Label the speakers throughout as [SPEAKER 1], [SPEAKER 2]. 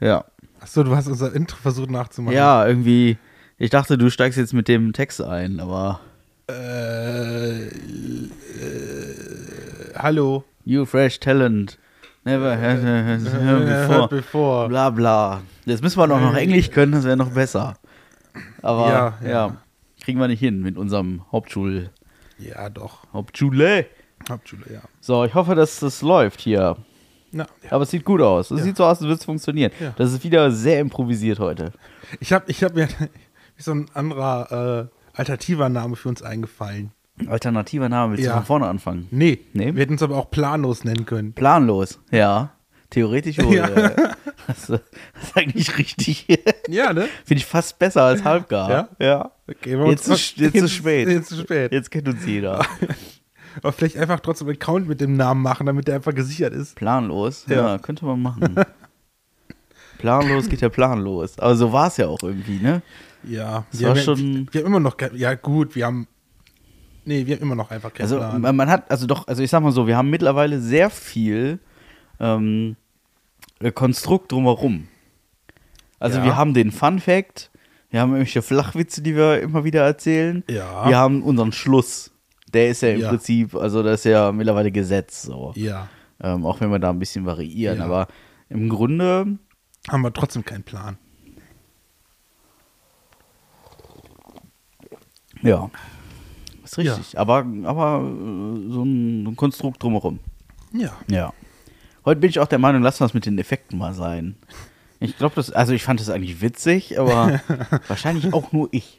[SPEAKER 1] Ja.
[SPEAKER 2] Achso, du hast unser Intro versucht nachzumachen.
[SPEAKER 1] Ja, irgendwie. Ich dachte, du steigst jetzt mit dem Text ein, aber.
[SPEAKER 2] Äh, äh, hallo.
[SPEAKER 1] You fresh talent. Never had had- had
[SPEAKER 2] Heard
[SPEAKER 1] before.
[SPEAKER 2] before.
[SPEAKER 1] Bla bla. Jetzt müssen wir doch noch Englisch können, das wäre noch besser. Aber
[SPEAKER 2] Ja,
[SPEAKER 1] ja,
[SPEAKER 2] ja.
[SPEAKER 1] kriegen wir nicht hin mit unserem Hauptschul.
[SPEAKER 2] Ja, doch.
[SPEAKER 1] Hauptschule.
[SPEAKER 2] Hauptschule, ja.
[SPEAKER 1] So, ich hoffe, dass das läuft hier.
[SPEAKER 2] Na,
[SPEAKER 1] Aber es sieht gut aus. Es sieht so aus, als würde es funktionieren.
[SPEAKER 2] Ja.
[SPEAKER 1] Das ist wieder sehr improvisiert heute.
[SPEAKER 2] Ich habe ich hab mir so ein anderer äh, alternativer Name für uns eingefallen.
[SPEAKER 1] Alternativer Name, willst
[SPEAKER 2] Ja.
[SPEAKER 1] du von vorne anfangen?
[SPEAKER 2] Nee,
[SPEAKER 1] Nee?
[SPEAKER 2] wir hätten uns aber auch planlos nennen können.
[SPEAKER 1] Planlos, ja. Theoretisch wohl.
[SPEAKER 2] Ja.
[SPEAKER 1] Ja. Das, das ist eigentlich richtig.
[SPEAKER 2] Ja, ne?
[SPEAKER 1] Finde ich fast besser als halbgar. Ja.
[SPEAKER 2] Okay, wir haben
[SPEAKER 1] Jetzt,
[SPEAKER 2] uns-
[SPEAKER 1] ist, jetzt ist spät.
[SPEAKER 2] Jetzt zu spät.
[SPEAKER 1] Jetzt kennt uns jeder.
[SPEAKER 2] Aber vielleicht einfach trotzdem einen Account mit dem Namen machen, damit der einfach gesichert ist.
[SPEAKER 1] Planlos, ja,
[SPEAKER 2] Ja.
[SPEAKER 1] könnte man machen. planlos geht ja planlos. Aber so war es ja auch irgendwie, ne?
[SPEAKER 2] Ja.
[SPEAKER 1] Das
[SPEAKER 2] wir,
[SPEAKER 1] war
[SPEAKER 2] haben, ja-
[SPEAKER 1] schon-
[SPEAKER 2] wir haben immer noch kein, Ja, gut, wir haben. Nee, wir haben immer noch einfach keinen
[SPEAKER 1] Also
[SPEAKER 2] Plan.
[SPEAKER 1] man man hat, also doch, also ich sag mal so, wir haben mittlerweile sehr viel ähm, äh, Konstrukt drumherum. Also
[SPEAKER 2] Ja.
[SPEAKER 1] wir haben den Fun Fact, wir haben irgendwelche Flachwitze, die wir immer wieder erzählen.
[SPEAKER 2] Ja.
[SPEAKER 1] Wir haben unseren Schluss. Der ist ja im
[SPEAKER 2] Ja.
[SPEAKER 1] Prinzip, also das ist ja mittlerweile Gesetz so.
[SPEAKER 2] ja.
[SPEAKER 1] Ähm, auch wenn wir da ein bisschen variieren.
[SPEAKER 2] Ja.
[SPEAKER 1] Aber im Grunde
[SPEAKER 2] Haben wir trotzdem keinen Plan.
[SPEAKER 1] Ja. Ist richtig. Aber, aber äh, so, ein, so ein Konstrukt drumherum.
[SPEAKER 2] Ja.
[SPEAKER 1] Ja. Heute bin ich auch der Meinung, lassen wir es mit den Effekten mal sein. Ich glaube, das, also ich fand das eigentlich witzig, aber wahrscheinlich auch nur ich.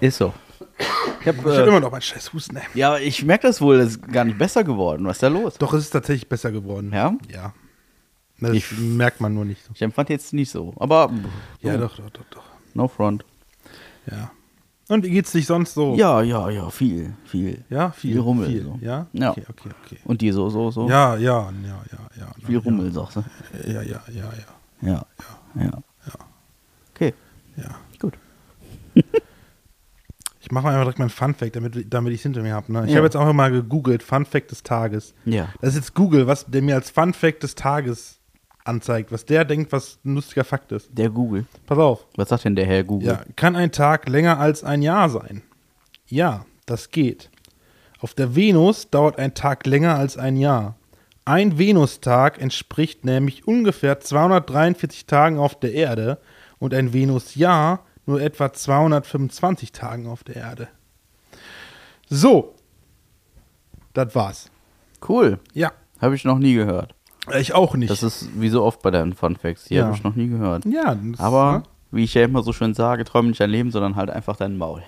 [SPEAKER 1] Ist so. Ich hab,
[SPEAKER 2] Ich habe
[SPEAKER 1] äh,
[SPEAKER 2] immer noch meinen scheiß Husten. ey.
[SPEAKER 1] ja, aber ich merke das wohl, das ist gar nicht besser geworden. Was ist da los?
[SPEAKER 2] Doch, es ist tatsächlich besser geworden.
[SPEAKER 1] Ja?
[SPEAKER 2] Ja. Das
[SPEAKER 1] Ich-
[SPEAKER 2] merkt man nur nicht.
[SPEAKER 1] Ich empfand jetzt nicht so. Aber pff,
[SPEAKER 2] Ja, doch, doch, doch, doch.
[SPEAKER 1] no front.
[SPEAKER 2] Ja. Und wie geht's dich sonst so?
[SPEAKER 1] Ja, ja, ja, viel, viel.
[SPEAKER 2] Oh. Ja, viel.
[SPEAKER 1] viel Rummel.
[SPEAKER 2] Viel.
[SPEAKER 1] So.
[SPEAKER 2] Ja?
[SPEAKER 1] ja.
[SPEAKER 2] Okay, okay, okay.
[SPEAKER 1] Und die so, so, so.
[SPEAKER 2] Ja, ja, ja, ja, ja.
[SPEAKER 1] Viel Rummel, sagst du.
[SPEAKER 2] Ja, ja, ja, ja.
[SPEAKER 1] Ja. Ja. ja. Okay,
[SPEAKER 2] ja.
[SPEAKER 1] gut.
[SPEAKER 2] Ich mache mal einfach direkt meinen Funfact, damit, damit ich es hinter mir habe. Ne? Ich
[SPEAKER 1] Ja.
[SPEAKER 2] habe jetzt einfach mal gegoogelt, Funfact des Tages.
[SPEAKER 1] Ja.
[SPEAKER 2] Das ist jetzt Google, was der mir als Funfact des Tages anzeigt, was der denkt, was ein lustiger Fakt ist.
[SPEAKER 1] Der Google.
[SPEAKER 2] Pass auf.
[SPEAKER 1] Was sagt denn der Herr Google?
[SPEAKER 2] Ja, kann ein Tag länger als ein Jahr sein? Ja, das geht. Auf der Venus dauert ein Tag länger als ein Jahr. Ein Venustag entspricht nämlich ungefähr 243 Tagen auf der Erde und ein Venusjahr nur etwa 225 Tagen auf der Erde. So, das war's.
[SPEAKER 1] Cool.
[SPEAKER 2] Ja,
[SPEAKER 1] Habe ich noch nie gehört.
[SPEAKER 2] ich auch nicht.
[SPEAKER 1] Das ist wie so oft bei deinen Fun Facts. Die
[SPEAKER 2] Ja.
[SPEAKER 1] habe ich noch nie gehört.
[SPEAKER 2] ja, das, ne?
[SPEAKER 1] Aber wie ich ja immer so schön sage, träume nicht dein Leben, sondern halt einfach dein Maul.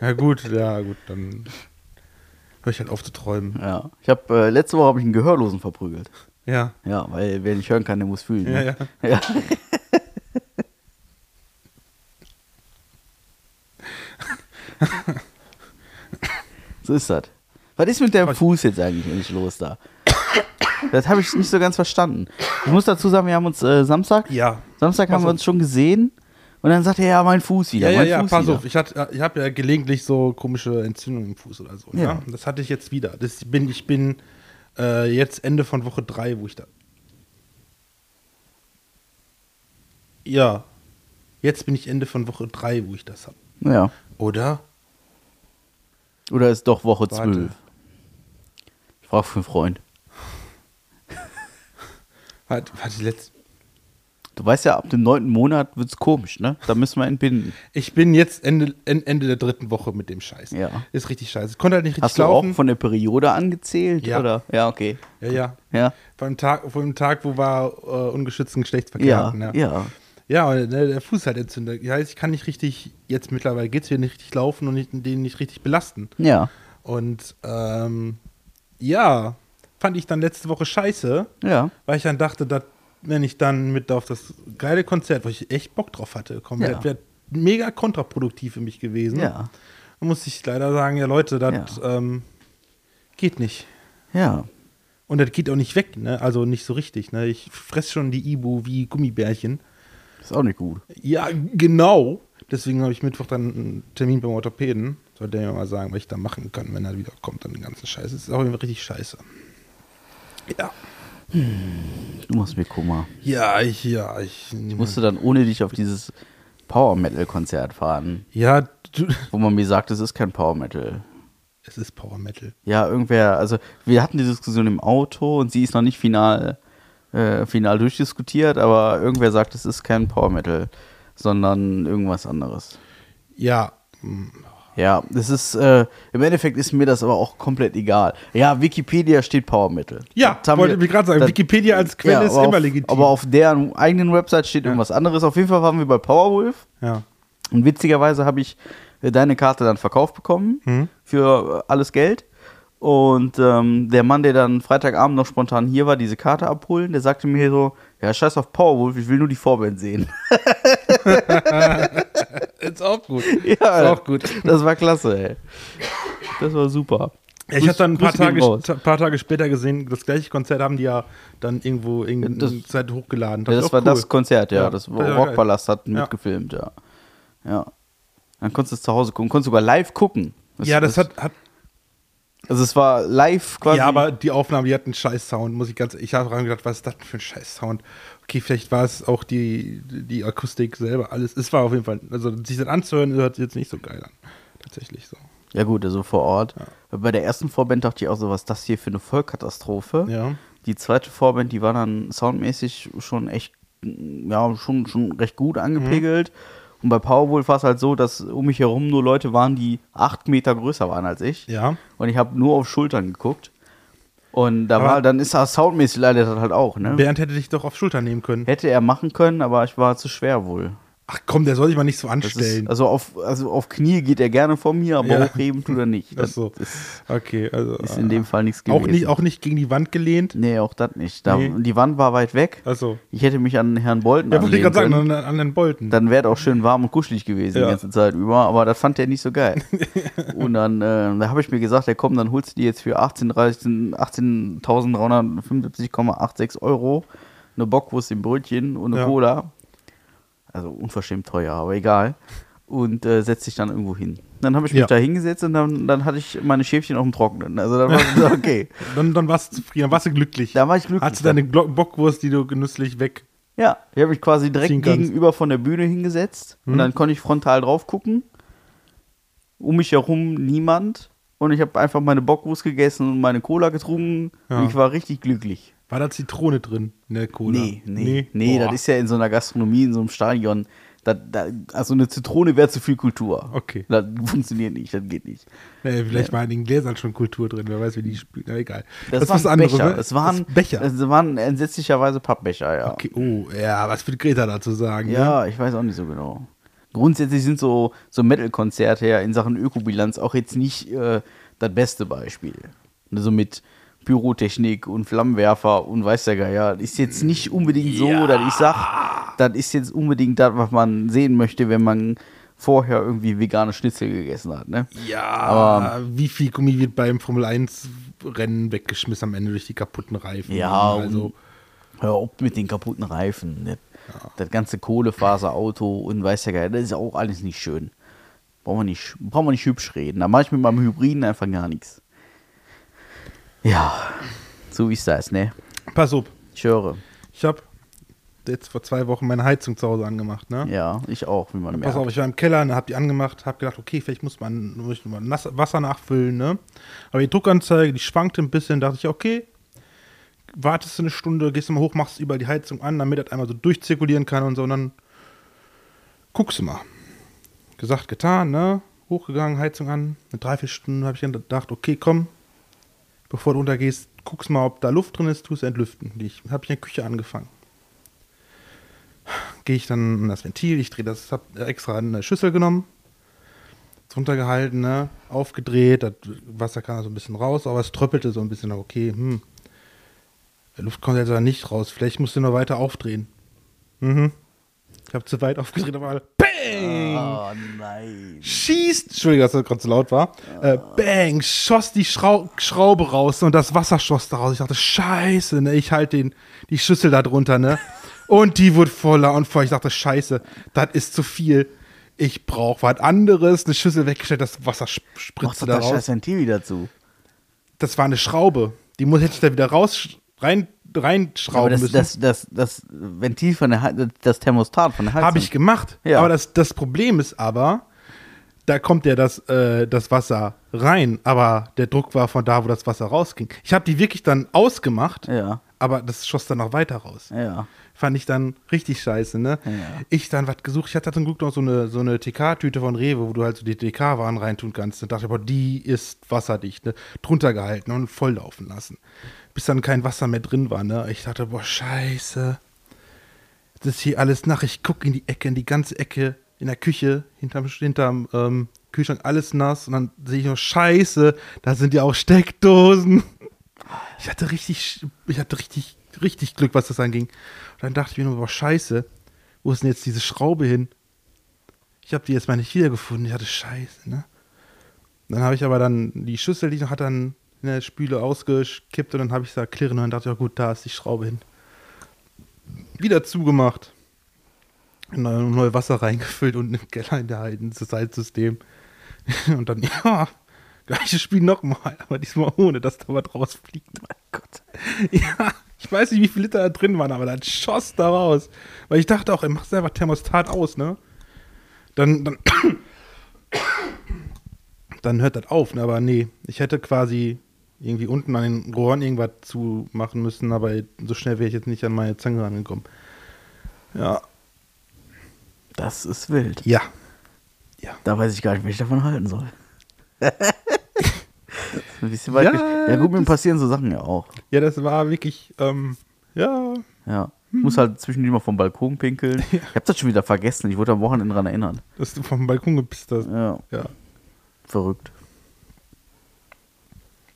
[SPEAKER 2] ja gut, ja gut, dann höre ich halt auf zu träumen.
[SPEAKER 1] Ja. Ich habe äh, letzte Woche habe ich einen Gehörlosen verprügelt.
[SPEAKER 2] Ja.
[SPEAKER 1] Ja, weil wer nicht hören kann, der muss fühlen.
[SPEAKER 2] Ja,
[SPEAKER 1] ne? ja. so ist das. Was ist mit deinem Fuß jetzt eigentlich nicht los da? Das habe ich nicht so ganz verstanden. Ich muss dazu sagen, wir haben uns äh, Samstag,
[SPEAKER 2] Ja.
[SPEAKER 1] Samstag haben
[SPEAKER 2] Pass
[SPEAKER 1] wir
[SPEAKER 2] auf.
[SPEAKER 1] uns schon gesehen und dann sagte er, ja, mein Fuß wieder.
[SPEAKER 2] Ja, ja,
[SPEAKER 1] mein
[SPEAKER 2] ja,
[SPEAKER 1] Fuß
[SPEAKER 2] pass
[SPEAKER 1] wieder.
[SPEAKER 2] auf. Ich, hatte- ich habe ja gelegentlich so komische Entzündungen im Fuß oder so. Ja.
[SPEAKER 1] Ja.
[SPEAKER 2] Das hatte ich jetzt wieder. Das bin, ich bin äh, jetzt Ende von Woche 3, wo ich da. Ja. Jetzt bin ich Ende von Woche 3, wo ich das habe.
[SPEAKER 1] Ja.
[SPEAKER 2] Oder?
[SPEAKER 1] Oder ist doch Woche
[SPEAKER 2] Warte.
[SPEAKER 1] 12? Ich frage für einen Freund.
[SPEAKER 2] Warte, warte, die letzte.
[SPEAKER 1] Du weißt ja, ab dem neunten Monat wird es komisch, ne? Da müssen wir entbinden.
[SPEAKER 2] Ich bin jetzt Ende, en- Ende der dritten Woche mit dem Scheiß.
[SPEAKER 1] Ja.
[SPEAKER 2] Ist richtig scheiße. Ich konnte halt nicht richtig
[SPEAKER 1] Hast du auch
[SPEAKER 2] laufen.
[SPEAKER 1] von der Periode angezählt?
[SPEAKER 2] Ja.
[SPEAKER 1] Oder? Ja, okay.
[SPEAKER 2] ja, ja.
[SPEAKER 1] Ja.
[SPEAKER 2] Vor dem Tag, vor dem Tag wo wir äh, ungeschützten Geschlechtsverkehr
[SPEAKER 1] Ja,
[SPEAKER 2] hatten.
[SPEAKER 1] ja.
[SPEAKER 2] Ja, und, ne, der Fuß hat entzündet. Das heißt, ich kann nicht richtig, jetzt mittlerweile geht's hier nicht richtig laufen und nicht, den nicht richtig belasten.
[SPEAKER 1] Ja.
[SPEAKER 2] Und ähm, ja, fand ich dann letzte Woche scheiße,
[SPEAKER 1] Ja.
[SPEAKER 2] weil ich dann dachte, dass, wenn ich dann mit auf das geile Konzert, wo ich echt Bock drauf hatte, kommen,
[SPEAKER 1] Ja.
[SPEAKER 2] das wäre mega kontraproduktiv für mich gewesen.
[SPEAKER 1] Ja.
[SPEAKER 2] Da muss ich leider sagen, ja Leute, das ähm, geht nicht.
[SPEAKER 1] Ja.
[SPEAKER 2] Und das geht auch nicht weg, ne? Also nicht so richtig, ne? Ich fress schon die Ibu wie Gummibärchen.
[SPEAKER 1] Ist auch nicht gut.
[SPEAKER 2] Ja, genau. Deswegen habe ich Mittwoch dann einen Termin beim Orthopäden. Sollte er mir mal sagen, was ich da machen kann, wenn er wieder kommt, dann den ganzen Scheiß. Das ist auch immer richtig scheiße. Ja.
[SPEAKER 1] Du machst mir Kummer.
[SPEAKER 2] Ja, ich, ja, ich.
[SPEAKER 1] Ich musste dann ohne dich auf dieses Power Metal Konzert fahren,
[SPEAKER 2] Ja, du,
[SPEAKER 1] wo man mir sagt, es ist kein Power Metal.
[SPEAKER 2] es ist Power Metal.
[SPEAKER 1] Ja, irgendwer, also wir hatten die Diskussion im Auto und sie ist noch nicht final, äh, final durchdiskutiert, aber irgendwer sagt, es ist kein Power Metal, sondern irgendwas anderes.
[SPEAKER 2] Ja. hm.
[SPEAKER 1] Ja, das ist, äh, im Endeffekt ist mir das aber auch komplett egal. Ja, Wikipedia steht Power Metal.
[SPEAKER 2] Ja,
[SPEAKER 1] Das haben
[SPEAKER 2] wollte
[SPEAKER 1] wir-
[SPEAKER 2] ich gerade sagen,
[SPEAKER 1] das-
[SPEAKER 2] Wikipedia als Quelle ist
[SPEAKER 1] aber
[SPEAKER 2] immer
[SPEAKER 1] auf,
[SPEAKER 2] legitim.
[SPEAKER 1] Aber auf deren eigenen Website steht irgendwas anderes. Auf jeden Fall waren wir bei Powerwolf.
[SPEAKER 2] Ja.
[SPEAKER 1] Und witzigerweise habe ich äh, deine Karte dann verkauft bekommen
[SPEAKER 2] Mhm.
[SPEAKER 1] für äh, alles Geld. Und ähm, der Mann, der dann Freitagabend noch spontan hier war, diese Karte abholen, der sagte mir so, ja, scheiß auf Powerwolf, ich will nur die Vorband sehen.
[SPEAKER 2] Ist auch gut.
[SPEAKER 1] ja,
[SPEAKER 2] Ist auch gut.
[SPEAKER 1] Das war klasse, ey. Das war super.
[SPEAKER 2] Ja, ich habe dann ein paar
[SPEAKER 1] Grüße gehen
[SPEAKER 2] Tage,
[SPEAKER 1] raus.
[SPEAKER 2] ta- paar Tage später gesehen, das gleiche Konzert haben die ja dann irgendwo in
[SPEAKER 1] Das-
[SPEAKER 2] das, Zeit hochgeladen.
[SPEAKER 1] Ja,
[SPEAKER 2] Fand ich
[SPEAKER 1] das
[SPEAKER 2] auch
[SPEAKER 1] war
[SPEAKER 2] cool.
[SPEAKER 1] das Konzert, ja.
[SPEAKER 2] Ja,
[SPEAKER 1] das
[SPEAKER 2] war ja
[SPEAKER 1] Rockpalast hat
[SPEAKER 2] Ja.
[SPEAKER 1] mitgefilmt, ja. Ja. Dann konntest du es zu Hause gucken, konntest sogar live gucken.
[SPEAKER 2] Ja, das hat, hat
[SPEAKER 1] Also es war live quasi.
[SPEAKER 2] ja, aber die Aufnahme, die hat einen scheiß Sound, muss ich ganz, ich habe daran gedacht, was ist das denn für ein scheiß Sound? Okay, vielleicht war es auch die, die Akustik selber, alles, es war auf jeden Fall, also sich das anzuhören, hört sich jetzt nicht so geil an, tatsächlich so.
[SPEAKER 1] Ja, gut, also vor Ort. Bei der ersten Vorband dachte ich auch so, was ist das hier für eine Vollkatastrophe.
[SPEAKER 2] Ja.
[SPEAKER 1] Die zweite Vorband, die war dann soundmäßig schon echt, ja, schon, schon recht gut
[SPEAKER 2] Mhm.
[SPEAKER 1] angepegelt. Und bei Powerwolf war es halt so, dass um mich herum nur Leute waren, die acht Meter größer waren als ich.
[SPEAKER 2] Ja.
[SPEAKER 1] Und ich habe nur auf Schultern geguckt. Und da
[SPEAKER 2] Aber-
[SPEAKER 1] war, dann ist das soundmäßig leider das halt auch, ne?
[SPEAKER 2] Bernd hätte dich doch auf Schulter nehmen können.
[SPEAKER 1] Hätte er machen können, aber ich war zu schwer wohl.
[SPEAKER 2] Ach komm, der soll sich mal nicht so
[SPEAKER 1] Das
[SPEAKER 2] anstellen.
[SPEAKER 1] ist, also, auf, also auf Knie geht er gerne vor mir, aber
[SPEAKER 2] Ja.
[SPEAKER 1] hochheben tut er nicht.
[SPEAKER 2] Ach
[SPEAKER 1] Das
[SPEAKER 2] so.
[SPEAKER 1] ist,
[SPEAKER 2] okay, also.
[SPEAKER 1] ist in dem Fall nichts gewesen.
[SPEAKER 2] auch nicht, auch nicht gegen die Wand gelehnt.
[SPEAKER 1] Nee, auch das nicht. Da,
[SPEAKER 2] Nee.
[SPEAKER 1] Die Wand war weit weg.
[SPEAKER 2] Ach so.
[SPEAKER 1] Ich hätte mich an Herrn Bolton
[SPEAKER 2] Ja, wollte ich
[SPEAKER 1] anlehnen
[SPEAKER 2] gerade sagen,
[SPEAKER 1] können.
[SPEAKER 2] an, an den Bolten.
[SPEAKER 1] Dann wäre es auch schön warm und kuschelig gewesen
[SPEAKER 2] Ja.
[SPEAKER 1] die ganze Zeit über, aber das fand er nicht so geil. und dann äh, da habe ich mir gesagt, ja komm, dann holst du dir jetzt für 18.375,86 18.375,86 Euro eine Bockwurst im Brötchen und eine
[SPEAKER 2] Ja.
[SPEAKER 1] Cola. Also unverschämt teuer, aber egal. Und äh, setzt dich dann irgendwo hin. Dann habe ich mich
[SPEAKER 2] Ja.
[SPEAKER 1] da hingesetzt und dann, dann hatte ich meine Schäfchen auf dem Trockenen. Also dann war es so, okay.
[SPEAKER 2] Dann, dann warst du zufrieden, dann warst du glücklich.
[SPEAKER 1] Da war ich glücklich.
[SPEAKER 2] Hast du deine Glo- Bockwurst, die du genüsslich weg.
[SPEAKER 1] Ja, ich habe mich quasi direkt
[SPEAKER 2] Ziehen kannst. Hm.
[SPEAKER 1] gegenüber von der Bühne hingesetzt und dann konnte ich frontal drauf gucken. Um mich herum niemand und ich habe einfach meine Bockwurst gegessen und meine Cola getrunken
[SPEAKER 2] Ja.
[SPEAKER 1] und ich war richtig glücklich.
[SPEAKER 2] War da Zitrone drin in der Cola?
[SPEAKER 1] Nee, nee, nee, das
[SPEAKER 2] Boah.
[SPEAKER 1] ist ja in so einer Gastronomie, in so einem Stadion. Da, da, also eine Zitrone wäre zu viel Kultur.
[SPEAKER 2] Okay.
[SPEAKER 1] Das funktioniert nicht, das geht nicht.
[SPEAKER 2] Nee, vielleicht war in den Gläsern schon Kultur drin, wer weiß, wie die spielen. Na, egal.
[SPEAKER 1] Das,
[SPEAKER 2] ist was
[SPEAKER 1] waren
[SPEAKER 2] anderes,
[SPEAKER 1] Becher.
[SPEAKER 2] ne?
[SPEAKER 1] Es waren,
[SPEAKER 2] Das ist Becher.
[SPEAKER 1] Es waren entsetzlicherweise Pappbecher, ja.
[SPEAKER 2] okay, oh, ja, was wird Greta dazu sagen? ne?
[SPEAKER 1] Ja, ich weiß auch nicht so genau. Grundsätzlich sind so, so Metal-Konzerte ja in Sachen Ökobilanz auch jetzt nicht äh, das beste Beispiel. Ne, So mit Pyrotechnik und Flammenwerfer und weiß der Geier. Das ist jetzt nicht unbedingt so, dass ich sag, das ist jetzt unbedingt das, was man sehen möchte, wenn man vorher irgendwie vegane Schnitzel gegessen hat. Ne?
[SPEAKER 2] Ja,
[SPEAKER 1] Aber-
[SPEAKER 2] wie viel Gummi wird beim Formel 1-Rennen weggeschmissen am Ende durch die kaputten Reifen?
[SPEAKER 1] Ja,
[SPEAKER 2] also.
[SPEAKER 1] Hör auf mit den kaputten Reifen. Das, das ganze Kohlefaserauto und weiß der Geier, das ist auch alles nicht schön. Brauchen wir nicht, brauchen wir nicht hübsch reden. Da mache ich mit meinem Hybriden einfach gar nichts. Ja, so wie es da ist, ne?
[SPEAKER 2] Pass auf,
[SPEAKER 1] Ich höre.
[SPEAKER 2] ich habe jetzt vor zwei Wochen meine Heizung zu Hause angemacht, ne?
[SPEAKER 1] Ja, ich auch, wie man merkt.
[SPEAKER 2] Pass auf, ich war im Keller, ne, hab die angemacht, hab gedacht, okay, vielleicht muss man, muss ich mal nass, Wasser nachfüllen, ne? Aber die Druckanzeige, die schwankte ein bisschen, dachte ich, okay, wartest du eine Stunde, gehst du mal hoch, machst überall die Heizung an, damit das einmal so durchzirkulieren kann und so, und dann guckst du mal. Gesagt, getan, ne? Hochgegangen, Heizung an, eine Dreiviertelstunde habe ich dann gedacht, okay, komm, bevor du runtergehst, guckst mal, ob da Luft drin ist, tust entlüften. Die Ich habe ich in der Küche angefangen gehe ich dann an das Ventil, ich drehe das, hab extra eine Schüssel genommen, ist runtergehalten, ne, aufgedreht, das Wasser kam so ein bisschen raus, aber es tröppelte so ein bisschen, okay, hm, die Luft kommt jetzt aber nicht raus, vielleicht musst du noch weiter aufdrehen. Mhm. Ich habe zu weit aufgedreht, aber alle, bang!
[SPEAKER 1] Oh nein.
[SPEAKER 2] schießt, Entschuldigung, dass das gerade zu laut war, äh, bang, schoss die Schrau Schraube raus und das Wasser schoss daraus. Ich dachte, scheiße, ne, ich halt den, die Schüssel da drunter, ne. Und die wurde voller und voller. Ich dachte, scheiße, das ist zu viel. Ich brauche was anderes. Eine Schüssel weggestellt, das Wasser sp-
[SPEAKER 1] Machst
[SPEAKER 2] spritzte
[SPEAKER 1] doch
[SPEAKER 2] da
[SPEAKER 1] das
[SPEAKER 2] raus
[SPEAKER 1] scheiß Ventil wieder zu.
[SPEAKER 2] das war eine Schraube. Die muss, hätte ich da wieder raus, rein,
[SPEAKER 1] Aber
[SPEAKER 2] reinschrauben
[SPEAKER 1] das,
[SPEAKER 2] müssen.
[SPEAKER 1] das, das, das Ventil von der Heizung, das Thermostat von der Heizung.
[SPEAKER 2] Habe ich gemacht.
[SPEAKER 1] Ja.
[SPEAKER 2] Aber das, das Problem ist aber, da kommt ja das, äh, das Wasser rein, aber der Druck war von da, wo das Wasser rausging. Ich habe die wirklich dann ausgemacht,
[SPEAKER 1] Ja.
[SPEAKER 2] aber das schoss dann noch weiter raus.
[SPEAKER 1] Ja.
[SPEAKER 2] Fand ich dann richtig scheiße, ne?
[SPEAKER 1] Ja.
[SPEAKER 2] Ich dann was gesucht. Ich hatte zum Glück noch so eine, so eine TK-Tüte von Rewe, wo du halt so die TK-Waren reintun kannst. Dann dachte ich, boah, die ist wasserdicht, ne? Drunter gehalten und volllaufen lassen. Bis dann kein Wasser mehr drin war, ne? Ich dachte, boah, scheiße. Das ist hier alles nach. Ich gucke in die Ecke, in die ganze Ecke, in der Küche, hinterm, hinterm ähm, Kühlschrank, alles nass. Und dann sehe ich noch, scheiße, da sind ja auch Steckdosen. Ich hatte richtig, ich hatte richtig, richtig Glück, was das anging. Und dann dachte ich mir nur, boah, scheiße, wo ist denn jetzt diese Schraube hin? Ich habe die jetzt mal nicht wiedergefunden. Ich hatte scheiße, ne? Dann habe ich aber dann die Schüssel, die ich noch hatte, dann in der Spüle ausgekippt und dann habe ich da klirren und dann dachte ich, ja gut, da ist die Schraube hin. Wieder zugemacht. Neu, neu Wasser reingefüllt und im Keller in der alten Salzsystem. Und dann, ja, gleiches Spiel nochmal, aber diesmal ohne, dass da was rausfliegt.
[SPEAKER 1] Mein Gott.
[SPEAKER 2] Ja, ich weiß nicht, wie viele Liter da drin waren, aber dann schoss da raus. Weil ich dachte auch, er macht einfach Thermostat aus, ne? Dann, dann, dann hört das auf, ne? Aber nee, ich hätte quasi irgendwie unten an den Rohren irgendwas zu machen müssen, aber so schnell wäre ich jetzt nicht an meine Zange rangekommen. Ja.
[SPEAKER 1] Das ist wild.
[SPEAKER 2] Ja.
[SPEAKER 1] Da weiß ich gar nicht, was ich davon halten soll. Ein bisschen weit.
[SPEAKER 2] Ja,
[SPEAKER 1] Ja, ja gut, mir passieren so Sachen ja auch.
[SPEAKER 2] Ja, das war wirklich, ähm, ja.
[SPEAKER 1] Ja. Ich muss halt zwischendurch mal vom Balkon pinkeln. Ich hab das schon wieder vergessen. Ich wurde am Wochenende dran erinnern.
[SPEAKER 2] Dass du vom Balkon gepisst hast.
[SPEAKER 1] Ja,
[SPEAKER 2] Ja.
[SPEAKER 1] verrückt.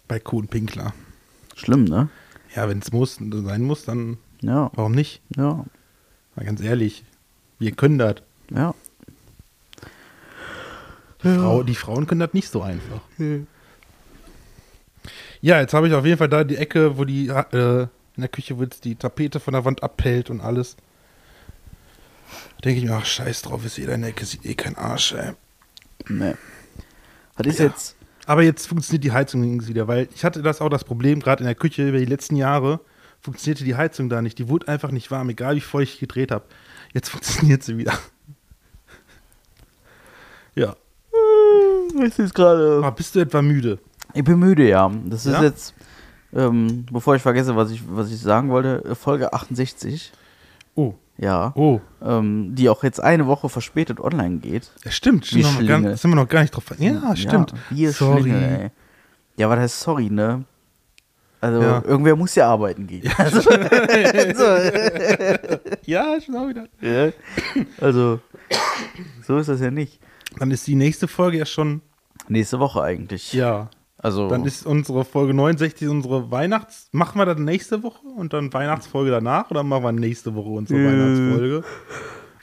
[SPEAKER 2] Balkonpinkler.
[SPEAKER 1] Schlimm, ne?
[SPEAKER 2] Ja, wenn es muss, sein muss, dann
[SPEAKER 1] Ja,
[SPEAKER 2] warum nicht?
[SPEAKER 1] ja,
[SPEAKER 2] Mal ganz ehrlich, wir können das.
[SPEAKER 1] ja.
[SPEAKER 2] Die, Frau, die Frauen können das nicht so einfach. Ja, jetzt habe ich auf jeden Fall da die Ecke, wo die äh, in der Küche, wo jetzt die Tapete von der Wand abpellt und alles. Denke ich mir, ach scheiß drauf, ist jeder in der Ecke, sieht eh kein Arsch, ey.
[SPEAKER 1] Ne. Was ist
[SPEAKER 2] Ja.
[SPEAKER 1] jetzt?
[SPEAKER 2] Aber jetzt funktioniert die Heizung übrigens wieder, weil ich hatte das auch das Problem, gerade in der Küche über die letzten Jahre funktionierte die Heizung da nicht. Die wurde einfach nicht warm, egal wie feucht ich gedreht habe. Jetzt funktioniert sie wieder. Ja.
[SPEAKER 1] Ist jetzt gerade.
[SPEAKER 2] Aber bist du etwa müde?
[SPEAKER 1] Ich bin müde, ja. Das ist
[SPEAKER 2] Ja?
[SPEAKER 1] jetzt, ähm, bevor ich vergesse, was ich, was ich sagen wollte, äh, Folge 68.
[SPEAKER 2] Oh,
[SPEAKER 1] Ja.
[SPEAKER 2] oh.
[SPEAKER 1] Ähm, die auch jetzt eine Woche verspätet online geht.
[SPEAKER 2] Ja, stimmt.
[SPEAKER 1] Die
[SPEAKER 2] Sind wir, noch gar,
[SPEAKER 1] Schlinge.
[SPEAKER 2] sind wir noch gar nicht drauf. ver- Ja, Ah, stimmt.
[SPEAKER 1] Hier ist Sorry. Schlinge, ey. Ja, was heißt sorry, ne? Also,
[SPEAKER 2] Ja.
[SPEAKER 1] irgendwer muss ja arbeiten gehen. Also,
[SPEAKER 2] Ja, schon auch wieder.
[SPEAKER 1] ja. also, so ist das ja nicht.
[SPEAKER 2] Dann ist die nächste Folge ja schon.
[SPEAKER 1] Nächste Woche eigentlich.
[SPEAKER 2] Ja. Oh.
[SPEAKER 1] Also,
[SPEAKER 2] Dann ist unsere Folge 69 unsere Weihnachts. Machen wir das nächste Woche und dann Weihnachtsfolge danach oder machen wir nächste Woche unsere
[SPEAKER 1] Äh.
[SPEAKER 2] Weihnachtsfolge?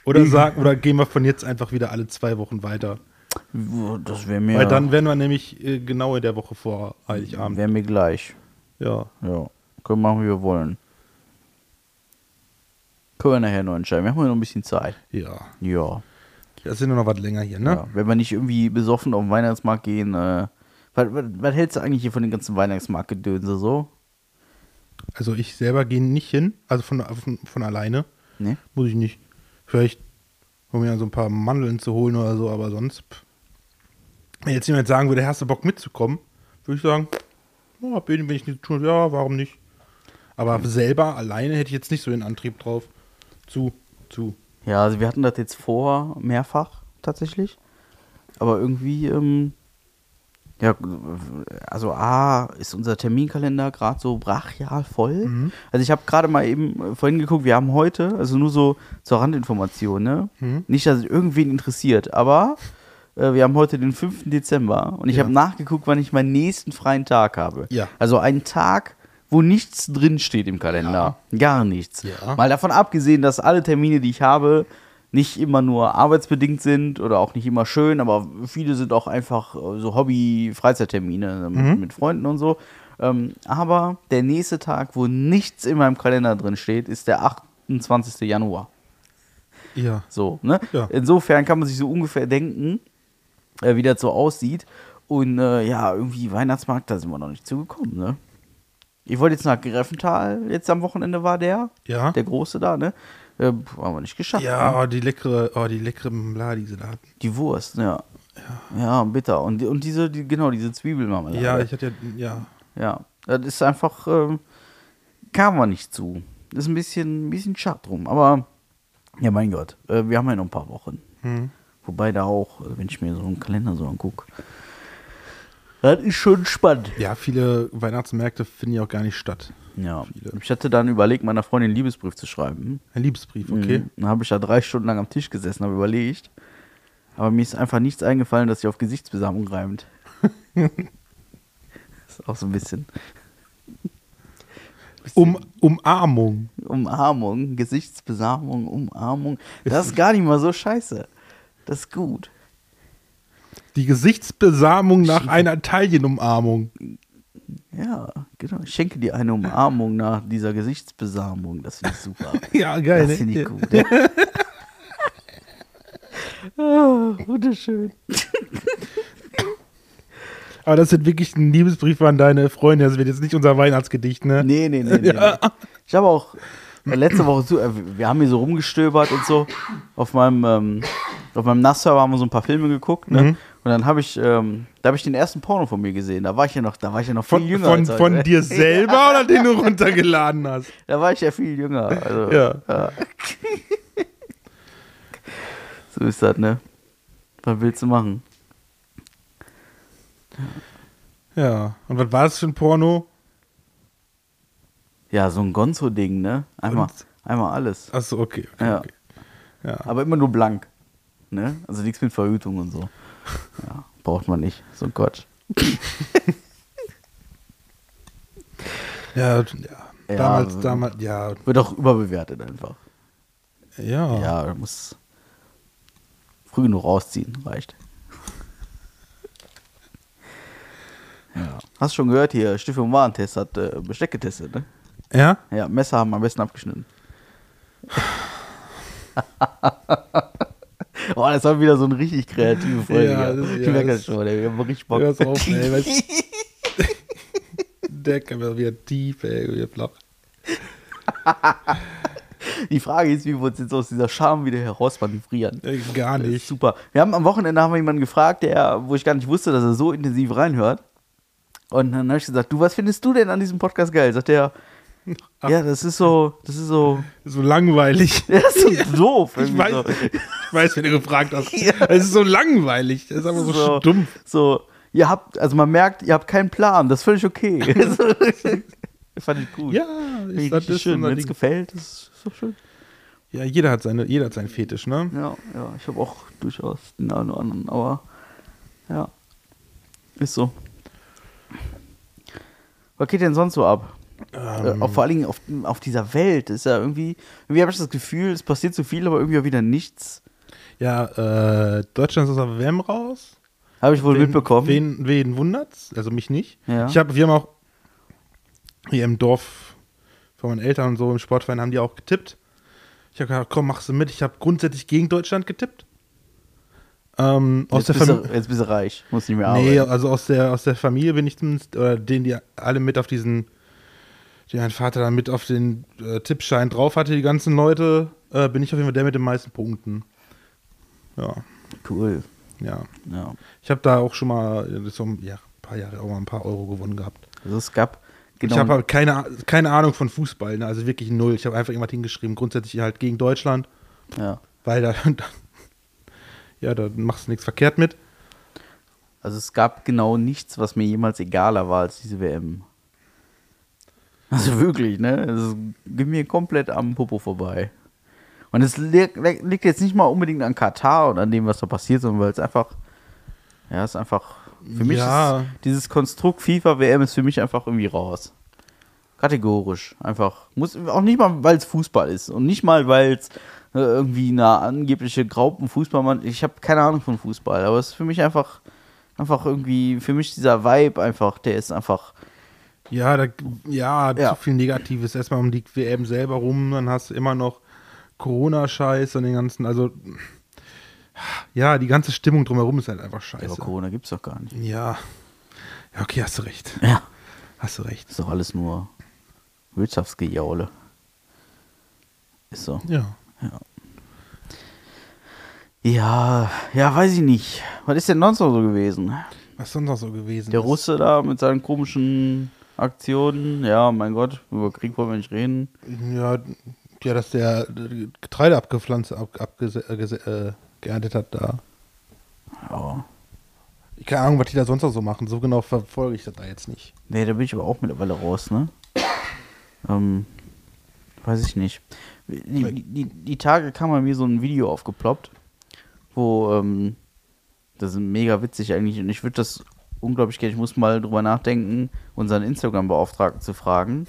[SPEAKER 2] Oder sagen, oder gehen wir von jetzt einfach wieder alle zwei Wochen weiter?
[SPEAKER 1] das wäre mir,
[SPEAKER 2] Weil dann wären wir nämlich äh, genau in der Woche vor Heiligabend.
[SPEAKER 1] wär mir gleich.
[SPEAKER 2] Ja.
[SPEAKER 1] Ja, können wir machen, wie wir wollen. Können wir nachher noch entscheiden. Wir haben ja noch ein bisschen Zeit.
[SPEAKER 2] Ja.
[SPEAKER 1] Ja.
[SPEAKER 2] Das sind ja noch was länger hier,
[SPEAKER 1] ja.
[SPEAKER 2] ne?
[SPEAKER 1] Wenn wir nicht irgendwie besoffen auf den Weihnachtsmarkt gehen, äh, was, was, was hältst du eigentlich hier von den ganzen Weihnachtsmarktgedönse so?
[SPEAKER 2] Also ich selber gehe nicht hin. Also von, von, von alleine.
[SPEAKER 1] Ne?
[SPEAKER 2] Muss ich nicht. Vielleicht, um mir so ein paar Mandeln zu holen oder so, aber sonst. Pff. Wenn jetzt jemand sagen würde, hast du Bock mitzukommen, würde ich sagen, oh, hab eh, wenn ich nichts tun, ja, warum nicht? Aber selber alleine hätte ich jetzt nicht so den Antrieb drauf. Zu, zu.
[SPEAKER 1] Ja, also wir hatten das jetzt vor, mehrfach tatsächlich. Aber irgendwie, ähm, ja, also A, ist unser Terminkalender gerade so brachial voll.
[SPEAKER 2] Mhm.
[SPEAKER 1] Also ich habe gerade mal eben äh, vorhin geguckt, wir haben heute, also nur so zur Randinformation, ne?
[SPEAKER 2] Mhm.
[SPEAKER 1] Nicht, dass es irgendwen interessiert, aber äh, wir haben heute den 5. Dezember und ich
[SPEAKER 2] Ja.
[SPEAKER 1] habe nachgeguckt, wann ich meinen nächsten freien Tag habe.
[SPEAKER 2] Ja.
[SPEAKER 1] Also einen Tag, wo nichts drin steht im Kalender. Gar nichts.
[SPEAKER 2] Ja.
[SPEAKER 1] Mal davon abgesehen, dass alle Termine, die ich habe, nicht immer nur arbeitsbedingt sind oder auch nicht immer schön, aber viele sind auch einfach äh, so Hobby-Freizeittermine äh, mit,
[SPEAKER 2] Mhm.
[SPEAKER 1] mit Freunden und so. Ähm, aber der nächste Tag, wo nichts in meinem Kalender drin steht, ist der 28. Januar.
[SPEAKER 2] Ja.
[SPEAKER 1] So, ne?
[SPEAKER 2] Ja.
[SPEAKER 1] Insofern kann man sich so ungefähr denken, äh, wie das so aussieht. Und äh, ja, irgendwie Weihnachtsmarkt, da sind wir noch nicht zugekommen, ne? Ich wollte jetzt nach Greffenthal, jetzt am Wochenende war der,
[SPEAKER 2] Ja.
[SPEAKER 1] der Große da, ne? Äh, haben wir nicht geschafft. Ne?
[SPEAKER 2] Ja, oh, die leckere, oh, die leckere Mla, die sie da hatten.
[SPEAKER 1] Die Wurst, ja. Ja, bitter. Und, die- und diese, die, genau, diese Zwiebelmarmelade.
[SPEAKER 2] Ja, ich hatte ja, ja.
[SPEAKER 1] ne? Ja, das ist einfach, ähm, kam man nicht zu. Das ist ein bisschen, ein bisschen schade drum. Aber, ja, mein Gott, äh, wir haben ja noch ein paar Wochen.
[SPEAKER 2] Hm.
[SPEAKER 1] Wobei da auch, äh, wenn ich mir so einen Kalender so angucke, das ist schon spannend.
[SPEAKER 2] Ja, viele Weihnachtsmärkte finden ja auch gar nicht statt.
[SPEAKER 1] Ja,
[SPEAKER 2] Viele.
[SPEAKER 1] ich hatte dann überlegt, meiner Freundin einen Liebesbrief zu schreiben.
[SPEAKER 2] Ein Liebesbrief, okay.
[SPEAKER 1] Mhm. Dann habe ich da drei Stunden lang am Tisch gesessen, habe überlegt. Aber mir ist einfach nichts eingefallen, dass sie auf Gesichtsbesamung reimt. ist auch so ein bisschen.
[SPEAKER 2] Um, Umarmung.
[SPEAKER 1] Umarmung, Gesichtsbesamung, Umarmung. Das ist gar nicht mal so scheiße. Das ist gut.
[SPEAKER 2] Die Gesichtsbesamung nach einer Italienumarmung.
[SPEAKER 1] Ja, genau. Ich schenke dir eine Umarmung nach dieser Gesichtsbesamung. Das finde ich super.
[SPEAKER 2] Ja, geil,
[SPEAKER 1] das finde
[SPEAKER 2] ne?
[SPEAKER 1] ich gut. Ja. Ah, wunderschön.
[SPEAKER 2] Aber das sind wirklich ein Liebesbrief an deine Freunde. Das wird jetzt nicht unser Weihnachtsgedicht, ne?
[SPEAKER 1] Nee, nee, nee, nee. nee. Ich habe auch äh, letzte Woche, zu, äh, wir haben hier so rumgestöbert und so. Auf meinem, ähm, auf meinem NAS-Server haben wir so ein paar Filme geguckt. Ne?
[SPEAKER 2] Mhm.
[SPEAKER 1] Und dann habe ich, ähm, da habe ich den ersten Porno von mir gesehen. Da war ich ja noch, da war ich ja noch viel
[SPEAKER 2] Von,
[SPEAKER 1] jünger.
[SPEAKER 2] von,
[SPEAKER 1] als heute.
[SPEAKER 2] von dir selber oder den du runtergeladen hast?
[SPEAKER 1] Da war ich ja viel jünger. Also,
[SPEAKER 2] Ja.
[SPEAKER 1] So ist das, ne? Was willst du machen?
[SPEAKER 2] Ja. Und was war das für ein Porno?
[SPEAKER 1] Ja, so ein Gonzo-Ding, ne? Einmal,
[SPEAKER 2] Und-
[SPEAKER 1] einmal alles.
[SPEAKER 2] Achso, okay. okay,
[SPEAKER 1] Ja.
[SPEAKER 2] okay. Ja.
[SPEAKER 1] Aber immer nur blank. Ne? Also nichts mit Verhütung und so. Ja, braucht man nicht. So ein Quatsch.
[SPEAKER 2] Ja,
[SPEAKER 1] Ja,
[SPEAKER 2] ja. Damals,
[SPEAKER 1] also-
[SPEAKER 2] damals, ja.
[SPEAKER 1] Wird auch überbewertet einfach.
[SPEAKER 2] Ja.
[SPEAKER 1] Ja, du musst früh genug rausziehen, reicht. Ja. Hast schon gehört hier, Stiftung Warentest hat äh, Besteck getestet, ne?
[SPEAKER 2] Ja?
[SPEAKER 1] Ja, Messer haben am besten abgeschnitten. oh, das war wieder so eine richtig kreative Folge.
[SPEAKER 2] Ja,
[SPEAKER 1] Ja,
[SPEAKER 2] das-
[SPEAKER 1] ich
[SPEAKER 2] ja,
[SPEAKER 1] merke
[SPEAKER 2] das-
[SPEAKER 1] das schon, ey, wir haben richtig Bock.
[SPEAKER 2] Hör auf, ey. Weißt, der kann mir wieder tief, ey. Wieder flach.
[SPEAKER 1] Die Frage ist, wie wir uns jetzt aus dieser Scham wieder herausmanövrieren.
[SPEAKER 2] Äh, Gar
[SPEAKER 1] Das ist
[SPEAKER 2] nicht.
[SPEAKER 1] Super. Wir haben am Wochenende haben wir jemanden gefragt, der, wo ich gar nicht wusste, dass er so intensiv reinhört. Und dann habe ich gesagt, du, was findest du denn an diesem Podcast geil? Sagt er, ja, das ist so, das ist so,
[SPEAKER 2] So langweilig.
[SPEAKER 1] das ist so doof.
[SPEAKER 2] Ich
[SPEAKER 1] irgendwie
[SPEAKER 2] weiß,
[SPEAKER 1] so.
[SPEAKER 2] ich weiß, wenn du gefragt hast. Es ist so langweilig. Es ist einfach so, stumpf.
[SPEAKER 1] So, ihr habt, also man merkt, ihr habt keinen Plan, das ist völlig okay. Fand ich gut.
[SPEAKER 2] Ja,
[SPEAKER 1] Finde ich
[SPEAKER 2] das
[SPEAKER 1] richtig
[SPEAKER 2] ist
[SPEAKER 1] schön.
[SPEAKER 2] unser
[SPEAKER 1] Wenn es
[SPEAKER 2] Ding.
[SPEAKER 1] gefällt, ist so schön.
[SPEAKER 2] Ja, jeder hat, seine, jeder hat seinen Fetisch, ne?
[SPEAKER 1] Ja, ja, ich habe auch durchaus den einen oder anderen, aber ja, ist so. Was geht denn sonst so ab? Äh,
[SPEAKER 2] Ähm.
[SPEAKER 1] auch vor allen Dingen auf, auf dieser Welt ist ja irgendwie, irgendwie habe ich das Gefühl, es passiert so viel, aber irgendwie auch wieder nichts.
[SPEAKER 2] Ja, äh, Deutschland ist aus der WM raus.
[SPEAKER 1] Habe ich wohl mitbekommen.
[SPEAKER 2] Wen, wen wundert's? Also mich nicht.
[SPEAKER 1] Ja.
[SPEAKER 2] Ich hab, wir haben auch hier im Dorf von meinen Eltern und so im Sportverein haben die auch getippt. Ich habe gedacht, komm, machst du mit. Ich habe grundsätzlich gegen Deutschland getippt. Ähm,
[SPEAKER 1] Jetzt,
[SPEAKER 2] aus der
[SPEAKER 1] bist
[SPEAKER 2] Familie.
[SPEAKER 1] du, jetzt bist du reich, musst nicht mehr arbeiten.
[SPEAKER 2] Nee, also aus der, aus der Familie bin ich zumindest, oder denen, die alle mit auf diesen, die mein Vater dann mit auf den äh, Tippschein drauf hatte, die ganzen Leute, äh, bin ich auf jeden Fall der mit den meisten Punkten. Ja,
[SPEAKER 1] Cool.
[SPEAKER 2] ja.
[SPEAKER 1] Ja.
[SPEAKER 2] Ich habe da auch schon mal, äh, so, ja, ein paar Jahre auch mal ein paar Euro gewonnen gehabt.
[SPEAKER 1] Also es gab genau.
[SPEAKER 2] Ich habe halt keine, Ah- keine Ahnung von Fußball, ne? also wirklich null. Ich habe einfach irgendwas hingeschrieben, grundsätzlich halt gegen Deutschland,
[SPEAKER 1] ja.
[SPEAKER 2] weil da, da ja, da machst du nichts verkehrt mit.
[SPEAKER 1] Also es gab genau nichts, was mir jemals egaler war als diese WM. Also wirklich, ne? Es ging mir komplett am Popo vorbei. Und es li li liegt jetzt nicht mal unbedingt an Katar und an dem, was da passiert, sondern weil es einfach, ja, es ist einfach, für mich
[SPEAKER 2] Ja.
[SPEAKER 1] ist dieses Konstrukt FIFA-WM ist für mich einfach irgendwie raus. Kategorisch, einfach. Muss auch nicht mal, weil es Fußball ist und nicht mal, weil es äh, irgendwie eine angebliche Graupenfußballmann. Ich habe keine Ahnung von Fußball, aber es ist für mich einfach, einfach irgendwie, für mich dieser Vibe einfach, der ist einfach.
[SPEAKER 2] Ja, da, ja,
[SPEAKER 1] Ja.
[SPEAKER 2] zu viel Negatives. Erstmal um die WM selber rum, dann hast du immer noch Corona-Scheiß und den ganzen, also ja, die ganze Stimmung drumherum ist halt einfach
[SPEAKER 1] Aber
[SPEAKER 2] scheiße.
[SPEAKER 1] Corona gibt's doch gar nicht.
[SPEAKER 2] Ja. Ja, okay, hast du recht.
[SPEAKER 1] Ja.
[SPEAKER 2] Hast du recht.
[SPEAKER 1] Ist doch alles nur Wirtschaftsgejaule. Ist so.
[SPEAKER 2] Ja.
[SPEAKER 1] Ja, ja, weiß ich nicht. Was ist denn sonst noch so gewesen?
[SPEAKER 2] Was ist sonst noch so gewesen?
[SPEAKER 1] Der
[SPEAKER 2] ist?
[SPEAKER 1] Russe da mit seinen komischen Aktionen. Ja, mein Gott, über Krieg wollen wir nicht reden.
[SPEAKER 2] Ja, ja, dass der äh, Getreide abgepflanzt, ab, abgese- äh, gese- äh, geerntet hat da.
[SPEAKER 1] Ja.
[SPEAKER 2] Ich keine Ahnung, was die da sonst noch so machen. So genau verfolge ich das da jetzt nicht.
[SPEAKER 1] Nee, da bin ich aber auch mittlerweile raus, ne? ähm, weiß ich nicht. Die, die- die, die Tage kam bei mir so ein Video aufgeploppt, wo, ähm, das ist mega witzig eigentlich und ich würde das unglaublich gerne, ich muss mal drüber nachdenken, unseren Instagram-Beauftragten zu fragen,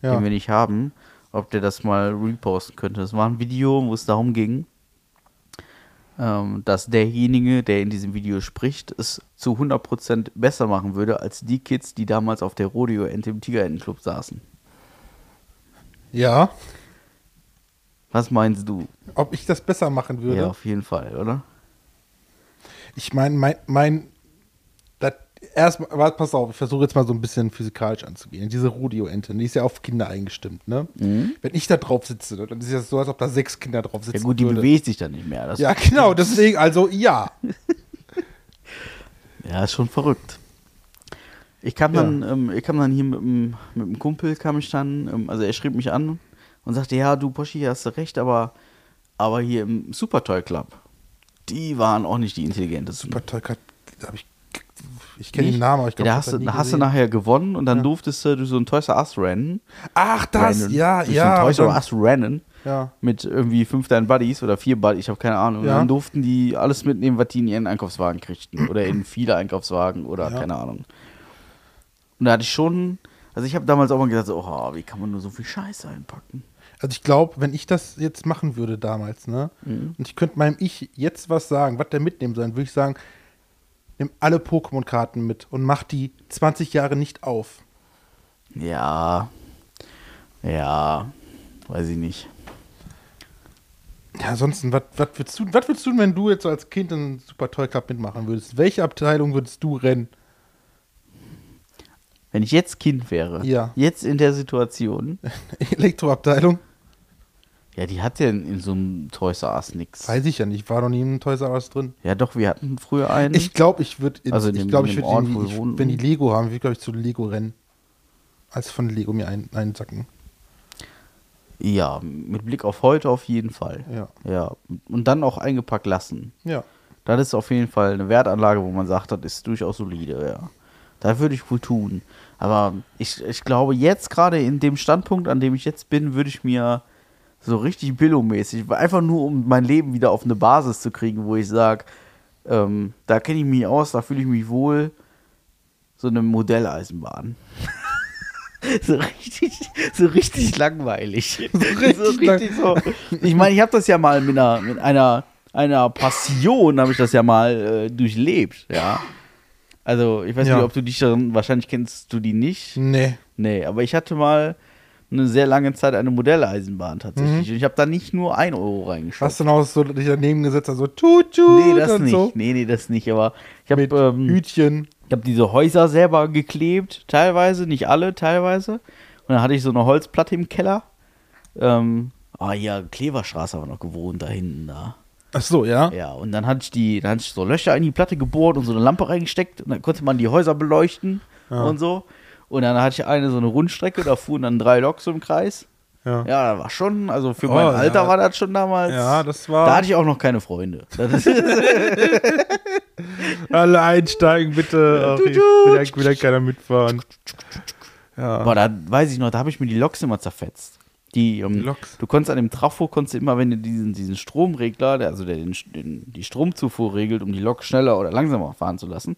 [SPEAKER 2] Ja.
[SPEAKER 1] den wir nicht haben, ob der das mal reposten könnte. Das war ein Video, wo es darum ging, ähm, dass derjenige, der in diesem Video spricht, es zu 100% besser machen würde als die Kids, die damals auf der Rodeo-Ente im Tigerentenclub saßen.
[SPEAKER 2] ja.
[SPEAKER 1] Was meinst du?
[SPEAKER 2] Ob ich das besser machen würde?
[SPEAKER 1] Ja, auf jeden Fall, oder?
[SPEAKER 2] Ich meine, mein, mein das erstmal, warte, pass auf, ich versuche jetzt mal so ein bisschen physikalisch anzugehen. Diese Rodeo-Ente, die ist ja auf Kinder eingestimmt, ne? Wenn ich da drauf sitze, ne, dann ist das so, als ob da sechs Kinder drauf sitzen.
[SPEAKER 1] Mhm. Ja gut, die
[SPEAKER 2] würde.
[SPEAKER 1] bewegt sich dann nicht mehr. Das,
[SPEAKER 2] Ja, genau, deswegen, also ja.
[SPEAKER 1] Ja, ist schon verrückt. Ich kam dann, ähm, ich kam dann hier mit einem mit dem Kumpel, kam ich dann, ähm, also er schrieb mich an und sagte, ja, du Poschi, hast du recht, aber, aber hier im Super Toy Club, die waren auch nicht die intelligentesten.
[SPEAKER 2] Super toll, Kat- hab ich, ich kenne
[SPEAKER 1] Nicht?
[SPEAKER 2] den Namen, aber ich glaube,
[SPEAKER 1] da hast, du, hast du nachher gewonnen und dann durftest du durch so ein Toys R Us rennen.
[SPEAKER 2] Ach, das,
[SPEAKER 1] rennen,
[SPEAKER 2] ja,
[SPEAKER 1] durch
[SPEAKER 2] ja.
[SPEAKER 1] So ein
[SPEAKER 2] und
[SPEAKER 1] Toys R
[SPEAKER 2] dann-
[SPEAKER 1] Us rennen.
[SPEAKER 2] Ja.
[SPEAKER 1] Mit irgendwie fünf deinen Buddies oder vier Buddies, ich habe keine Ahnung. Und
[SPEAKER 2] Ja.
[SPEAKER 1] dann durften die alles mitnehmen, was die in ihren Einkaufswagen kriegten. Oder in viele Einkaufswagen oder
[SPEAKER 2] Ja.
[SPEAKER 1] keine Ahnung. Und da hatte ich schon, also ich habe damals auch mal gedacht, so, oh, wie kann man nur so viel Scheiße einpacken?
[SPEAKER 2] Also ich glaube, wenn ich das jetzt machen würde damals, ne?
[SPEAKER 1] Mhm.
[SPEAKER 2] Und ich könnte meinem Ich jetzt was sagen, was der mitnehmen soll, dann würde ich sagen, nimm alle Pokémon-Karten mit und mach die 20 Jahre nicht auf.
[SPEAKER 1] Ja. Ja. Weiß ich nicht.
[SPEAKER 2] Ja, ansonsten, was was würdest du, was würdest du, wenn du jetzt so als Kind einen Super Toy Club mitmachen würdest? Welche Abteilung würdest du rennen?
[SPEAKER 1] Wenn ich jetzt Kind wäre,
[SPEAKER 2] Ja.
[SPEAKER 1] jetzt in der Situation,
[SPEAKER 2] Elektroabteilung?
[SPEAKER 1] ja, die hat ja in, in so einem Toys R Us nix.
[SPEAKER 2] Weiß ich ja nicht, war noch nie im Toys R Us drin.
[SPEAKER 1] Ja, doch, wir hatten früher einen.
[SPEAKER 2] Ich glaube, ich würde,
[SPEAKER 1] Mhm. Also in
[SPEAKER 2] ich
[SPEAKER 1] dem-
[SPEAKER 2] glaube,
[SPEAKER 1] in
[SPEAKER 2] ich
[SPEAKER 1] dem
[SPEAKER 2] würde,
[SPEAKER 1] Ort,
[SPEAKER 2] irgendwie-
[SPEAKER 1] wo wir
[SPEAKER 2] ich-
[SPEAKER 1] wohnten.
[SPEAKER 2] wenn die Lego haben, würde ich glaube ich zu Lego rennen. Als von Lego mir ein, einsacken.
[SPEAKER 1] Ja, mit Blick auf heute auf jeden Fall.
[SPEAKER 2] Ja.
[SPEAKER 1] ja. Und dann auch eingepackt lassen.
[SPEAKER 2] Ja.
[SPEAKER 1] Das ist auf jeden Fall eine Wertanlage, wo man sagt, das ist durchaus solide, ja. Da würde ich wohl tun. Aber ich, ich glaube, jetzt gerade in dem Standpunkt, an dem ich jetzt bin, würde ich mir so richtig Billo-mäßig, einfach nur um mein Leben wieder auf eine Basis zu kriegen, wo ich sage, ähm, da kenne ich mich aus, da fühle ich mich wohl. So eine Modelleisenbahn. so, richtig, so richtig langweilig. So
[SPEAKER 2] richtig
[SPEAKER 1] so. Ich meine, ich habe das ja mal mit einer, mit einer, einer Passion, habe ich das ja mal äh, durchlebt, ja. Also, ich weiß
[SPEAKER 2] Ja.
[SPEAKER 1] nicht, ob du dich daran, wahrscheinlich kennst du die nicht.
[SPEAKER 2] Nee.
[SPEAKER 1] Nee, aber ich hatte mal eine sehr lange Zeit eine Modelleisenbahn tatsächlich. Und ich habe da nicht nur 1 Euro reingeschossen.
[SPEAKER 2] Mhm. Hast du noch so dich daneben gesetzt, also tut, tut
[SPEAKER 1] Nee, das
[SPEAKER 2] und
[SPEAKER 1] nicht.
[SPEAKER 2] so.
[SPEAKER 1] Nee, nee, das nicht. Aber ich habe
[SPEAKER 2] Mit
[SPEAKER 1] ähm,
[SPEAKER 2] Hütchen.
[SPEAKER 1] ich hab diese Häuser selber geklebt, teilweise, nicht alle, teilweise. Und dann hatte ich so eine Holzplatte im Keller. Ähm, ah ja, Kleverstraße haben wir noch gewohnt, da hinten da.
[SPEAKER 2] Ach so, ja.
[SPEAKER 1] Ja, und dann hatte ich die, dann hatte ich so Löcher in die Platte gebohrt und so eine Lampe reingesteckt und dann konnte man die Häuser beleuchten
[SPEAKER 2] Ah.
[SPEAKER 1] und so. Und dann hatte ich eine so eine Rundstrecke, da fuhren dann drei Loks im Kreis.
[SPEAKER 2] Ja.
[SPEAKER 1] Ja, das war schon, also für
[SPEAKER 2] Oh,
[SPEAKER 1] mein
[SPEAKER 2] ja.
[SPEAKER 1] Alter war das schon damals.
[SPEAKER 2] Ja, das war-
[SPEAKER 1] Da hatte ich auch noch keine Freunde. Das ist,
[SPEAKER 2] Alle einsteigen, bitte. Ach,
[SPEAKER 1] tut,
[SPEAKER 2] ich
[SPEAKER 1] tut.
[SPEAKER 2] will ja- will ja keiner mitfahren. Ja.
[SPEAKER 1] aber da weiß ich noch, da habe ich mir die Loks immer zerfetzt. Die, ähm,
[SPEAKER 2] Loks.
[SPEAKER 1] Du konntest an dem Trafo, konntest du immer, wenn du diesen, diesen Stromregler, der, also der den, den, die Stromzufuhr regelt, um die Lok schneller oder langsamer fahren zu lassen,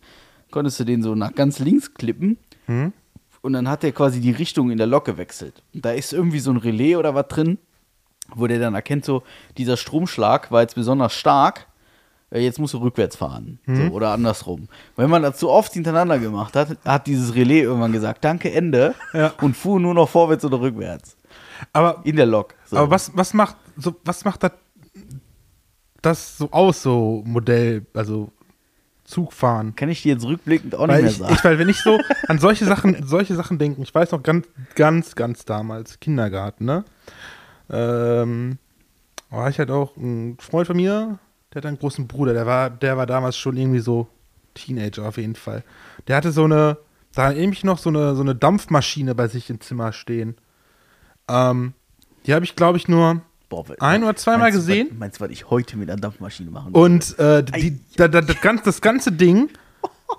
[SPEAKER 1] konntest du den so nach ganz links klippen. Und dann hat der quasi die Richtung in der Lok gewechselt. Und da ist irgendwie so ein Relais oder was drin. wo der dann erkennt, so, dieser Stromschlag war jetzt besonders stark, äh, jetzt musst du rückwärts fahren.
[SPEAKER 2] Mhm.
[SPEAKER 1] So, oder andersrum. Wenn man das so oft hintereinander gemacht hat, hat dieses Relais irgendwann gesagt, danke, Ende,
[SPEAKER 2] Ja.
[SPEAKER 1] und fuhr nur noch vorwärts oder rückwärts.
[SPEAKER 2] Aber,
[SPEAKER 1] In der Lok. So.
[SPEAKER 2] aber was, was macht, so, was macht das, das so aus, so Modell, also Zugfahren?
[SPEAKER 1] Kann ich dir jetzt rückblickend auch nicht
[SPEAKER 2] Weil
[SPEAKER 1] mehr
[SPEAKER 2] ich,
[SPEAKER 1] sagen.
[SPEAKER 2] ich, weil wenn ich so an solche Sachen, solche Sachen denke, ich weiß noch ganz, ganz, ganz damals, Kindergarten, ne? Ähm, war ich halt auch ein Freund von mir, der hat einen großen Bruder, der war, der war damals schon irgendwie so Teenager auf jeden Fall. Der hatte so eine, da erinnere ich mich noch so eine, so eine Dampfmaschine bei sich im Zimmer stehen. Ähm, die habe ich, glaube ich, nur
[SPEAKER 1] Boah, we-
[SPEAKER 2] ein oder zweimal
[SPEAKER 1] meinst du,
[SPEAKER 2] gesehen.
[SPEAKER 1] Was, meinst du, was ich heute mit einer Dampfmaschine machen würde?
[SPEAKER 2] Und äh, die, da, da, das, ganze, das ganze Ding,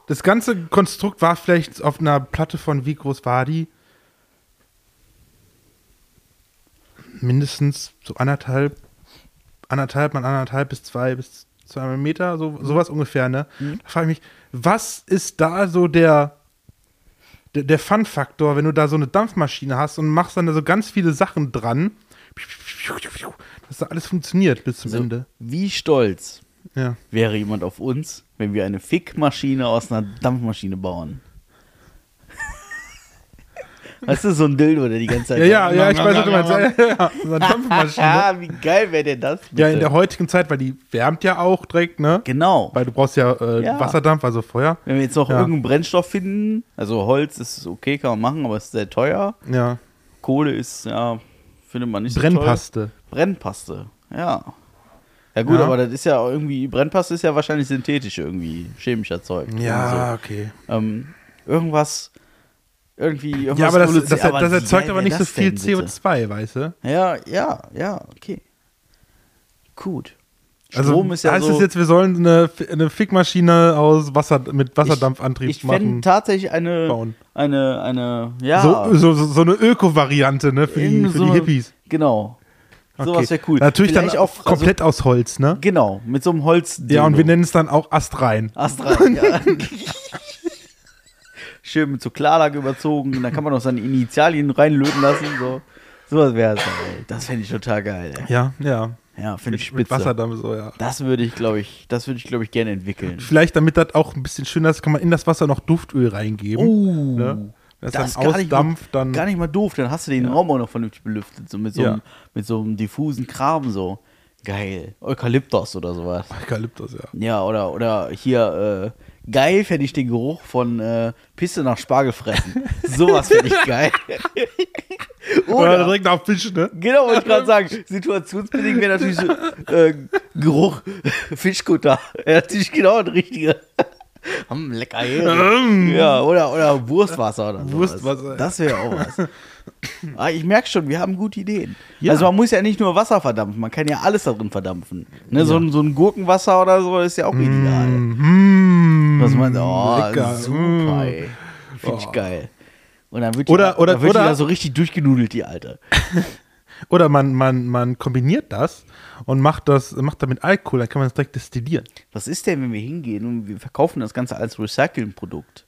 [SPEAKER 2] das ganze Konstrukt war vielleicht auf einer Platte von wie groß war die? Mindestens so anderthalb, anderthalb mal anderthalb bis zwei bis zwei Meter, so, sowas ungefähr, ne? Da frage ich mich, was ist da so der, der, der Fun-Faktor, wenn du da so eine Dampfmaschine hast und machst dann da so ganz viele Sachen dran, dass da alles funktioniert bis zum
[SPEAKER 1] so,
[SPEAKER 2] Ende.
[SPEAKER 1] Also, wie stolz
[SPEAKER 2] Ja.
[SPEAKER 1] wäre jemand auf uns, wenn wir eine Fickmaschine aus einer Dampfmaschine bauen? Weißt du, so ein Dildo, der die ganze Zeit.
[SPEAKER 2] Ja, ja, ja, ich weiß, was du
[SPEAKER 1] Ja,
[SPEAKER 2] meinst. Ja, ja, ja. So eine Dampfmaschine.
[SPEAKER 1] Ah, wie geil wäre denn das? Bitte?
[SPEAKER 2] Ja, in der heutigen Zeit, weil die wärmt ja auch direkt, ne?
[SPEAKER 1] genau.
[SPEAKER 2] Weil du brauchst ja, äh,
[SPEAKER 1] Ja.
[SPEAKER 2] Wasserdampf, also Feuer.
[SPEAKER 1] Wenn wir jetzt noch
[SPEAKER 2] Ja.
[SPEAKER 1] irgendeinen Brennstoff finden, also Holz ist okay, kann man machen, aber es ist sehr teuer.
[SPEAKER 2] Ja.
[SPEAKER 1] Kohle ist, ja, findet man nicht so
[SPEAKER 2] Brennpaste.
[SPEAKER 1] toll. Brennpaste, ja. Ja gut,
[SPEAKER 2] Ja.
[SPEAKER 1] aber das ist ja auch irgendwie, Brennpaste ist ja wahrscheinlich synthetisch irgendwie, chemisch erzeugt.
[SPEAKER 2] Ja, okay.
[SPEAKER 1] So. Ähm, irgendwas, irgendwie, irgendwas
[SPEAKER 2] Ja, aber das, das,
[SPEAKER 1] revolution-
[SPEAKER 2] das, das
[SPEAKER 1] wie
[SPEAKER 2] erzeugt
[SPEAKER 1] geil
[SPEAKER 2] aber
[SPEAKER 1] wär
[SPEAKER 2] nicht so
[SPEAKER 1] das
[SPEAKER 2] viel
[SPEAKER 1] denn, bitte?
[SPEAKER 2] CO2, weißt du?
[SPEAKER 1] Ja, ja, ja, okay. Gut.
[SPEAKER 2] Also
[SPEAKER 1] Strom ist ja
[SPEAKER 2] heißt
[SPEAKER 1] so,
[SPEAKER 2] es jetzt, wir sollen eine, F- eine Fickmaschine aus Wasser, mit Wasserdampfantrieb
[SPEAKER 1] ich fände
[SPEAKER 2] machen.
[SPEAKER 1] tatsächlich eine,
[SPEAKER 2] bauen.
[SPEAKER 1] eine, eine, ja.
[SPEAKER 2] so, so, so, so eine Öko-Variante, ne? Für, die,
[SPEAKER 1] Irgend
[SPEAKER 2] für
[SPEAKER 1] so-
[SPEAKER 2] die Hippies.
[SPEAKER 1] Genau. Sowas wäre cool.
[SPEAKER 2] Natürlich
[SPEAKER 1] Vielleicht
[SPEAKER 2] dann auch komplett aus Holz, ne?
[SPEAKER 1] Also, genau, mit so einem Holz.
[SPEAKER 2] Ja, und wir nennen es dann auch Astrein.
[SPEAKER 1] Astra. Ja. Schön mit so Klarlack überzogen. Da kann man noch seine Initialien reinlöten lassen. So. Sowas wäre es. Das fände ich total geil. Ey.
[SPEAKER 2] Ja, ja.
[SPEAKER 1] Ja, finde ich
[SPEAKER 2] Mit
[SPEAKER 1] spitze.
[SPEAKER 2] Wasserdampf, so, ja.
[SPEAKER 1] Das würde ich, glaube ich, das würde ich, glaube ich, gerne entwickeln.
[SPEAKER 2] Vielleicht, damit das auch ein bisschen schöner ist, kann man in das Wasser noch Duftöl reingeben.
[SPEAKER 1] Uh,
[SPEAKER 2] ne? Wenn das,
[SPEAKER 1] ist
[SPEAKER 2] dann
[SPEAKER 1] gar nicht
[SPEAKER 2] ausdampft,
[SPEAKER 1] mal,
[SPEAKER 2] dann.
[SPEAKER 1] Gar nicht mal doof, dann hast du den Raum auch noch vernünftig belüftet, so mit so,
[SPEAKER 2] Ja.
[SPEAKER 1] einem, mit so einem diffusen Kram so. Geil. Eukalyptus oder sowas.
[SPEAKER 2] Eukalyptus, ja.
[SPEAKER 1] Ja, oder, oder hier, äh, geil fände ich den Geruch von äh, Pisse nach Spargel fressen. Sowas fände ich geil.
[SPEAKER 2] Oder
[SPEAKER 1] oder,
[SPEAKER 2] direkt auf Fisch, ne?
[SPEAKER 1] genau, wollte ich gerade sagen, situationsbedingt wäre natürlich so, äh, Geruch Fischkutter. Ja, natürlich genau ein richtiger. Hm, lecker Hering. Ja, oder, oder Wurstwasser oder sowas.
[SPEAKER 2] Ähm. Wurstwasser.
[SPEAKER 1] Das wäre auch was. Ah, ich merke schon, wir haben gute Ideen.
[SPEAKER 2] Ja.
[SPEAKER 1] Also man muss ja nicht nur Wasser verdampfen, man kann ja alles darin verdampfen. Ne, so, ein, so ein Gurkenwasser oder so ist ja auch ideal.
[SPEAKER 2] Mm,
[SPEAKER 1] Was meinst du? Oh,
[SPEAKER 2] lecker,
[SPEAKER 1] super,
[SPEAKER 2] mm. Oh.
[SPEAKER 1] ey. Finde ich geil. Und dann wird
[SPEAKER 2] Oder-
[SPEAKER 1] die,
[SPEAKER 2] oder-
[SPEAKER 1] dann wird die
[SPEAKER 2] oder-
[SPEAKER 1] da so richtig durchgenudelt, die Alte.
[SPEAKER 2] Oder man, man, man kombiniert das und macht das, macht damit Alkohol, dann kann man es direkt destillieren.
[SPEAKER 1] Was ist denn, wenn wir hingehen und wir verkaufen das Ganze als Recycling-Produkt?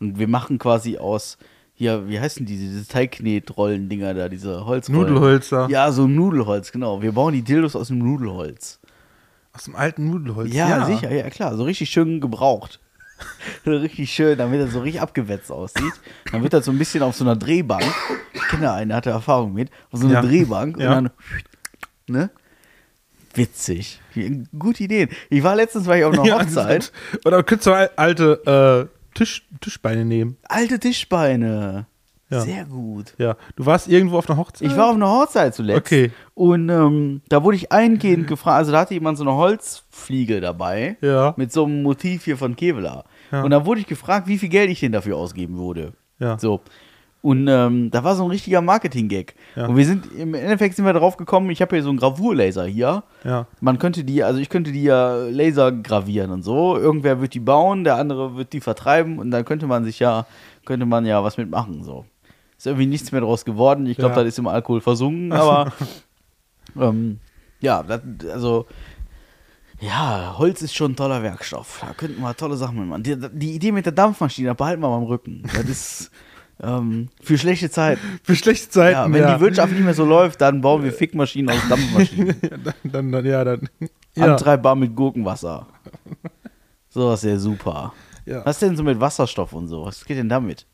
[SPEAKER 1] Und wir machen quasi aus, hier, wie heißen diese, diese Teigknetrollen-Dinger da, diese Holzrollen.
[SPEAKER 2] Nudelholzer.
[SPEAKER 1] Ja, so Nudelholz, genau. Wir bauen die Dildos aus dem Nudelholz.
[SPEAKER 2] Aus dem alten Nudelholz.
[SPEAKER 1] Ja, sicher, ja klar. So richtig schön gebraucht. So richtig schön, damit er so richtig abgewetzt aussieht. Dann wird er so ein bisschen auf so einer Drehbank. Ich kenne da einen, der hatte Erfahrung mit. Auf so einer
[SPEAKER 2] Ja.
[SPEAKER 1] Drehbank.
[SPEAKER 2] Ja.
[SPEAKER 1] Und dann, ne? Witzig. Gute Ideen. Ich war letztens war ich auf einer
[SPEAKER 2] Ja,
[SPEAKER 1] Hochzeit.
[SPEAKER 2] Oder könntest du al- alte äh, Tisch, Tischbeine nehmen.
[SPEAKER 1] Alte Tischbeine.
[SPEAKER 2] Ja.
[SPEAKER 1] Sehr gut.
[SPEAKER 2] Ja. Du warst irgendwo auf einer Hochzeit.
[SPEAKER 1] Ich war auf einer Hochzeit zuletzt.
[SPEAKER 2] Okay.
[SPEAKER 1] Und ähm, da wurde ich eingehend gefragt, also da hatte jemand so eine Holzfliege dabei.
[SPEAKER 2] Ja.
[SPEAKER 1] Mit so einem Motiv hier von Kevlar.
[SPEAKER 2] Ja.
[SPEAKER 1] Und da wurde ich gefragt, wie viel Geld ich denn dafür ausgeben würde.
[SPEAKER 2] Ja.
[SPEAKER 1] So. Und ähm, da war so ein richtiger Marketing-Gag.
[SPEAKER 2] Ja.
[SPEAKER 1] Und wir sind, im Endeffekt sind wir darauf gekommen, ich habe hier so einen Gravurlaser hier.
[SPEAKER 2] Ja.
[SPEAKER 1] Man könnte die, also ich könnte die ja Laser gravieren und so. Irgendwer wird die bauen, der andere wird die vertreiben und dann könnte man sich ja, könnte man ja was mitmachen. So. Ist irgendwie nichts mehr draus geworden. Ich glaube,
[SPEAKER 2] Ja.
[SPEAKER 1] das ist im Alkohol versunken, aber ähm, ja, das, also ja, Holz ist schon ein toller Werkstoff. Da könnten wir tolle Sachen mitmachen. Die, die Idee mit der Dampfmaschine behalten wir mal im Rücken. Das ist, Ähm, für schlechte Zeiten.
[SPEAKER 2] Für schlechte Zeiten,
[SPEAKER 1] Ja, wenn die Wirtschaft nicht mehr so läuft, dann bauen wir Fickmaschinen aus Dampfmaschinen.
[SPEAKER 2] dann, dann, ja, dann. Ja,
[SPEAKER 1] Antreibbar mit Gurkenwasser. Sowas wäre super.
[SPEAKER 2] Ja.
[SPEAKER 1] Was denn so mit Wasserstoff und so? Was geht denn damit?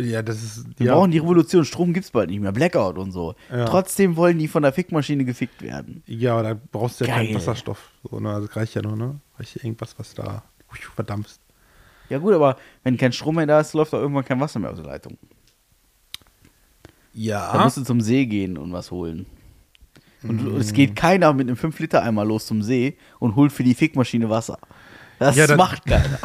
[SPEAKER 2] ja das ist.
[SPEAKER 1] Wir
[SPEAKER 2] ja.
[SPEAKER 1] brauchen die Revolution, Strom gibt's bald nicht mehr, Blackout und so.
[SPEAKER 2] Ja.
[SPEAKER 1] Trotzdem wollen die von der Fickmaschine gefickt werden.
[SPEAKER 2] Ja, aber da brauchst du ja
[SPEAKER 1] Geil.
[SPEAKER 2] keinen Wasserstoff. So, ne? Also das reicht ja nur, ne? Reicht ja irgendwas, was da hui, verdampft.
[SPEAKER 1] Ja gut, aber wenn kein Strom mehr da ist, läuft doch irgendwann kein Wasser mehr aus der Leitung. Da
[SPEAKER 2] Ja.
[SPEAKER 1] musst du zum See gehen und was holen. Und
[SPEAKER 2] Hm.
[SPEAKER 1] es geht keiner mit einem 5-Liter-Eimer los zum See und holt für die Fickmaschine Wasser. Das
[SPEAKER 2] Ja, dann-
[SPEAKER 1] macht keiner.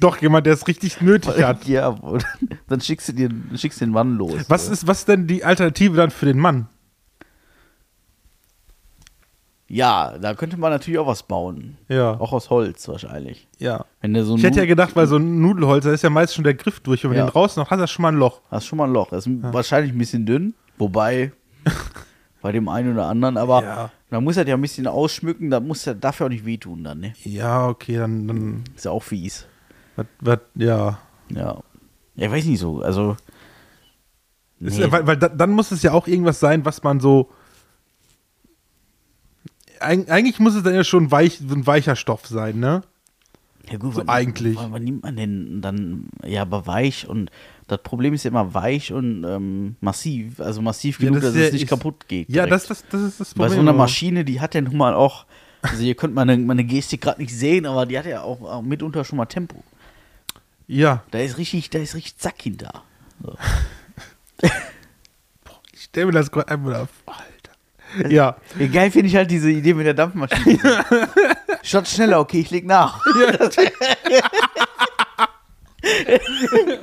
[SPEAKER 2] Doch, jemand, der es richtig nötig hat.
[SPEAKER 1] Ja, und dann schickst du, dir, schickst den Mann los.
[SPEAKER 2] Was ist, was ist denn die Alternative dann für den Mann?
[SPEAKER 1] Ja, da könnte man natürlich auch was bauen.
[SPEAKER 2] Ja.
[SPEAKER 1] Auch aus Holz wahrscheinlich.
[SPEAKER 2] Ja.
[SPEAKER 1] Wenn du so
[SPEAKER 2] Ich
[SPEAKER 1] einen
[SPEAKER 2] hätte ja
[SPEAKER 1] Nu-
[SPEAKER 2] gedacht, bei so einem Nudelholz, da ist ja meist schon der Griff durch. Und wenn
[SPEAKER 1] Ja.
[SPEAKER 2] du den draußen noch hast, hast du schon mal ein Loch.
[SPEAKER 1] hast schon mal ein Loch. Das ist wahrscheinlich ein bisschen dünn, wobei bei dem einen oder anderen, aber
[SPEAKER 2] Ja.
[SPEAKER 1] man muss halt ja ein bisschen ausschmücken, da muss ja dafür auch nicht wehtun dann, ne?
[SPEAKER 2] Ja, okay, dann. dann
[SPEAKER 1] Ist ja auch fies.
[SPEAKER 2] was, was, ja.
[SPEAKER 1] Ja. Ja, ich weiß nicht so, also
[SPEAKER 2] Ist,
[SPEAKER 1] Nee.
[SPEAKER 2] ja, weil weil da, dann muss es ja auch irgendwas sein, was man so. Eig eigentlich muss es dann ja schon weich, so ein weicher Stoff sein, ne?
[SPEAKER 1] ja gut,
[SPEAKER 2] so
[SPEAKER 1] wann-
[SPEAKER 2] eigentlich.
[SPEAKER 1] Wann, wann nimmt man denn dann ja, aber weich und das Problem ist ja immer weich und ähm, massiv, also massiv genug,
[SPEAKER 2] ja,
[SPEAKER 1] dass
[SPEAKER 2] ist ja-
[SPEAKER 1] es nicht
[SPEAKER 2] ist-
[SPEAKER 1] kaputt geht.
[SPEAKER 2] Ja,
[SPEAKER 1] direkt.
[SPEAKER 2] das, das, das ist das
[SPEAKER 1] Bei
[SPEAKER 2] Problem.
[SPEAKER 1] so einer
[SPEAKER 2] aber-
[SPEAKER 1] Maschine, die hat ja nun mal auch, also ihr könnt meine, meine Gestik gerade nicht sehen, aber die hat ja auch, auch mitunter schon mal Tempo.
[SPEAKER 2] Ja.
[SPEAKER 1] Da ist richtig, da ist richtig Zack hinter. So.
[SPEAKER 2] Ich stell mir das gerade einmal auf. Alter. Ja.
[SPEAKER 1] Ja, Geil finde ich halt diese Idee mit der Dampfmaschine. Statt schneller, okay, ich leg nach.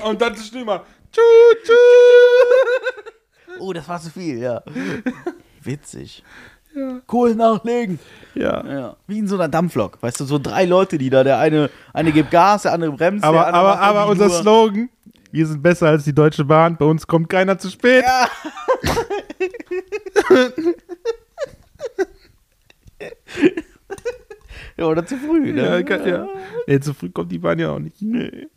[SPEAKER 2] Und dann ist schlimmer. Tschu, tschu.
[SPEAKER 1] Oh, das war zu viel, ja. Witzig. Kohl nachlegen.
[SPEAKER 2] Ja.
[SPEAKER 1] Ja. Wie in so einer Dampflok. Weißt du, so drei Leute, die da, der eine, eine gibt Gas, der andere bremst. der
[SPEAKER 2] Aber,
[SPEAKER 1] andere
[SPEAKER 2] aber,
[SPEAKER 1] macht irgendwie
[SPEAKER 2] aber unser
[SPEAKER 1] nur-
[SPEAKER 2] Slogan: Wir sind besser als die Deutsche Bahn. Bei uns kommt keiner zu spät.
[SPEAKER 1] Ja, oder zu früh, ne?
[SPEAKER 2] Ja, kann, ja. Nee, zu früh kommt die Bahn ja auch nicht. Nee.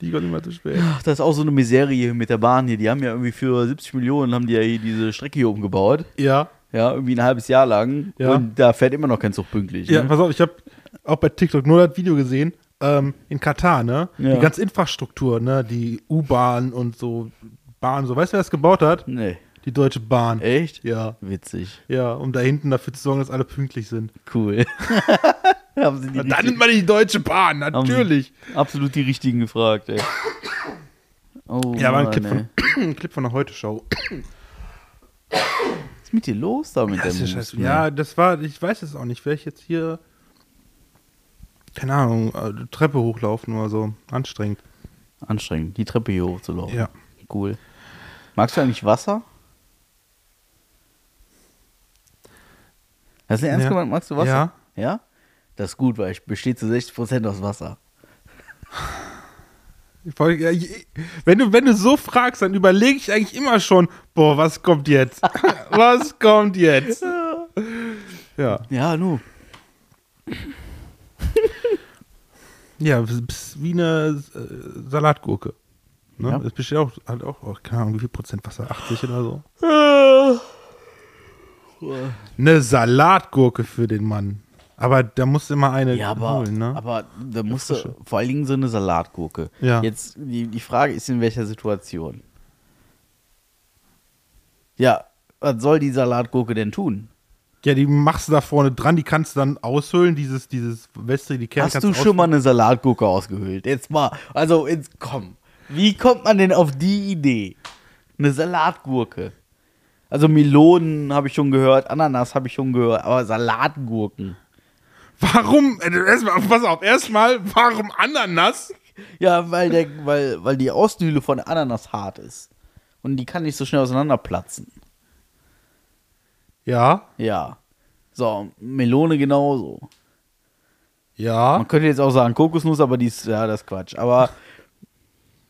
[SPEAKER 2] Die kommt immer zu spät.
[SPEAKER 1] Ach, das ist auch so eine Miserie hier mit der Bahn hier. Die haben ja irgendwie für 70 Millionen haben die ja hier diese Strecke hier umgebaut.
[SPEAKER 2] Ja.
[SPEAKER 1] Ja, irgendwie ein halbes Jahr lang.
[SPEAKER 2] Ja.
[SPEAKER 1] Und da fährt immer noch kein Zug pünktlich.
[SPEAKER 2] Ja,
[SPEAKER 1] ne?
[SPEAKER 2] pass auf, ich habe auch bei TikTok nur das Video gesehen. Ähm, in Katar, ne?
[SPEAKER 1] Ja.
[SPEAKER 2] Die ganze Infrastruktur, ne? Die U-Bahn und so, Bahn, so. Weißt du, wer das gebaut hat?
[SPEAKER 1] Nee.
[SPEAKER 2] Die Deutsche Bahn.
[SPEAKER 1] Echt?
[SPEAKER 2] Ja.
[SPEAKER 1] Witzig.
[SPEAKER 2] Ja, um da hinten dafür zu sorgen, dass alle pünktlich sind.
[SPEAKER 1] Cool. haben sie die Oh
[SPEAKER 2] Na, dann
[SPEAKER 1] richtigen-
[SPEAKER 2] nimmt man die Deutsche Bahn,
[SPEAKER 1] haben sie
[SPEAKER 2] natürlich.
[SPEAKER 1] Absolut die richtigen gefragt, ey. Oh,
[SPEAKER 2] Ja, war ein
[SPEAKER 1] Mann,
[SPEAKER 2] Clip
[SPEAKER 1] ey.
[SPEAKER 2] von, ein Clip von der Heute-Show.
[SPEAKER 1] Was ist mit dir los da mit
[SPEAKER 2] Das
[SPEAKER 1] deinem
[SPEAKER 2] ist ja scheiße.
[SPEAKER 1] Husten?
[SPEAKER 2] Ja, das war, ich weiß es auch nicht. Wäre ich jetzt hier, keine Ahnung, äh, Treppe hochlaufen oder so. Anstrengend.
[SPEAKER 1] Anstrengend, die Treppe hier hochzulaufen.
[SPEAKER 2] Ja.
[SPEAKER 1] Cool. Magst du eigentlich Wasser? Hast du ernst
[SPEAKER 2] Ja.
[SPEAKER 1] gemeint, magst du Wasser?
[SPEAKER 2] Ja.
[SPEAKER 1] Ja? Das ist gut, weil ich bestehe zu 60% aus Wasser.
[SPEAKER 2] Ich wollte- ja, ich- Wenn du, wenn du so fragst, dann überlege ich eigentlich immer schon, boah, was kommt jetzt? was kommt jetzt? Ja.
[SPEAKER 1] Ja, nu.
[SPEAKER 2] Ja, bist- bist wie eine äh, Salatgurke. Ne?
[SPEAKER 1] Ja.
[SPEAKER 2] Das besteht auch, hat auch, oh, keine Ahnung, wie viel Prozent Wasser? 80 oder so. Eine Salatgurke für den Mann. Aber da musst du immer eine
[SPEAKER 1] Ja, aber,
[SPEAKER 2] holen, ne?
[SPEAKER 1] aber da musst du
[SPEAKER 2] frische.
[SPEAKER 1] vor allen Dingen so eine Salatgurke.
[SPEAKER 2] Ja.
[SPEAKER 1] Jetzt, die, die Frage ist, in welcher Situation? Ja, was soll die Salatgurke denn tun?
[SPEAKER 2] ja, die machst du da vorne dran, die kannst du dann aushöhlen, dieses, dieses Weste, die Kerne
[SPEAKER 1] Hast
[SPEAKER 2] kannst
[SPEAKER 1] du
[SPEAKER 2] aus-
[SPEAKER 1] schon mal eine Salatgurke ausgehöhlt? Jetzt mal, also jetzt komm. Wie kommt man denn auf die Idee? Eine Salatgurke. Also Melonen habe ich schon gehört, Ananas habe ich schon gehört, aber Salatgurken.
[SPEAKER 2] Warum? Äh, Erstmal, pass auf, erstmal, warum Ananas?
[SPEAKER 1] Ja, weil, der, weil, weil die Ausdüle von Ananas hart ist. Und die kann nicht so schnell auseinanderplatzen.
[SPEAKER 2] Ja,
[SPEAKER 1] Ja. So, Melone genauso.
[SPEAKER 2] ja.
[SPEAKER 1] Man könnte jetzt auch sagen Kokosnuss, aber die ist, ja, das ist Quatsch. Aber,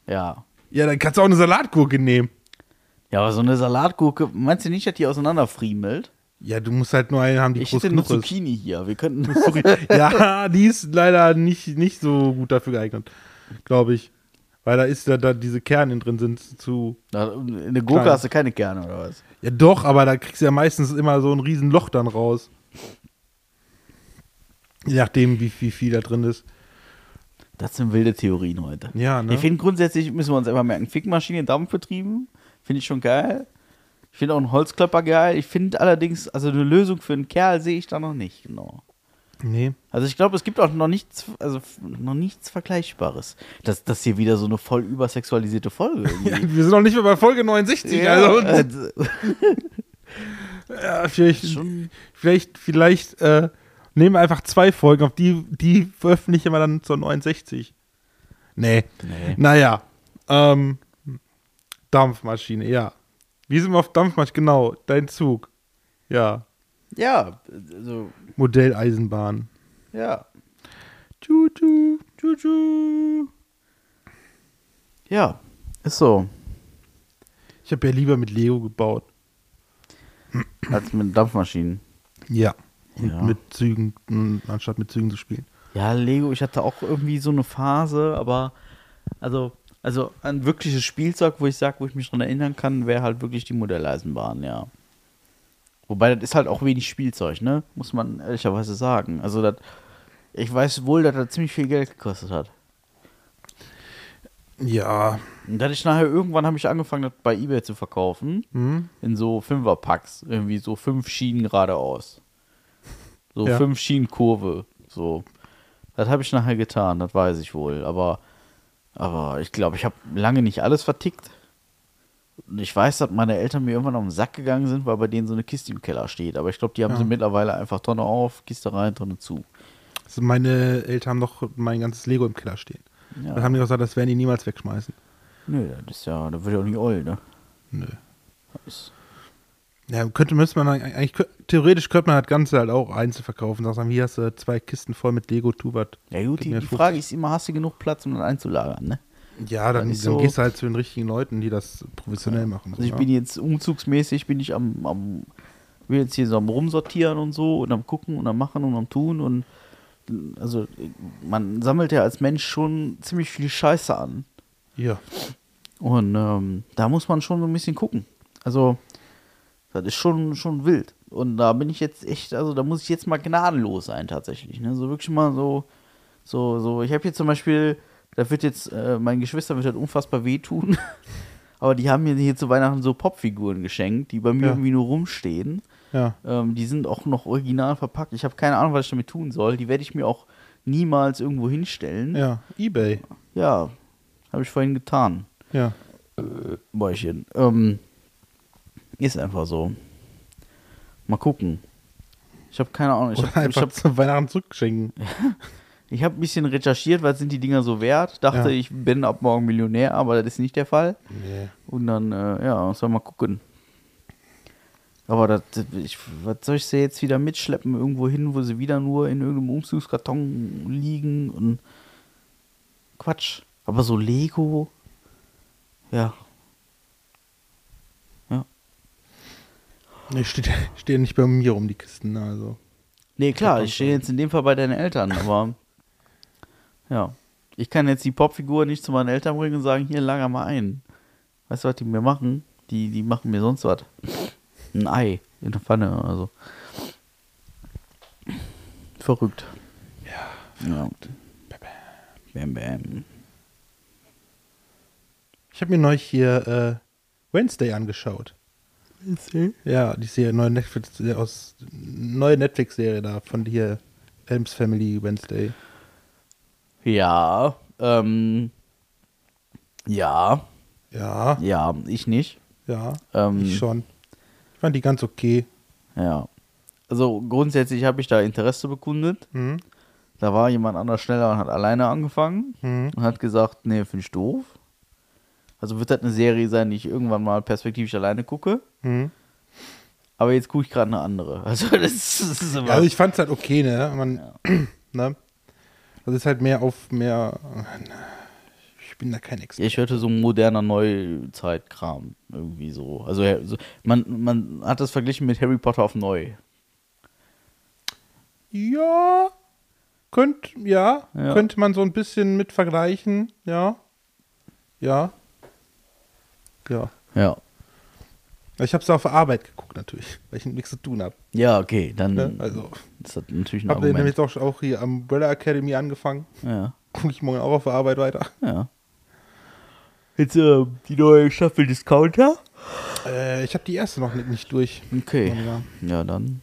[SPEAKER 1] ja.
[SPEAKER 2] Ja, dann kannst du auch eine Salatgurke nehmen.
[SPEAKER 1] Ja, aber so eine Salatgurke, meinst du nicht, dass die auseinanderfriemelt?
[SPEAKER 2] Ja, du musst halt nur eine haben, die
[SPEAKER 1] Ich
[SPEAKER 2] groß
[SPEAKER 1] hätte eine
[SPEAKER 2] genug ist.
[SPEAKER 1] Zucchini hier. Wir könnten.
[SPEAKER 2] Sorry. Ja, die ist leider nicht, nicht so gut dafür geeignet, glaube ich. Weil da ist ja da diese Kerne drin sind zu.
[SPEAKER 1] Na, Eine Gurke
[SPEAKER 2] Klein.
[SPEAKER 1] hast du keine Kerne oder was?
[SPEAKER 2] Ja doch, aber da kriegst du ja meistens immer so ein riesen Loch dann raus. Je nachdem, wie, wie viel da drin ist.
[SPEAKER 1] Das sind wilde Theorien heute.
[SPEAKER 2] Ja, ne?
[SPEAKER 1] Ich finde grundsätzlich, müssen wir uns einfach merken, Fickmaschine, Dampfbetrieben, finde ich schon geil. Ich finde auch einen Holzklopper geil. Ich finde allerdings, also eine Lösung für einen Kerl sehe ich da noch nicht, genau.
[SPEAKER 2] Nee.
[SPEAKER 1] Also ich glaube, es gibt auch noch nichts, also f- noch nichts Vergleichbares. Das, das hier wieder so eine voll übersexualisierte Folge. irgendwie.
[SPEAKER 2] Wir sind noch nicht mehr bei Folge 69. also,
[SPEAKER 1] äh,
[SPEAKER 2] ja, vielleicht,
[SPEAKER 1] schon.
[SPEAKER 2] vielleicht, vielleicht äh, nehmen wir einfach zwei Folgen, auf die, die veröffentlichen wir dann zur 69. Nee.
[SPEAKER 1] Nee.
[SPEAKER 2] Naja. Ähm, Dampfmaschine, ja. Wie sind wir auf Dampfmaschine? Genau, dein Zug. Ja.
[SPEAKER 1] ja, also,
[SPEAKER 2] Modelleisenbahn.
[SPEAKER 1] ja.
[SPEAKER 2] Tschu, tschu, tschu, tschu.
[SPEAKER 1] Ja, ist so.
[SPEAKER 2] Ich habe ja lieber mit Lego gebaut.
[SPEAKER 1] Als mit Dampfmaschinen.
[SPEAKER 2] Ja. Und
[SPEAKER 1] Ja.
[SPEAKER 2] mit Zügen, mh, anstatt mit Zügen zu spielen.
[SPEAKER 1] Ja, Lego, ich hatte auch irgendwie so eine Phase, aber also, also ein wirkliches Spielzeug, wo ich sage, wo ich mich dran erinnern kann, wäre halt wirklich die Modelleisenbahn, ja. Wobei das ist halt auch wenig Spielzeug, ne? Muss man ehrlicherweise sagen. Also das, ich weiß wohl, dass das ziemlich viel Geld gekostet hat.
[SPEAKER 2] Ja.
[SPEAKER 1] Und dann ich nachher irgendwann habe ich angefangen, das bei eBay zu verkaufen.
[SPEAKER 2] Mhm.
[SPEAKER 1] In so Fünferpacks. Irgendwie so fünf Schienen geradeaus. So
[SPEAKER 2] Ja.
[SPEAKER 1] fünf Schienen Kurve. So. Das habe ich nachher getan, das weiß ich wohl. Aber, aber ich glaube, ich habe lange nicht alles vertickt. Und ich weiß, dass meine Eltern mir irgendwann auf den Sack gegangen sind, weil bei denen so eine Kiste im Keller steht. Aber ich glaube, die haben
[SPEAKER 2] Ja.
[SPEAKER 1] sie mittlerweile einfach Tonne auf, Kiste rein, Tonne zu.
[SPEAKER 2] Also meine Eltern haben noch mein ganzes Lego im Keller stehen.
[SPEAKER 1] Ja.
[SPEAKER 2] Dann haben die gesagt, das werden die niemals wegschmeißen.
[SPEAKER 1] Nö, das ist ja, da wird ja auch nicht oll, ne?
[SPEAKER 2] Nö.
[SPEAKER 1] Das ist,
[SPEAKER 2] Ja, könnte, müsste man eigentlich, eigentlich kö- theoretisch könnte man das Ganze halt auch einzeln verkaufen. Sagst dann, hier hast du zwei Kisten voll mit Lego, tu was.
[SPEAKER 1] ja gut,
[SPEAKER 2] Gib
[SPEAKER 1] die,
[SPEAKER 2] mir
[SPEAKER 1] die
[SPEAKER 2] 50.
[SPEAKER 1] Frage ist immer, hast du genug Platz, um das einzulagern, ne?
[SPEAKER 2] Ja, dann,
[SPEAKER 1] Dann
[SPEAKER 2] dann,
[SPEAKER 1] ist so-
[SPEAKER 2] gehst du halt zu den richtigen Leuten, die das professionell machen.
[SPEAKER 1] Also ich
[SPEAKER 2] ja.
[SPEAKER 1] bin jetzt umzugsmäßig, bin ich am, am bin jetzt hier so am rumsortieren und so und am gucken und am machen und am tun und also man sammelt ja als Mensch schon ziemlich viel Scheiße an
[SPEAKER 2] ja.
[SPEAKER 1] und ähm, da muss man schon so ein bisschen gucken. Also das ist schon schon wild und da bin ich jetzt echt, also da muss ich jetzt mal gnadenlos sein tatsächlich, ne? So wirklich mal so so so. Ich habe hier zum Beispiel, da wird jetzt äh, meinen Geschwistern wird das unfassbar wehtun. Aber die haben mir hier zu Weihnachten so Popfiguren geschenkt, die bei mir
[SPEAKER 2] Ja.
[SPEAKER 1] irgendwie nur rumstehen.
[SPEAKER 2] Ja.
[SPEAKER 1] Ähm, die sind auch noch original verpackt. Ich habe keine Ahnung, was ich damit tun soll. Die werde ich mir auch niemals irgendwo hinstellen. Ja,
[SPEAKER 2] Ja. Ebay.
[SPEAKER 1] habe ich vorhin getan.
[SPEAKER 2] Ja.
[SPEAKER 1] Bäuchchen. Äh, Ähm, ist einfach so. Mal gucken. Ich habe keine Ahnung. Ich
[SPEAKER 2] Oder
[SPEAKER 1] habe ich
[SPEAKER 2] einfach
[SPEAKER 1] hab,
[SPEAKER 2] zu Weihnachten zurückschenken.
[SPEAKER 1] ich hab ein bisschen recherchiert, was sind die Dinger so wert. Dachte,
[SPEAKER 2] Ja.
[SPEAKER 1] ich bin ab morgen Millionär, aber das ist nicht der Fall.
[SPEAKER 2] Nee.
[SPEAKER 1] Und dann, äh, ja, soll mal gucken. Aber das, das- ich, was soll ich sie jetzt wieder mitschleppen irgendwo hin, wo sie wieder nur in irgendeinem Umzugskarton liegen und Quatsch. Aber so Lego, ja. Ja.
[SPEAKER 2] Nee, steht, stehen nicht bei mir rum, die Kisten. Also.
[SPEAKER 1] Nee, klar,
[SPEAKER 2] kommt
[SPEAKER 1] ich stehe jetzt in dem Fall bei deinen Eltern, aber ja. Ich kann jetzt die Popfigur nicht zu meinen Eltern bringen und sagen, hier lager mal ein. Weißt du, was die mir machen? Die, die machen mir sonst was. Ein Ei in der Pfanne oder so. Verrückt. Ja, verrückt. Bam, bam.
[SPEAKER 2] Ich habe mir neulich hier äh, Wednesday angeschaut. Ja, die Serie, neue Netflix äh, aus neue Netflix-Serie da von hier Elms Family Wednesday.
[SPEAKER 1] Ja, ähm, ja,
[SPEAKER 2] Ja,
[SPEAKER 1] ja, ich nicht.
[SPEAKER 2] ja,
[SPEAKER 1] Ähm,
[SPEAKER 2] ich schon. Ich fand die ganz okay.
[SPEAKER 1] Ja. Also grundsätzlich habe ich da Interesse bekundet.
[SPEAKER 2] Mhm.
[SPEAKER 1] Da war jemand anders schneller und hat alleine angefangen
[SPEAKER 2] Mhm.
[SPEAKER 1] und hat gesagt, nee, finde ich doof. Also wird das eine Serie sein, die ich irgendwann mal perspektivisch alleine gucke.
[SPEAKER 2] Mhm.
[SPEAKER 1] Aber jetzt gucke ich gerade eine andere. Also das ist, das ist immer.
[SPEAKER 2] Also ich fand's halt okay, ne? Man,
[SPEAKER 1] Ja.
[SPEAKER 2] ne? Das ist halt mehr auf mehr. äh, Ich bin da kein Experte.
[SPEAKER 1] ich hörte so moderner Neuzeitkram irgendwie so. Also ja, so- man, man hat das verglichen mit Harry Potter auf neu.
[SPEAKER 2] Ja. Könnt, ja,
[SPEAKER 1] Ja.
[SPEAKER 2] könnte man so ein bisschen mit vergleichen, ja. Ja. Ja.
[SPEAKER 1] Ja.
[SPEAKER 2] Ich habe es auf der Arbeit geguckt natürlich, weil ich nichts zu tun habe.
[SPEAKER 1] Ja, okay, dann
[SPEAKER 2] Ne? Also
[SPEAKER 1] ist das natürlich ein
[SPEAKER 2] habe nämlich
[SPEAKER 1] Argument.
[SPEAKER 2] jetzt auch, auch hier Umbrella Academy angefangen.
[SPEAKER 1] Ja,
[SPEAKER 2] Gucke ich morgen auch auf der Arbeit weiter.
[SPEAKER 1] ja. Jetzt äh, die neue Staffel Discounter.
[SPEAKER 2] Äh, ich habe die erste noch nicht, nicht durch.
[SPEAKER 1] Okay.
[SPEAKER 2] Ja.
[SPEAKER 1] Ja, dann.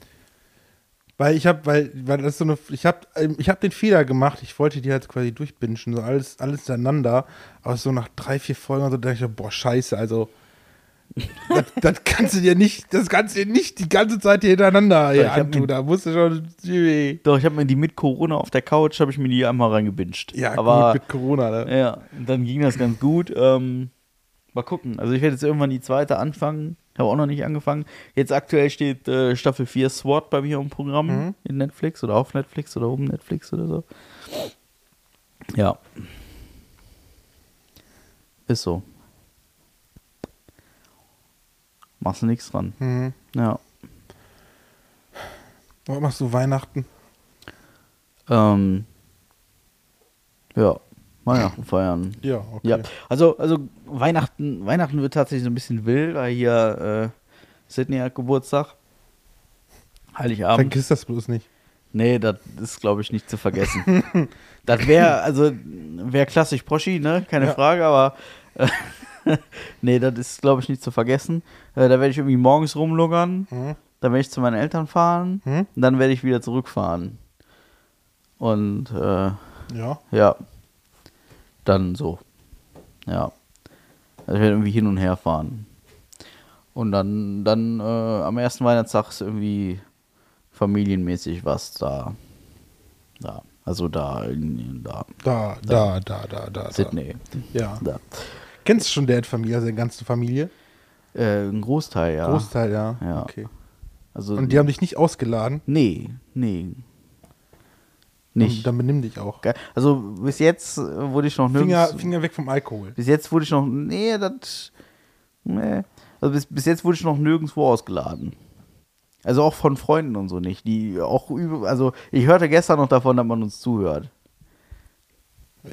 [SPEAKER 2] Weil ich habe, weil, weil das so eine, ich habe, ich habe den Fehler gemacht. Ich wollte die halt quasi durchbinschen, so alles, alles ineinander. Aber so nach drei, vier Folgen und so dachte ich, boah, scheiße, also das, das kannst du dir nicht, das kannst du dir nicht die ganze Zeit hier hintereinander
[SPEAKER 1] ich
[SPEAKER 2] hier
[SPEAKER 1] hab
[SPEAKER 2] antun.
[SPEAKER 1] mir-
[SPEAKER 2] Da musst du schon.
[SPEAKER 1] Doch, ich habe mir die mit Corona auf der Couch, habe ich mir die einmal reingebinscht.
[SPEAKER 2] Ja,
[SPEAKER 1] aber
[SPEAKER 2] gut mit Corona, ne?
[SPEAKER 1] ja, und dann ging das ganz gut. Ähm, mal gucken. Also ich werde jetzt irgendwann die zweite anfangen. Habe auch noch nicht angefangen. Jetzt aktuell steht äh, Staffel 4 SWAT bei mir im Programm in Netflix oder auf Netflix oder oben Netflix oder so. Ja. Ist so. Machst du nichts dran.
[SPEAKER 2] Mhm.
[SPEAKER 1] Ja.
[SPEAKER 2] Was machst du Weihnachten?
[SPEAKER 1] Ähm, ja, Weihnachten feiern.
[SPEAKER 2] Ja, okay.
[SPEAKER 1] Ja, also, also Weihnachten, Weihnachten wird tatsächlich so ein bisschen wild, weil hier äh, Sydney hat Geburtstag. Heiligabend.
[SPEAKER 2] Vergiss das bloß nicht.
[SPEAKER 1] Nee, das ist, glaube ich, nicht zu vergessen. das wäre, also, wäre klassisch Poschi, ne? Keine
[SPEAKER 2] Ja.
[SPEAKER 1] Frage, aber äh, nee, das ist, glaube ich, nicht zu vergessen. Äh, da werde ich irgendwie morgens rumlungern,
[SPEAKER 2] Mhm.
[SPEAKER 1] dann werde ich zu meinen Eltern fahren
[SPEAKER 2] Mhm.
[SPEAKER 1] und dann werde ich wieder zurückfahren. Und äh,
[SPEAKER 2] Ja.
[SPEAKER 1] ja. Dann so. Ja. Also ich werde irgendwie hin und her fahren. Und dann, dann äh, am ersten Weihnachtstag ist irgendwie familienmäßig was da. Da. Also da, in, in, da.
[SPEAKER 2] Da, da, da, da, da. da.
[SPEAKER 1] Sydney.
[SPEAKER 2] Ja.
[SPEAKER 1] Da.
[SPEAKER 2] Kennst du schon der Familie, also deine ganze Familie?
[SPEAKER 1] Äh, ein Großteil, ja.
[SPEAKER 2] Großteil, ja.
[SPEAKER 1] Ja.
[SPEAKER 2] Okay.
[SPEAKER 1] Also,
[SPEAKER 2] Und die haben dich nicht ausgeladen?
[SPEAKER 1] Nee, nee. Nicht.
[SPEAKER 2] Dann benimm dich auch.
[SPEAKER 1] Ge- Also bis jetzt äh, wurde ich noch nirgends.
[SPEAKER 2] Finger, Finger weg vom Alkohol.
[SPEAKER 1] Bis jetzt wurde ich noch. Nee, das. Nee. Also bis, bis jetzt wurde ich noch nirgendwo ausgeladen. Also auch von Freunden und so nicht. Die auch über. Also ich hörte gestern noch davon, dass man uns zuhört.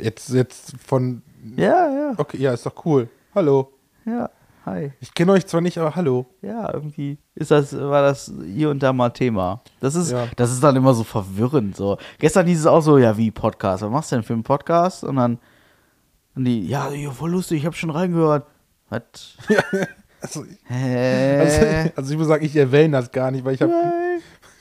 [SPEAKER 2] Jetzt, jetzt von.
[SPEAKER 1] Ja, ja.
[SPEAKER 2] Okay, ja, ist doch cool. Hallo.
[SPEAKER 1] Ja. Hi.
[SPEAKER 2] Ich kenne euch zwar nicht, aber hallo.
[SPEAKER 1] Ja, irgendwie ist das, war das hier und da mal Thema. Das ist,
[SPEAKER 2] Ja.
[SPEAKER 1] das ist dann immer so verwirrend. So. Gestern hieß es auch so, ja, wie Podcast? Was machst du denn für einen Podcast? Und dann, und die, ja, hier, voll lustig, ich habe schon reingehört. Was?
[SPEAKER 2] Also,
[SPEAKER 1] Hä?
[SPEAKER 2] also, also ich muss sagen, ich erwähne das gar nicht, weil ich habe.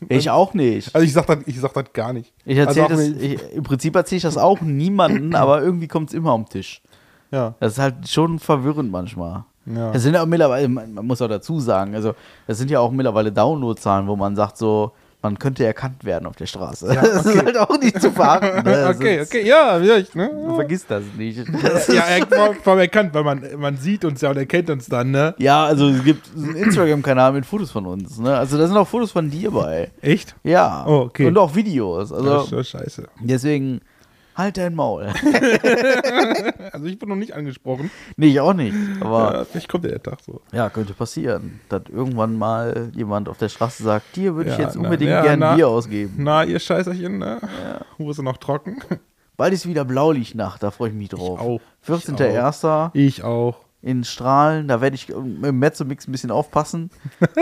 [SPEAKER 1] ich auch nicht.
[SPEAKER 2] Also ich sag das, ich sag das gar nicht.
[SPEAKER 1] Ich erzähle
[SPEAKER 2] also auch
[SPEAKER 1] das,
[SPEAKER 2] nicht-
[SPEAKER 1] ich, im Prinzip erzähle ich das auch niemanden, aber irgendwie kommt es immer am Tisch.
[SPEAKER 2] ja.
[SPEAKER 1] Das ist halt schon verwirrend manchmal.
[SPEAKER 2] Ja.
[SPEAKER 1] Das sind ja auch mittlerweile, man man muss auch dazu sagen, also das sind ja auch mittlerweile Downloadzahlen, wo man sagt so, man könnte erkannt werden auf der Straße. Das ist halt auch nicht zu verachten. Ne? Also,
[SPEAKER 2] okay,
[SPEAKER 1] das-
[SPEAKER 2] okay, ja, ja, ich,
[SPEAKER 1] Man
[SPEAKER 2] ne?
[SPEAKER 1] vergisst das nicht.
[SPEAKER 2] Ja, er war, war erkannt, weil man, man sieht uns ja und erkennt uns dann, ne?
[SPEAKER 1] ja, also es gibt einen Instagram-Kanal mit Fotos von uns. Ne? Also da sind auch Fotos von dir bei.
[SPEAKER 2] Echt?
[SPEAKER 1] Ja.
[SPEAKER 2] Oh, okay.
[SPEAKER 1] Und auch Videos.
[SPEAKER 2] Das ist
[SPEAKER 1] Also
[SPEAKER 2] schon scheiße.
[SPEAKER 1] deswegen halt dein Maul.
[SPEAKER 2] Also ich bin noch nicht angesprochen.
[SPEAKER 1] nee, ich auch nicht. Aber
[SPEAKER 2] Ja, vielleicht kommt ja der Tag so.
[SPEAKER 1] Ja, könnte passieren, dass irgendwann mal jemand auf der Straße sagt, dir würde ich
[SPEAKER 2] Ja,
[SPEAKER 1] jetzt
[SPEAKER 2] na,
[SPEAKER 1] unbedingt
[SPEAKER 2] ja,
[SPEAKER 1] gern
[SPEAKER 2] na.
[SPEAKER 1] Bier ausgeben.
[SPEAKER 2] Na, ihr Scheißerchen, ne? Hose noch trocken.
[SPEAKER 1] Bald ist wieder Blaulichtnacht, da freue ich mich drauf.
[SPEAKER 2] auch, ich
[SPEAKER 1] 14.01.
[SPEAKER 2] Ich auch.
[SPEAKER 1] in Strahlen, da werde ich im Mezzomix ein bisschen aufpassen.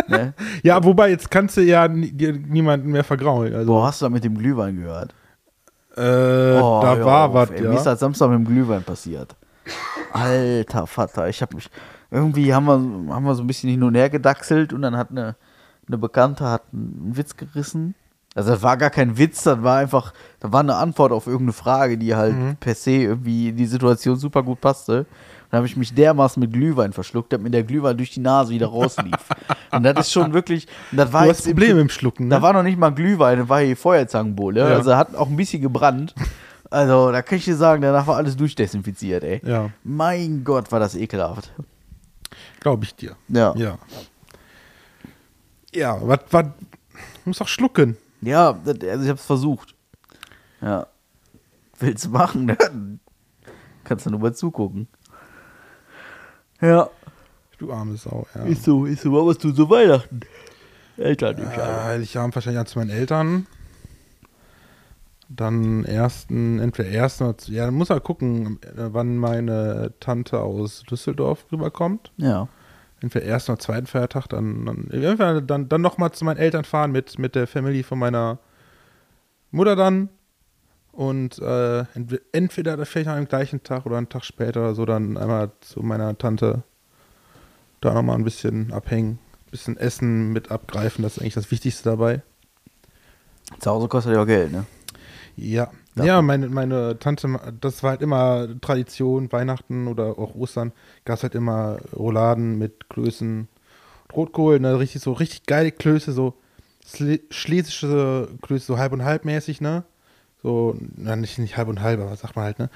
[SPEAKER 1] ne?
[SPEAKER 2] Ja, wobei, jetzt kannst du ja ni dir niemanden mehr vergraulen. Also,
[SPEAKER 1] Boah, hast du da mit dem Glühwein gehört?
[SPEAKER 2] äh,
[SPEAKER 1] Oh,
[SPEAKER 2] da
[SPEAKER 1] hör
[SPEAKER 2] war
[SPEAKER 1] auf,
[SPEAKER 2] was,
[SPEAKER 1] ey. Mir ist
[SPEAKER 2] ja.
[SPEAKER 1] das Samstag mit dem Glühwein passiert. Alter Vater, ich habe mich. Irgendwie haben wir, haben wir so ein bisschen hin und her gedackselt und dann hat eine, eine Bekannte hat einen Witz gerissen. Also das war gar kein Witz, das war einfach, da war eine Antwort auf irgendeine Frage, die halt
[SPEAKER 2] Mhm.
[SPEAKER 1] per se irgendwie in die Situation super gut passte. Und dann habe ich mich dermaßen mit Glühwein verschluckt, dass mir der Glühwein durch die Nase wieder rauslief. und das ist schon wirklich, und das war
[SPEAKER 2] Du
[SPEAKER 1] jetzt
[SPEAKER 2] hast
[SPEAKER 1] im
[SPEAKER 2] Probleme im Schlucken, ne?
[SPEAKER 1] da war noch nicht mal Glühwein, da war hier Feuerzangenbowle.
[SPEAKER 2] Ja.
[SPEAKER 1] Also hat auch ein bisschen gebrannt. Also da kann ich dir sagen, danach war alles durchdesinfiziert, ey.
[SPEAKER 2] Ja.
[SPEAKER 1] Mein Gott, war das ekelhaft.
[SPEAKER 2] Glaube ich dir.
[SPEAKER 1] Ja.
[SPEAKER 2] Ja, ja was, was, muss auch schlucken.
[SPEAKER 1] Ja, das, also ich hab's versucht. Ja. Willst du machen, ne? Kannst du nur mal zugucken. Ja,
[SPEAKER 2] Du arme Sau, ja.
[SPEAKER 1] ist so, ist so, aber was tun so Weihnachten? Eltern, ich
[SPEAKER 2] Äh, ich habe wahrscheinlich auch zu meinen Eltern. Dann ersten, entweder ersten oder, ja, dann muss er gucken, äh, wann meine Tante aus Düsseldorf rüberkommt.
[SPEAKER 1] Ja.
[SPEAKER 2] Entweder ersten oder zweiten Feiertag, dann, dann, irgendwann dann, dann nochmal zu meinen Eltern fahren mit, mit der Family von meiner Mutter dann. Und äh, entwe- entweder da vielleicht am gleichen Tag oder einen Tag später oder so, dann einmal zu meiner Tante da nochmal ein bisschen abhängen, bisschen Essen mit abgreifen, das ist eigentlich das Wichtigste dabei.
[SPEAKER 1] Zu Hause kostet ja auch Geld, ne?
[SPEAKER 2] Ja. Ja, meine, meine Tante, das war halt immer Tradition, Weihnachten oder auch Ostern, gab es halt immer Rouladen mit Klößen, Rotkohl, ne, richtig so richtig geile Klöße, so Sle- schlesische Klöße, so halb und halb mäßig, ne? So, na, nicht, nicht halb und halb, aber sagt man halt, ne?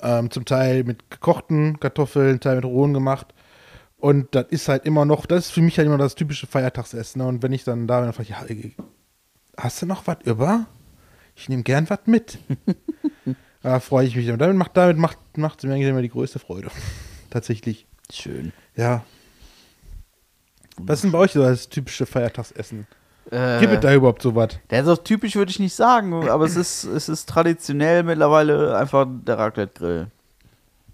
[SPEAKER 2] Ähm, zum Teil mit gekochten Kartoffeln, Teil mit rohen gemacht. Und das ist halt immer noch, das ist für mich halt immer das typische Feiertagsessen. Ne? Und wenn ich dann da bin, dann frage ich, ja, hast du noch was über? Ich nehme gern was mit. da freue ich mich. Und damit macht, damit macht, macht sie mir eigentlich immer die größte Freude. Tatsächlich.
[SPEAKER 1] Schön.
[SPEAKER 2] Ja. Was ist denn bei euch so das typische Feiertagsessen?
[SPEAKER 1] Äh,
[SPEAKER 2] Gibt es da überhaupt so was?
[SPEAKER 1] Der ist auch typisch, würde ich nicht sagen, aber es ist, es ist traditionell mittlerweile einfach der Raclette-Grill.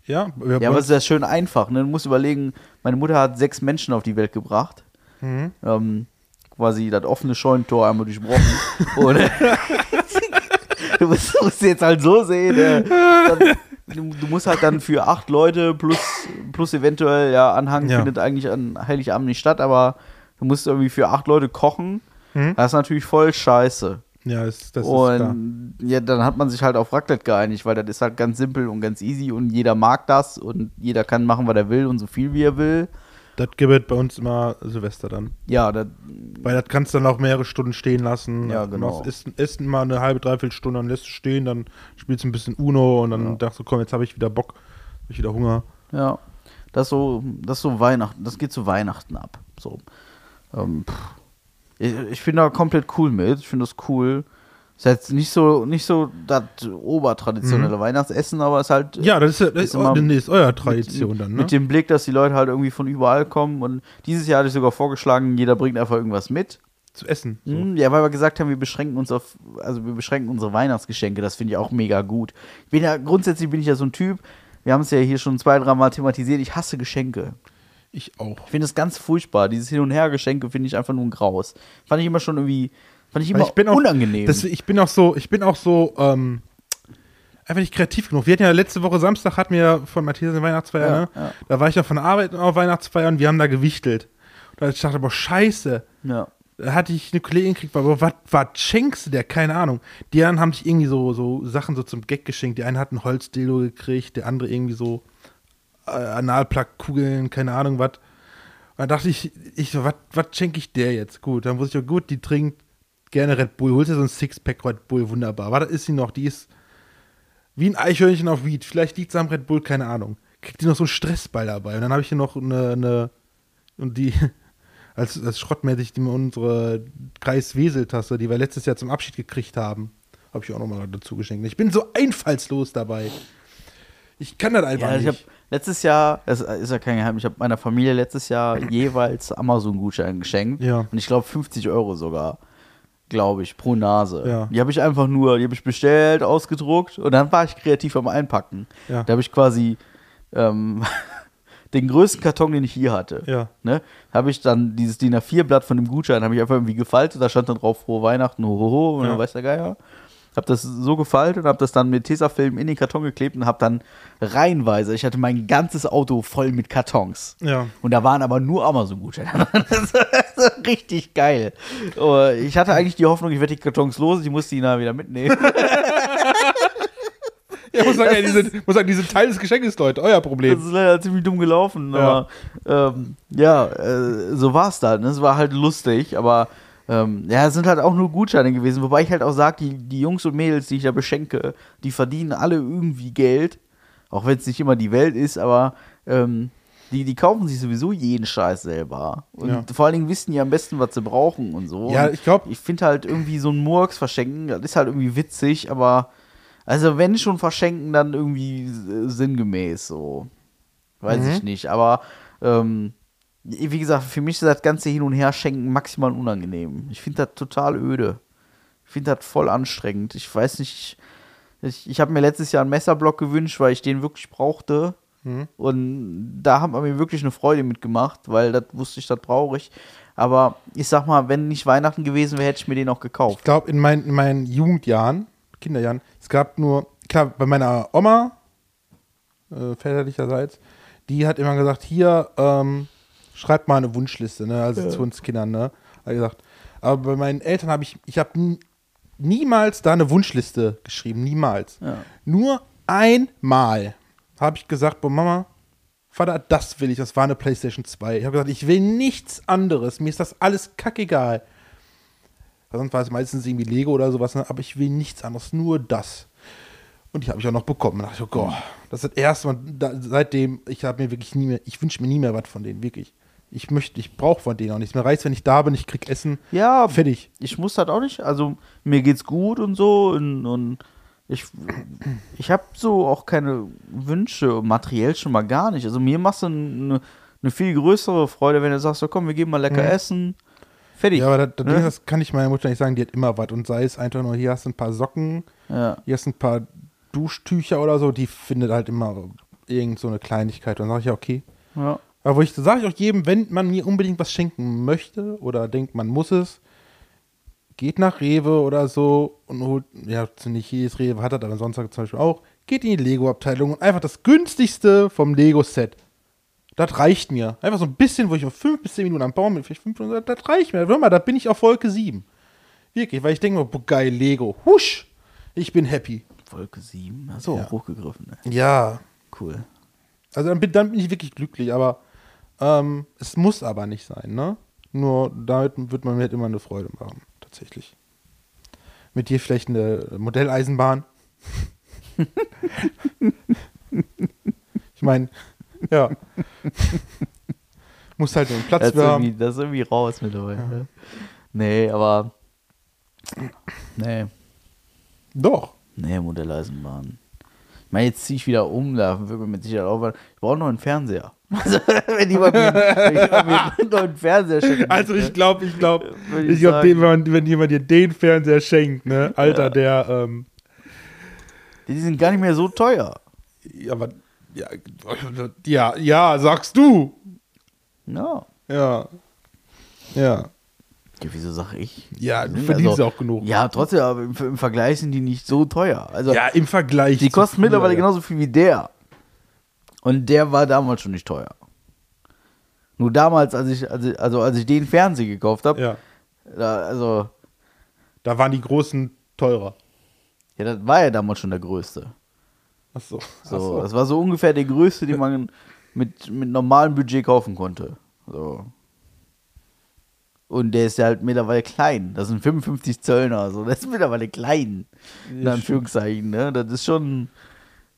[SPEAKER 2] Ja, wir
[SPEAKER 1] Ja, aber es ist ja schön einfach. Ne? Du musst überlegen, meine Mutter hat sechs Menschen auf die Welt gebracht.
[SPEAKER 2] Mhm.
[SPEAKER 1] Ähm, quasi das offene Scheunentor einmal durchbrochen. Und, äh, du musst du musst jetzt halt so sehen. Äh, dann, du, du musst halt dann für acht Leute plus, plus eventuell, ja, Anhang
[SPEAKER 2] Ja.
[SPEAKER 1] findet eigentlich an Heiligabend nicht statt, aber du musst irgendwie für acht Leute kochen. Das ist natürlich voll scheiße.
[SPEAKER 2] ja ist, das ist klar.
[SPEAKER 1] Und ja, dann hat man sich halt auf Raclette geeinigt, weil das ist halt ganz simpel und ganz easy und jeder mag das und jeder kann machen, was er will und so viel wie er will.
[SPEAKER 2] Das gibt es bei uns immer Silvester dann.
[SPEAKER 1] Ja, das,
[SPEAKER 2] Weil das kannst du dann auch mehrere Stunden stehen lassen.
[SPEAKER 1] Ja,
[SPEAKER 2] Du
[SPEAKER 1] genau.
[SPEAKER 2] machst- Isst, isst mal eine halbe, dreiviertel Stunde, dann lässt du stehen, dann spielst du ein bisschen Uno und dann dachtest du, komm, jetzt habe ich wieder Bock, habe ich wieder Hunger.
[SPEAKER 1] ja, das ist so, das ist so Weihnachten, das geht zu Weihnachten ab. So, ähm, pff. ich, ich bin da komplett cool mit, ich finde das cool. Ist jetzt nicht so, nicht so das obertraditionelle Weihnachtsessen, aber es ist halt
[SPEAKER 2] Mhm. Ja, das ist, ja- das ist,
[SPEAKER 1] Ist immer
[SPEAKER 2] eu- nee, ist eure Tradition
[SPEAKER 1] mit,
[SPEAKER 2] dann, ne?
[SPEAKER 1] Mit dem Blick, dass die Leute halt irgendwie von überall kommen und dieses Jahr hatte ich sogar vorgeschlagen, jeder bringt einfach irgendwas mit.
[SPEAKER 2] Zu essen. So.
[SPEAKER 1] Hm, Ja, weil wir gesagt haben, wir beschränken uns auf, also wir beschränken unsere Weihnachtsgeschenke. Das finde ich auch mega gut. Ich bin ja, grundsätzlich bin ich ja so ein Typ. Wir haben es ja hier schon zwei, dreimal thematisiert. Ich hasse Geschenke.
[SPEAKER 2] Ich auch.
[SPEAKER 1] Ich finde das ganz furchtbar. Dieses Hin und Her Geschenke finde ich einfach nur ein Graus. Fand ich immer schon irgendwie, fand ich
[SPEAKER 2] Weil
[SPEAKER 1] immer
[SPEAKER 2] ich bin auch,
[SPEAKER 1] unangenehm.
[SPEAKER 2] Das, ich bin auch so, ich bin auch so, ähm, einfach nicht kreativ genug. Wir hatten ja letzte Woche Samstag hatten wir von Matthias eine Weihnachtsfeier,
[SPEAKER 1] Ja,
[SPEAKER 2] ne?
[SPEAKER 1] ja.
[SPEAKER 2] Da war ich ja von der Arbeit auf Weihnachtsfeier und wir haben da gewichtelt. Und da dachte ich, boah, scheiße.
[SPEAKER 1] ja.
[SPEAKER 2] Da hatte ich eine Kollegin gekriegt, aber was, was schenkst du der? Keine Ahnung. Die anderen haben sich irgendwie so, so Sachen so zum Gag geschenkt. Die einen hat ein Holzdildo gekriegt, der andere irgendwie so äh, Analplakkugeln, keine Ahnung was. Da dachte ich, ich so, was, was schenke ich der jetzt? Gut, dann wusste ich, auch, gut, die trinkt gerne Red Bull. Holst dir so ein Sixpack Red Bull, wunderbar. Was ist sie noch? Die ist wie ein Eichhörnchen auf Weed. Vielleicht liegt es am Red Bull, keine Ahnung. Kriegt die noch so einen Stressball dabei. Und dann habe ich hier noch eine, eine und die, als, als schrottmäßig die mir unsere Kreisweseltasse, die wir letztes Jahr zum Abschied gekriegt haben, habe ich auch nochmal dazu geschenkt. Ich bin so einfallslos dabei. Ich kann das einfach
[SPEAKER 1] Ja, ich habe
[SPEAKER 2] nicht.
[SPEAKER 1] letztes Jahr, das ist ja kein Geheimnis, ich habe meiner Familie letztes Jahr jeweils Amazon-Gutschein geschenkt.
[SPEAKER 2] Ja.
[SPEAKER 1] Und ich glaube 50 Euro sogar, glaube ich, pro Nase.
[SPEAKER 2] Ja.
[SPEAKER 1] Die habe ich einfach nur, die habe ich bestellt, ausgedruckt und dann war ich kreativ am Einpacken.
[SPEAKER 2] Ja.
[SPEAKER 1] Da habe ich quasi ähm, den größten Karton, den ich hier hatte.
[SPEAKER 2] Ja.
[SPEAKER 1] Ne, habe ich dann dieses DIN A4-Blatt von dem Gutschein, habe ich einfach irgendwie gefaltet, da stand dann drauf Frohe Weihnachten, hohoho, und
[SPEAKER 2] Ja.
[SPEAKER 1] dann weiß der Geier. Habe das so gefaltet und habe das dann mit Tesafilm in den Karton geklebt und habe dann reihenweise, ich hatte mein ganzes Auto voll mit Kartons.
[SPEAKER 2] Ja.
[SPEAKER 1] Und da waren aber nur Amazon-Gutscheine. Das ist richtig geil. Aber Ich hatte eigentlich die Hoffnung, ich werde die Kartons los, ich muss die nachher wieder mitnehmen.
[SPEAKER 2] Ja, muss sagen, ey, diese, muss sagen, diese Teil des Geschenkes, Leute, euer
[SPEAKER 1] Das
[SPEAKER 2] Problem.
[SPEAKER 1] ist leider ziemlich dumm gelaufen,
[SPEAKER 2] Ja.
[SPEAKER 1] aber ähm, ja, äh, so war es dann. ne? Es war halt lustig, aber ähm, ja, es sind halt auch nur Gutscheine gewesen. Wobei ich halt auch sage, die, die Jungs und Mädels, die ich da beschenke, die verdienen alle irgendwie Geld. Auch wenn es nicht immer die Welt ist, aber ähm, die, die kaufen sich sowieso jeden Scheiß selber. Und
[SPEAKER 2] Ja.
[SPEAKER 1] vor allen Dingen wissen die am besten, was sie brauchen und so.
[SPEAKER 2] Ja,
[SPEAKER 1] Und
[SPEAKER 2] ich glaub-
[SPEAKER 1] Ich finde halt irgendwie so ein Murks verschenken, das ist halt irgendwie witzig, aber. Also wenn schon verschenken, dann irgendwie äh, sinngemäß so. Weiß
[SPEAKER 2] Mhm.
[SPEAKER 1] ich nicht, aber ähm, wie gesagt, für mich ist das ganze Hin und Her schenken maximal unangenehm. Ich finde das total öde. Ich finde das voll anstrengend. Ich weiß nicht, ich, ich, ich habe mir letztes Jahr einen Messerblock gewünscht, weil ich den wirklich brauchte. Und da hat man mir wirklich eine Freude mitgemacht, weil das wusste ich, das brauche ich. Aber ich sag mal, wenn nicht Weihnachten gewesen wäre, hätte ich mir den auch
[SPEAKER 2] Ich
[SPEAKER 1] gekauft.
[SPEAKER 2] glaube, in, mein, in meinen Jugendjahren, Kinderjahren, es gab nur, klar, bei meiner Oma, äh, väterlicherseits, die hat immer gesagt, hier, ähm, schreibt mal eine Wunschliste, ne, also zu uns Kindern, ne, hat gesagt. Aber bei meinen Eltern habe ich, ich habe niemals da eine Wunschliste geschrieben, niemals.
[SPEAKER 1] Ja.
[SPEAKER 2] Nur einmal habe ich gesagt, boah, Mama, Vater, das will ich, das war eine Playstation 2. Ich habe gesagt, ich will nichts anderes, mir ist das alles kackegal. Sonst war es meistens irgendwie Lego oder sowas, ne? aber ich will nichts anderes, nur das. Und die habe ich auch noch bekommen. Da dachte ich, oh Gott, das ist das erste Mal, da, seitdem, ich habe mir wirklich nie mehr, ich wünsche mir nie mehr was von denen, wirklich. Ich möchte, ich brauche von denen auch nichts. Mir reicht wenn ich da bin, ich krieg Essen.
[SPEAKER 1] Ja,
[SPEAKER 2] Fertig.
[SPEAKER 1] ich muss das auch nicht. Also mir geht's gut und so und, und ich, ich habe so auch keine Wünsche, materiell schon mal gar nicht. Also mir machst du eine, eine viel größere Freude, wenn du sagst, so komm, wir gehen mal lecker
[SPEAKER 2] Mhm.
[SPEAKER 1] essen. Fertig.
[SPEAKER 2] Ja, aber das, das,
[SPEAKER 1] Ne?
[SPEAKER 2] Ding ist, das kann ich meiner Mutter nicht sagen, die hat immer was. Und sei es einfach nur, hier hast du ein paar Socken,
[SPEAKER 1] ja.
[SPEAKER 2] hier hast du ein paar Duschtücher oder so, die findet halt immer irgend so eine Kleinigkeit. Und dann sage ich ja, okay.
[SPEAKER 1] ja.
[SPEAKER 2] Aber wo ich sage ich auch jedem, wenn man mir unbedingt was schenken möchte oder denkt, man muss es, geht nach Rewe oder so und holt, ja, nicht jedes Rewe hat das, aber Sonntag zum Beispiel auch, geht in die Lego-Abteilung und einfach das günstigste vom Lego-Set. Das reicht mir. Einfach so ein bisschen, wo ich auf fünf bis zehn Minuten am Baum bin, vielleicht fünf Minuten, das reicht mir. Hör mal, da bin ich auf Wolke 7. Wirklich, weil ich denke mir, boah, geil, Lego. Husch! Ich bin happy.
[SPEAKER 1] Wolke 7, hast du
[SPEAKER 2] Ja.
[SPEAKER 1] auch hochgegriffen. Ne?
[SPEAKER 2] Ja,
[SPEAKER 1] Cool.
[SPEAKER 2] Also dann bin, dann bin ich wirklich glücklich, aber ähm, es muss aber nicht sein, ne? Nur damit wird man mir halt immer eine Freude machen, tatsächlich. Mit dir vielleicht eine Modelleisenbahn. ich meine, ja. muss halt nur einen
[SPEAKER 1] Das
[SPEAKER 2] Platz
[SPEAKER 1] ist,
[SPEAKER 2] für haben.
[SPEAKER 1] irgendwie, das ist irgendwie raus mittlerweile. Ne? Nee, aber. Nee,
[SPEAKER 2] Doch.
[SPEAKER 1] nee, Modelleisenbahn. Ich meine, jetzt ziehe ich wieder um, da wird man mit Sicherheit auch. Ich brauche noch einen Fernseher. Also, wenn jemand mir, wenn jemand mir einen neuen Fernseher schenkt.
[SPEAKER 2] Also ich glaube, ich glaube,
[SPEAKER 1] Würde ich
[SPEAKER 2] ich glaube,
[SPEAKER 1] sagen.
[SPEAKER 2] wenn, man- wenn jemand dir den Fernseher schenkt, ne? Alter, der, ähm,
[SPEAKER 1] Die sind gar nicht mehr so teuer.
[SPEAKER 2] ja, aber, ja, ja, ja, sagst du.
[SPEAKER 1] Ja.
[SPEAKER 2] Ja. Ja.
[SPEAKER 1] Ja, wieso sage ich?
[SPEAKER 2] Ja,
[SPEAKER 1] Die
[SPEAKER 2] du
[SPEAKER 1] sind
[SPEAKER 2] verdienst ja auch genug.
[SPEAKER 1] also, Ja, trotzdem, aber im, im Vergleich sind die nicht so teuer. Also,
[SPEAKER 2] Ja, im Vergleich.
[SPEAKER 1] Die
[SPEAKER 2] zu
[SPEAKER 1] kosten
[SPEAKER 2] früher,
[SPEAKER 1] mittlerweile
[SPEAKER 2] ja.
[SPEAKER 1] genauso viel wie der. Und der war damals schon nicht teuer. Nur damals, als ich, als ich, also als ich den Fernseher gekauft habe,
[SPEAKER 2] Ja.
[SPEAKER 1] da, also,
[SPEAKER 2] Da waren die großen teurer.
[SPEAKER 1] ja, das war ja damals schon der größte.
[SPEAKER 2] Achso.
[SPEAKER 1] So,
[SPEAKER 2] Achso.
[SPEAKER 1] Das war so ungefähr der größte, den man mit, mit normalem Budget kaufen konnte. So. Und der ist ja halt mittlerweile klein. Das sind 55 Zöllner. So. Das ist mittlerweile klein. In
[SPEAKER 2] Ja,
[SPEAKER 1] Anführungszeichen. Ne? Das ist schon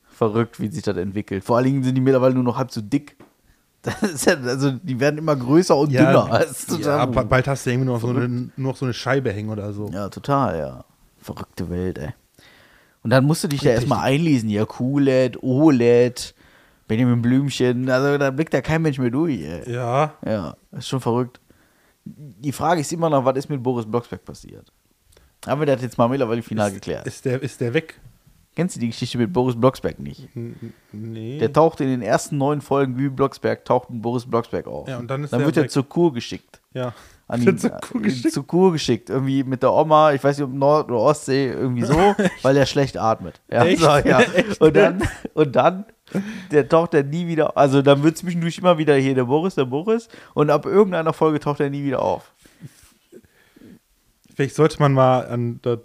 [SPEAKER 1] verrückt, wie sich das entwickelt. Vor allen Dingen sind die mittlerweile nur noch halb so dick. Das ist ja, also die werden immer größer und dünner. Das ist
[SPEAKER 2] ja,
[SPEAKER 1] total
[SPEAKER 2] ba- bald hast du irgendwie nur noch, so eine,
[SPEAKER 1] ne?
[SPEAKER 2] nur noch so eine Scheibe hängen oder so.
[SPEAKER 1] ja, total, ja. Verrückte Welt, ey. Und dann musst du dich ja
[SPEAKER 2] Richtig.
[SPEAKER 1] erstmal einlesen. Ja, QLED, OLED, Benjamin Blümchen. Also da blickt da kein Mensch mehr durch, ey.
[SPEAKER 2] Ja.
[SPEAKER 1] Ja, ist schon verrückt. Die Frage ist immer noch, was ist mit Boris Blocksberg passiert? Haben wir das jetzt mal mittlerweile final geklärt?
[SPEAKER 2] Ist der, ist der weg?
[SPEAKER 1] Kennst du die Geschichte mit Boris Blocksberg nicht?
[SPEAKER 2] N- n- Nee.
[SPEAKER 1] Der taucht in den ersten neun Folgen wie Blocksberg, taucht ein Boris Blocksberg auf.
[SPEAKER 2] Ja, und dann ist
[SPEAKER 1] dann
[SPEAKER 2] der
[SPEAKER 1] wird er
[SPEAKER 2] weg.
[SPEAKER 1] zur Kur geschickt.
[SPEAKER 2] ja.
[SPEAKER 1] an
[SPEAKER 2] Wird
[SPEAKER 1] ihn, äh, zur,
[SPEAKER 2] zur Kuh
[SPEAKER 1] Kur
[SPEAKER 2] geschickt.
[SPEAKER 1] zur Kur geschickt. Irgendwie mit der Oma, ich weiß nicht, ob Nord- oder Ostsee, irgendwie so, weil er schlecht atmet. Ja,
[SPEAKER 2] Echt?
[SPEAKER 1] So, ja. Und dann, und dann, der taucht er nie wieder, also dann wird zwischendurch immer wieder hier der Boris, der Boris und ab irgendeiner Folge taucht er nie wieder auf.
[SPEAKER 2] Vielleicht sollte man mal an das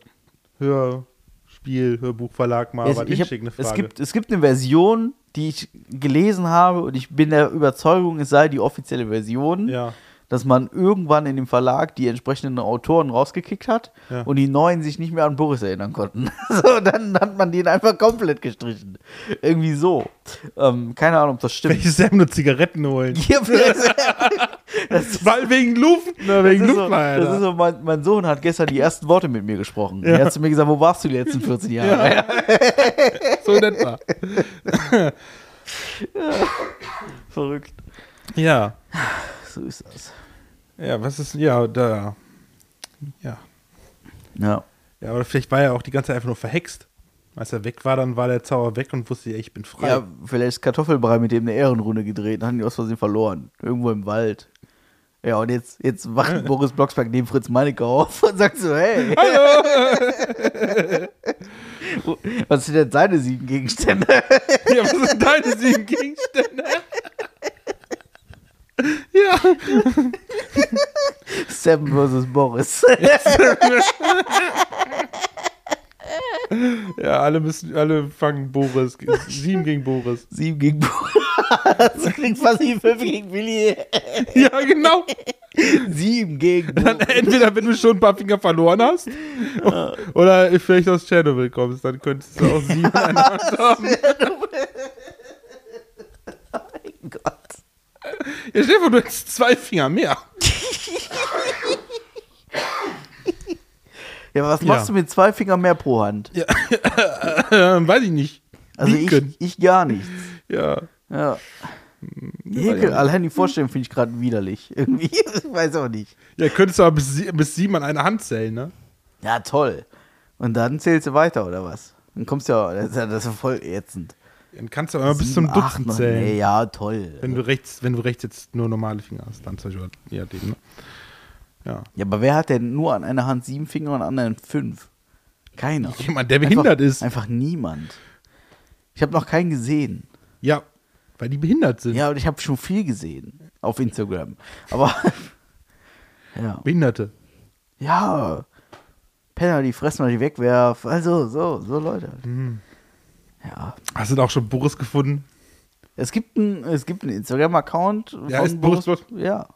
[SPEAKER 2] Hörspiel, Hörbuchverlag mal
[SPEAKER 1] Es,
[SPEAKER 2] was
[SPEAKER 1] ich hab,
[SPEAKER 2] hinschicken, eine
[SPEAKER 1] es,
[SPEAKER 2] Frage.
[SPEAKER 1] gibt, es gibt eine Version, die ich gelesen habe und ich bin der Überzeugung, es sei die offizielle Version.
[SPEAKER 2] ja.
[SPEAKER 1] dass man irgendwann in dem Verlag die entsprechenden Autoren rausgekickt hat
[SPEAKER 2] Ja.
[SPEAKER 1] und die neuen sich nicht mehr an Boris erinnern konnten. So, dann hat man den einfach komplett gestrichen. Irgendwie so. Ähm, keine Ahnung, ob das stimmt.
[SPEAKER 2] Vielleicht ist er nur Zigaretten holen.
[SPEAKER 1] Hier, das ist
[SPEAKER 2] Weil wegen Luft, ne?
[SPEAKER 1] das
[SPEAKER 2] Wegen
[SPEAKER 1] ist
[SPEAKER 2] Luft,
[SPEAKER 1] so,
[SPEAKER 2] Alter.
[SPEAKER 1] das ist so mein, mein Sohn hat gestern die ersten Worte mit mir gesprochen.
[SPEAKER 2] Ja.
[SPEAKER 1] Er hat zu mir gesagt, wo warst du die letzten 14 Jahre? Ja.
[SPEAKER 2] so in etwa.
[SPEAKER 1] Verrückt.
[SPEAKER 2] Ja.
[SPEAKER 1] So ist das.
[SPEAKER 2] Ja, was ist, ja, da. Ja.
[SPEAKER 1] Ja.
[SPEAKER 2] Ja, aber vielleicht war er auch die ganze Zeit einfach nur verhext. Als er weg war, dann war der Zauber weg und wusste, ja, ich bin frei.
[SPEAKER 1] Ja, vielleicht ist Kartoffelbrei mit dem eine Ehrenrunde gedreht, dann haben die aus Versehen verloren. Irgendwo im Wald. Ja, und jetzt, jetzt wacht Boris Blocksberg neben Fritz Meinecke auf und sagt so, hey. Hallo! Was sind denn seine sieben Gegenstände?
[SPEAKER 2] Ja, was sind deine sieben Gegenstände? ja.
[SPEAKER 1] Seven versus Boris.
[SPEAKER 2] Ja, alle müssen, alle fangen Boris. Sieben gegen Boris.
[SPEAKER 1] Sieben gegen Boris. Das klingt fast wie fünf gegen Willi.
[SPEAKER 2] Ja, genau.
[SPEAKER 1] Sieben gegen
[SPEAKER 2] Dann
[SPEAKER 1] Boris.
[SPEAKER 2] entweder, wenn du schon ein paar Finger verloren hast, oder vielleicht aus Tschernobyl kommst, dann könntest du auch sieben an der Hand haben.
[SPEAKER 1] Oh Mein Gott.
[SPEAKER 2] Ja, stell dir vor, du hättest zwei Finger mehr.
[SPEAKER 1] Ja, was machst
[SPEAKER 2] Ja.
[SPEAKER 1] du mit zwei Fingern mehr pro Hand?
[SPEAKER 2] Ähm, weiß ich nicht.
[SPEAKER 1] Also
[SPEAKER 2] Liegen.
[SPEAKER 1] ich, ich gar nichts.
[SPEAKER 2] Ja.
[SPEAKER 1] Ja.
[SPEAKER 2] Hm,
[SPEAKER 1] Ekel,
[SPEAKER 2] also-
[SPEAKER 1] allein die Vorstellung finde ich gerade widerlich. Irgendwie, ich weiß auch nicht.
[SPEAKER 2] Ja, könntest du aber bis, sie- bis sieben an einer Hand zählen, ne?
[SPEAKER 1] Ja, toll. Und dann zählst du weiter, oder was? Dann kommst du ja, das ist ja das ist voll ätzend.
[SPEAKER 2] Dann kannst du aber bis zum
[SPEAKER 1] Sieben, acht,
[SPEAKER 2] Dutzend
[SPEAKER 1] neun,
[SPEAKER 2] zählen.
[SPEAKER 1] Nee, ja, toll.
[SPEAKER 2] Wenn du rechts, wenn du rechts jetzt nur normale Finger hast, dann zum Beispiel, ja, den, ne? Ja.
[SPEAKER 1] Ja, aber wer hat denn nur an einer Hand sieben Finger und an anderen fünf? Keiner.
[SPEAKER 2] Jemand, der behindert
[SPEAKER 1] einfach,
[SPEAKER 2] ist.
[SPEAKER 1] Einfach niemand. Ich habe noch keinen gesehen.
[SPEAKER 2] Ja, weil die behindert sind.
[SPEAKER 1] Ja, und ich habe schon viel gesehen auf Instagram. Aber ja.
[SPEAKER 2] Behinderte.
[SPEAKER 1] Ja. Penner, die fressen mal die wegwerf. Also, so, so Leute.
[SPEAKER 2] Mhm.
[SPEAKER 1] Ja.
[SPEAKER 2] Hast du da auch schon Boris gefunden?
[SPEAKER 1] Es gibt einen es gibt einen Instagram-Account.
[SPEAKER 2] Ja,
[SPEAKER 1] von
[SPEAKER 2] ist Boris Blott-
[SPEAKER 1] Ja.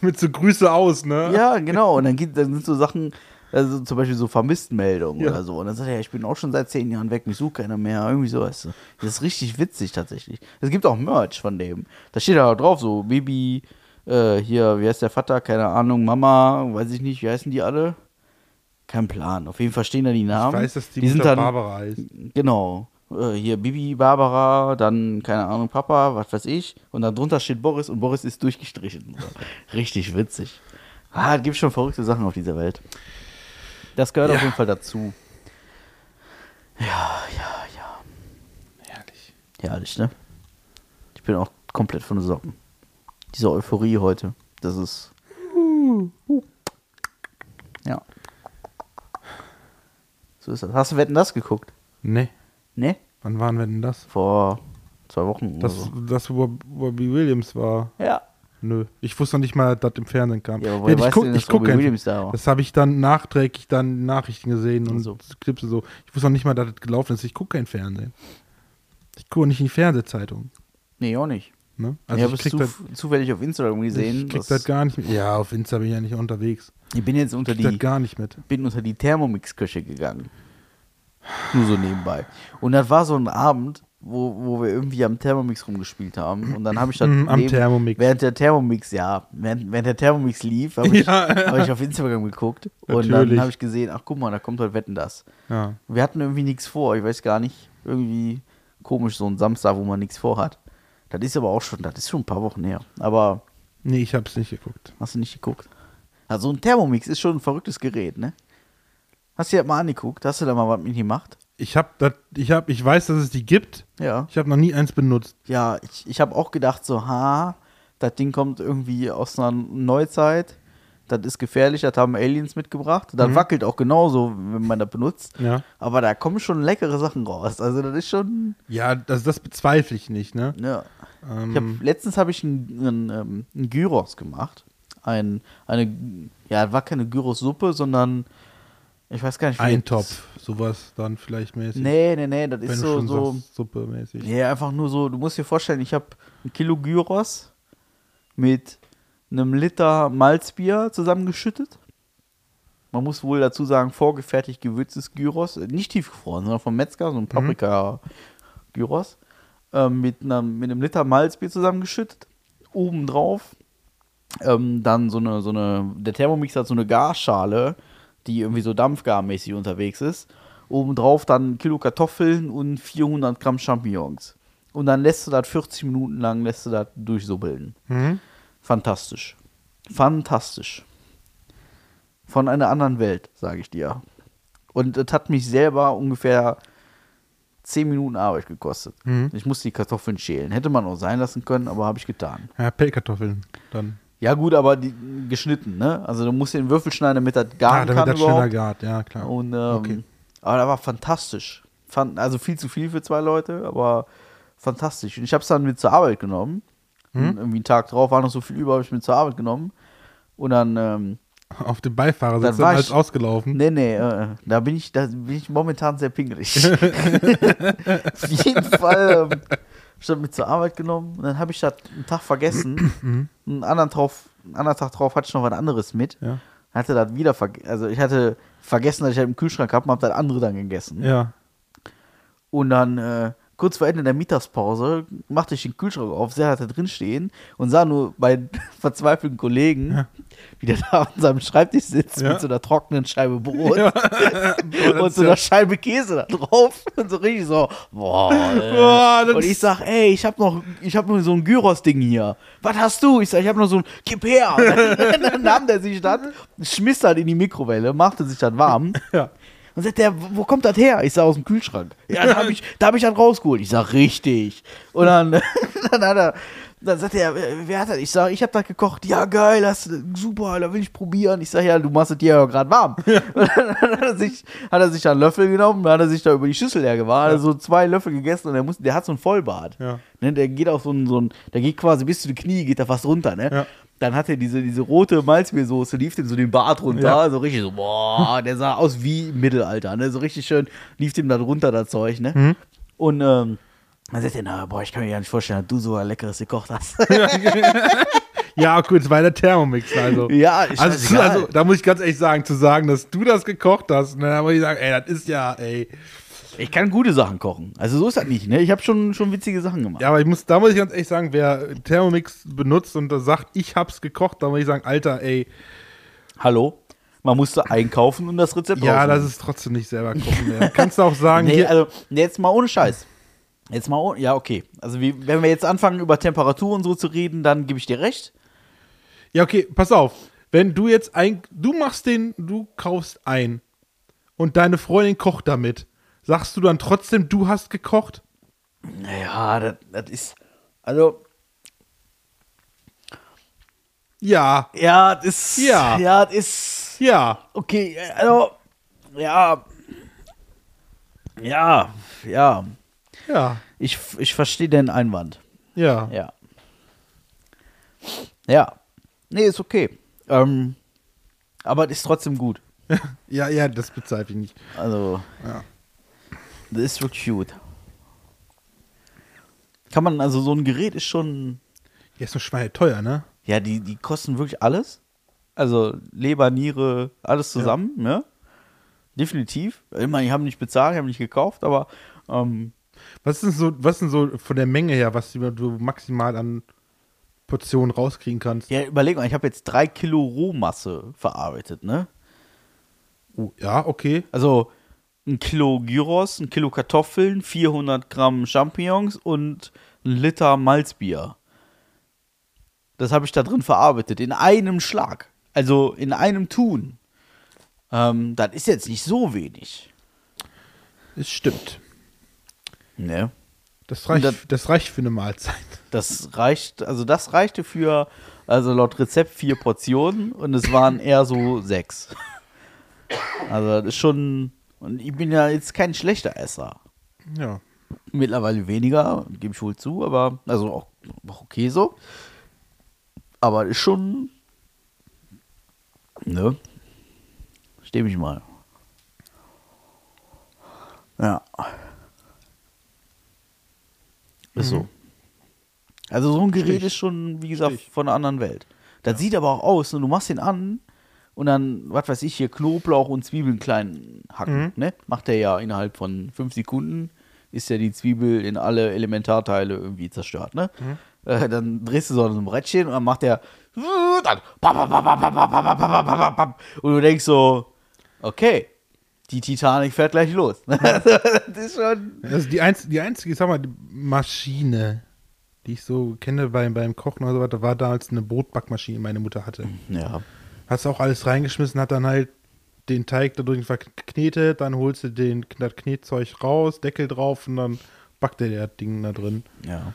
[SPEAKER 2] Mit so Grüße aus, ne?
[SPEAKER 1] Ja, genau. Und dann, gibt, dann sind so Sachen, also zum Beispiel so Vermisstenmeldungen
[SPEAKER 2] Ja.
[SPEAKER 1] oder so. Und dann sagt er, ja, ich bin auch schon seit zehn Jahren weg, mich sucht keiner mehr. Irgendwie so. Weißt du. Das ist richtig witzig tatsächlich. Es gibt auch Merch von dem. Da steht da drauf so, Baby, äh, hier, wie heißt der Vater? Keine Ahnung, Mama, weiß ich nicht, wie heißen die alle? Kein Plan. Auf jeden Fall stehen da die Namen.
[SPEAKER 2] Ich weiß, dass die,
[SPEAKER 1] sind
[SPEAKER 2] Mutter
[SPEAKER 1] dann,
[SPEAKER 2] Barbara heißt.
[SPEAKER 1] Genau. Äh, Hier Bibi, Barbara, dann, keine Ahnung, Papa, was weiß ich. Und dann drunter steht Boris und Boris ist durchgestrichen. Richtig witzig. Ah, es gibt schon verrückte Sachen auf dieser Welt. Das gehört auf jeden Fall dazu. Ja, ja, ja.
[SPEAKER 2] Herrlich.
[SPEAKER 1] Herrlich, ne? Ich bin auch komplett von den Socken. Diese Euphorie heute, das ist. Ja. So ist das. Hast du Wetten das geguckt?
[SPEAKER 2] Nee.
[SPEAKER 1] Ne?
[SPEAKER 2] Wann waren wir denn das?
[SPEAKER 1] Vor zwei Wochen
[SPEAKER 2] Das,
[SPEAKER 1] oder so.
[SPEAKER 2] das wo Robbie Williams war.
[SPEAKER 1] Ja.
[SPEAKER 2] Nö. Ich wusste noch nicht mal, dass das im Fernsehen kam.
[SPEAKER 1] Ja, aber woher weißt du denn, dass Robbie
[SPEAKER 2] einfach.
[SPEAKER 1] Williams da war? Also.
[SPEAKER 2] Das habe ich dann nachträglich dann Nachrichten gesehen und
[SPEAKER 1] so.
[SPEAKER 2] Clips und so. Ich wusste noch nicht mal, dass das gelaufen ist. Ich gucke kein Fernsehen. Ich gucke nicht in die Fernsehzeitung.
[SPEAKER 1] Nee, auch nicht.
[SPEAKER 2] Ne?
[SPEAKER 1] Also ich
[SPEAKER 2] Also
[SPEAKER 1] habe
[SPEAKER 2] ich
[SPEAKER 1] es
[SPEAKER 2] krieg
[SPEAKER 1] zuf
[SPEAKER 2] das,
[SPEAKER 1] zufällig auf Instagram gesehen.
[SPEAKER 2] ich krieg
[SPEAKER 1] dass-
[SPEAKER 2] das gar nicht mit. Ja, auf Insta bin ich ja nicht unterwegs.
[SPEAKER 1] ich bin jetzt unter
[SPEAKER 2] Ich krieg
[SPEAKER 1] die,
[SPEAKER 2] das gar nicht mit.
[SPEAKER 1] bin unter die Thermomix-Küche gegangen. Nur so nebenbei. Und das war so ein Abend, wo, wo wir irgendwie am Thermomix rumgespielt haben. Und dann habe ich dann
[SPEAKER 2] Mhm, am Thermomix.
[SPEAKER 1] während der Thermomix, ja, während, während der Thermomix lief, habe ich,
[SPEAKER 2] Ja.
[SPEAKER 1] hab ich auf Instagram geguckt. Und dann
[SPEAKER 2] Natürlich.
[SPEAKER 1] habe ich gesehen, ach guck mal, da kommt heute Wetten das.
[SPEAKER 2] Ja.
[SPEAKER 1] Wir hatten irgendwie nichts vor, ich weiß gar nicht. Irgendwie komisch, so ein Samstag, wo man nichts vorhat. Das ist aber auch schon, das ist schon ein paar Wochen her. Aber
[SPEAKER 2] Nee, ich hab's nicht geguckt.
[SPEAKER 1] hast du nicht geguckt. Also ein Thermomix ist schon ein verrücktes Gerät, ne? Hast du dir das mal angeguckt? Hast du da mal was mit gemacht?
[SPEAKER 2] Ich hab das, ich hab, ich weiß, dass es die gibt.
[SPEAKER 1] Ja.
[SPEAKER 2] Ich habe noch nie eins benutzt.
[SPEAKER 1] Ja, ich, ich habe auch gedacht, so, ha, das Ding kommt irgendwie aus einer Neuzeit. Das ist gefährlich, das haben Aliens mitgebracht. Das wackelt auch genauso, wenn man das benutzt.
[SPEAKER 2] Ja.
[SPEAKER 1] Aber da kommen schon leckere Sachen raus. Also das ist schon.
[SPEAKER 2] Ja, das, das bezweifle ich nicht, ne?
[SPEAKER 1] Ja.
[SPEAKER 2] Ähm.
[SPEAKER 1] ich hab, letztens habe ich einen ein, ein Gyros gemacht. Ein, eine, ja, war keine Gyros-Suppe, sondern ich weiß gar nicht, wie das-
[SPEAKER 2] Eintopf, sowas dann vielleicht mäßig.
[SPEAKER 1] Nee, nee, nee, das
[SPEAKER 2] wenn
[SPEAKER 1] ist
[SPEAKER 2] du
[SPEAKER 1] so.
[SPEAKER 2] schon
[SPEAKER 1] so
[SPEAKER 2] sagst, Suppe mäßig.
[SPEAKER 1] nee, einfach nur so. Du musst dir vorstellen, ich habe ein Kilo Gyros mit einem Liter Malzbier zusammengeschüttet. Man muss wohl dazu sagen, vorgefertigt gewürztes Gyros, äh, nicht tiefgefroren, sondern vom Metzger, so ein Paprika-Gyros, ähm, mit, einer- mit einem Liter Malzbier zusammengeschüttet. Obendrauf ähm, dann so eine, so eine, der Thermomix hat so eine Garschale, die irgendwie so dampfgarmäßig unterwegs ist. Obendrauf dann ein Kilo Kartoffeln und 400 Gramm Champignons. Und dann lässt du das 40 Minuten lang, lässt du das durchsubbeln.
[SPEAKER 2] Mhm.
[SPEAKER 1] Fantastisch. Fantastisch. Von einer anderen Welt, sage ich dir. Und das hat mich selber ungefähr 10 Minuten Arbeit gekostet. Ich musste die Kartoffeln schälen. Hätte man auch sein lassen können, aber habe ich getan.
[SPEAKER 2] Ja, Pellkartoffeln dann.
[SPEAKER 1] Ja, gut, aber die, geschnitten, ne? Also du musst den Würfel schneiden, damit das
[SPEAKER 2] Ah,
[SPEAKER 1] garen
[SPEAKER 2] damit
[SPEAKER 1] kann
[SPEAKER 2] das schneller
[SPEAKER 1] überhaupt.
[SPEAKER 2] gart, ja klar.
[SPEAKER 1] Und, ähm,
[SPEAKER 2] okay.
[SPEAKER 1] Aber da war fantastisch. Fand, also viel zu viel für zwei Leute, aber fantastisch. Und ich habe es dann mit zur Arbeit genommen.
[SPEAKER 2] Hm?
[SPEAKER 1] Und irgendwie einen Tag drauf war noch so viel über, habe ich mit zur Arbeit genommen. Und dann, ähm,
[SPEAKER 2] Auf dem Beifahrersitz
[SPEAKER 1] Dann war
[SPEAKER 2] dann als
[SPEAKER 1] ich-
[SPEAKER 2] ausgelaufen.
[SPEAKER 1] nee, nee, äh, da bin ich, da bin ich momentan sehr pingelig. Auf jeden Fall ähm, hab ich das mit zur Arbeit genommen. Und dann habe ich das einen Tag vergessen. einen, anderen drauf, einen anderen Tag drauf hatte ich noch was anderes mit.
[SPEAKER 2] Hm? Ja.
[SPEAKER 1] Hatte das wieder vergessen. Also ich hatte vergessen, dass ich das im Kühlschrank habe und habe das andere dann gegessen.
[SPEAKER 2] Ja.
[SPEAKER 1] Und dann äh, kurz vor Ende der Mittagspause machte ich den Kühlschrank auf, sehr hatte drin stehen und sah nur bei verzweifelten Kollegen, wie der da an seinem Schreibtisch sitzt
[SPEAKER 2] Ja.
[SPEAKER 1] mit so einer trockenen Scheibe Brot
[SPEAKER 2] Ja.
[SPEAKER 1] und so einer Scheibe Käse da drauf und so richtig so, boah. Ey.
[SPEAKER 2] Boah, das
[SPEAKER 1] und ich sag, ey, ich hab noch, ich hab nur so ein Gyros-Ding hier. Was hast du? Ich sag, ich hab noch so ein, gib her. Und dann nahm der sich das, schmiss das in die Mikrowelle, machte sich das warm.
[SPEAKER 2] Ja.
[SPEAKER 1] Und sagt der, wo kommt das her? Ich sag, aus dem Kühlschrank. Ja, da habe ich, da hab ich dann rausgeholt. Ich sag, richtig. Und dann, dann hat er, dann sagt er, wer wer hat das? Ich sag, ich habe das gekocht. Ja, geil, das super, da will ich probieren. Ich sag, ja, du machst es dir ja gerade warm. Und dann hat er sich, hat er sich da einen Löffel genommen, dann hat er sich da über die Schüssel hergewahren, hat er so zwei Löffel gegessen und der, muss, der hat so einen Vollbart.
[SPEAKER 2] Ja.
[SPEAKER 1] Ne, der geht auch so ein, so ein, der geht quasi bis zu den Knie, geht da fast runter, ne?
[SPEAKER 2] Ja.
[SPEAKER 1] Dann hat er diese, diese rote Malzmeersoße, lief dem so den Bart runter, so richtig so, boah, der sah aus wie im Mittelalter, ne? So richtig schön, lief dem dann runter, das Zeug, ne?
[SPEAKER 2] Mhm.
[SPEAKER 1] Und ähm, dann sagt er, na, boah, ich kann mir ja nicht vorstellen, dass du so ein leckeres gekocht hast.
[SPEAKER 2] Ja, gut, war der Thermomix also.
[SPEAKER 1] Ja, ist
[SPEAKER 2] also,
[SPEAKER 1] scheißegal.
[SPEAKER 2] also, da muss ich ganz ehrlich sagen, zu sagen, dass du das gekocht hast, ne, da muss ich sagen, ey, das ist ja, ey.
[SPEAKER 1] ich kann gute Sachen kochen. Also so ist das nicht, ne? Ich habe schon, schon witzige Sachen gemacht.
[SPEAKER 2] Ja, aber ich muss, da muss ich ganz ehrlich sagen, wer Thermomix benutzt und da sagt, ich hab's gekocht, da muss ich sagen, Alter, ey,
[SPEAKER 1] Hallo? Man musste einkaufen und das Rezept
[SPEAKER 2] ja,
[SPEAKER 1] raussuchen.
[SPEAKER 2] das ist trotzdem nicht selber kochen. Mehr. Kannst du auch sagen,
[SPEAKER 1] Nee,
[SPEAKER 2] hier,
[SPEAKER 1] also nee, jetzt mal ohne Scheiß. Jetzt mal ohne, ja, okay. Also wie, wenn wir jetzt anfangen, über Temperatur und so zu reden, dann gebe ich dir recht.
[SPEAKER 2] ja, okay, pass auf. Wenn du jetzt ein, du machst den, du kaufst ein und deine Freundin kocht damit, sagst du dann trotzdem, du hast gekocht?
[SPEAKER 1] Naja, das, das ist, also,
[SPEAKER 2] Ja,
[SPEAKER 1] ja, das ist,
[SPEAKER 2] Ja.
[SPEAKER 1] ja, das ist,
[SPEAKER 2] ja.
[SPEAKER 1] okay, also, ja, ja, ja,
[SPEAKER 2] Ja,
[SPEAKER 1] ich, ich verstehe den Einwand,
[SPEAKER 2] ja.
[SPEAKER 1] ja. Ja, nee, ist okay, ähm, aber das ist trotzdem gut,
[SPEAKER 2] Ja, ja, das bezweifle ich nicht.
[SPEAKER 1] also,
[SPEAKER 2] Ja.
[SPEAKER 1] das ist so cute. Kann man, also so ein Gerät ist schon,
[SPEAKER 2] Ja, ist doch Schweine teuer, ne?
[SPEAKER 1] Ja, die, die kosten wirklich alles. Also Leber, Niere, alles zusammen, ne? Definitiv. Ich meine, die haben nicht bezahlt, die haben nicht gekauft, aber ähm,
[SPEAKER 2] Was ist denn so, was denn so von der Menge her, was du du maximal an Portionen rauskriegen kannst?
[SPEAKER 1] ja, überleg mal, ich habe jetzt drei Kilo Rohmasse verarbeitet, ne?
[SPEAKER 2] Oh, ja, okay.
[SPEAKER 1] Also ein Kilo Gyros, ein Kilo Kartoffeln, 400 Gramm Champignons und ein Liter Malzbier. Das habe ich da drin verarbeitet, in einem Schlag. Also in einem Tun. Ähm, das ist jetzt nicht so wenig.
[SPEAKER 2] Es stimmt.
[SPEAKER 1] Ne?
[SPEAKER 2] Das reicht,
[SPEAKER 1] Das-
[SPEAKER 2] das reicht für eine Mahlzeit.
[SPEAKER 1] Das reicht, also das reichte für, also laut Rezept vier Portionen und es waren eher so sechs. Also das ist schon, und ich bin ja jetzt kein schlechter Esser.
[SPEAKER 2] Ja.
[SPEAKER 1] Mittlerweile weniger, gebe ich wohl zu, aber, also auch, auch okay so. Aber ist schon, ne? Steh mich mal. Ja. Ist so. Also so ein Gerät ist schon, wie gesagt, von einer anderen Welt. Das sieht aber auch aus, ne? du machst den an und dann, was weiß ich, hier Knoblauch und Zwiebeln klein hacken. Ne? Macht der ja innerhalb von fünf Sekunden, ist ja die Zwiebel in alle Elementarteile irgendwie zerstört. Ne? Äh, dann drehst du so an so ein Brettchen und dann macht der dann bap, bap, bap, bap, bap, bap, bap, bap, bap, bap, bap. und du denkst so, okay, die Titanic fährt gleich los. das ist schon,
[SPEAKER 2] Also die, einz die einzige, ich sag mal, die Maschine, die ich so kenne beim, beim Kochen oder so weiter, war damals eine Brotbackmaschine, die meine Mutter hatte.
[SPEAKER 1] ja,
[SPEAKER 2] Hast auch alles reingeschmissen, hat dann halt den Teig dadurch verknetet, dann holst du den, das Knetzeug raus, Deckel drauf und dann backt er das Ding da drin.
[SPEAKER 1] Ja.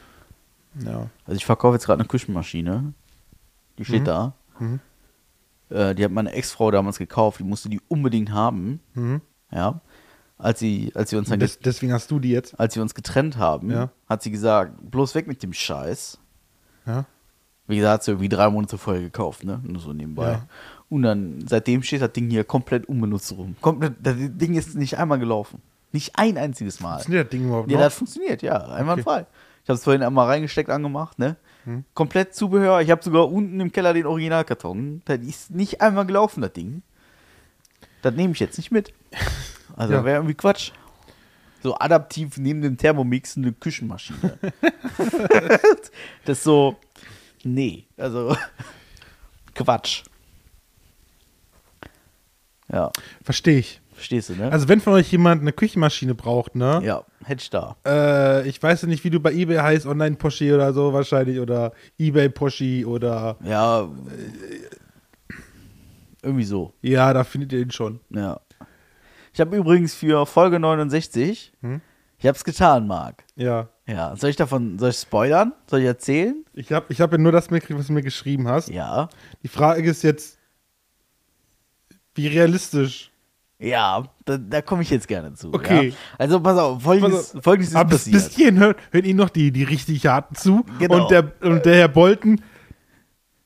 [SPEAKER 2] Ja.
[SPEAKER 1] Also ich verkaufe jetzt gerade eine Küchenmaschine. Die
[SPEAKER 2] Mhm.
[SPEAKER 1] steht da. Äh, die hat meine Ex-Frau damals gekauft. Die musste die unbedingt haben.
[SPEAKER 2] Mhm.
[SPEAKER 1] Ja. Als sie, als sie uns dann
[SPEAKER 2] Des, deswegen hast du die jetzt.
[SPEAKER 1] als wir uns getrennt haben,
[SPEAKER 2] Ja.
[SPEAKER 1] hat sie gesagt, bloß weg mit dem Scheiß.
[SPEAKER 2] Ja.
[SPEAKER 1] Wie gesagt, hat sie irgendwie drei Monate vorher gekauft, ne? Nur so nebenbei.
[SPEAKER 2] Ja.
[SPEAKER 1] Und dann, seitdem steht das Ding hier komplett unbenutzt rum. Komplett, das Ding ist nicht einmal gelaufen. Nicht ein einziges Mal.
[SPEAKER 2] Ist denn das Ding überhaupt
[SPEAKER 1] Ja,
[SPEAKER 2] noch?
[SPEAKER 1] das funktioniert, ja. Einwandfrei. Ich habe es vorhin einmal reingesteckt, angemacht, ne? Komplett Zubehör. Ich habe sogar unten im Keller den Originalkarton. Das ist nicht einmal gelaufen, das Ding. Das nehme ich jetzt nicht mit. Also
[SPEAKER 2] Ja.
[SPEAKER 1] wäre irgendwie Quatsch. So adaptiv neben dem Thermomix eine Küchenmaschine. das ist so. Nee, also Quatsch. Ja,
[SPEAKER 2] Verstehe ich.
[SPEAKER 1] verstehst du, ne?
[SPEAKER 2] Also wenn von euch jemand eine Küchenmaschine braucht, ne?
[SPEAKER 1] ja, hätte ich da.
[SPEAKER 2] Äh, ich weiß ja nicht, wie du bei eBay heißt, online Poshi oder so wahrscheinlich oder eBay Poshi oder
[SPEAKER 1] Ja. äh, Irgendwie so,
[SPEAKER 2] ja, da findet ihr ihn schon.
[SPEAKER 1] ja. Ich habe übrigens für Folge 69,
[SPEAKER 2] Hm?
[SPEAKER 1] ich habe es getan, Marc.
[SPEAKER 2] Ja.
[SPEAKER 1] Ja, soll ich davon, soll ich spoilern? Soll ich erzählen?
[SPEAKER 2] Ich habe ich hab ja nur das mitgekriegt, was du mir geschrieben hast.
[SPEAKER 1] Ja.
[SPEAKER 2] Die Frage ist jetzt, wie realistisch?
[SPEAKER 1] Ja, da, da komme ich jetzt gerne zu.
[SPEAKER 2] Okay.
[SPEAKER 1] Ja. Also pass auf, folgendes,
[SPEAKER 2] Pass auf.
[SPEAKER 1] folgendes ist
[SPEAKER 2] Also, Aber bis,
[SPEAKER 1] passiert.
[SPEAKER 2] bis hierhin hören, hören Ihnen noch die, die richtig harten zu.
[SPEAKER 1] Genau.
[SPEAKER 2] Und, der, und der Herr Bolton,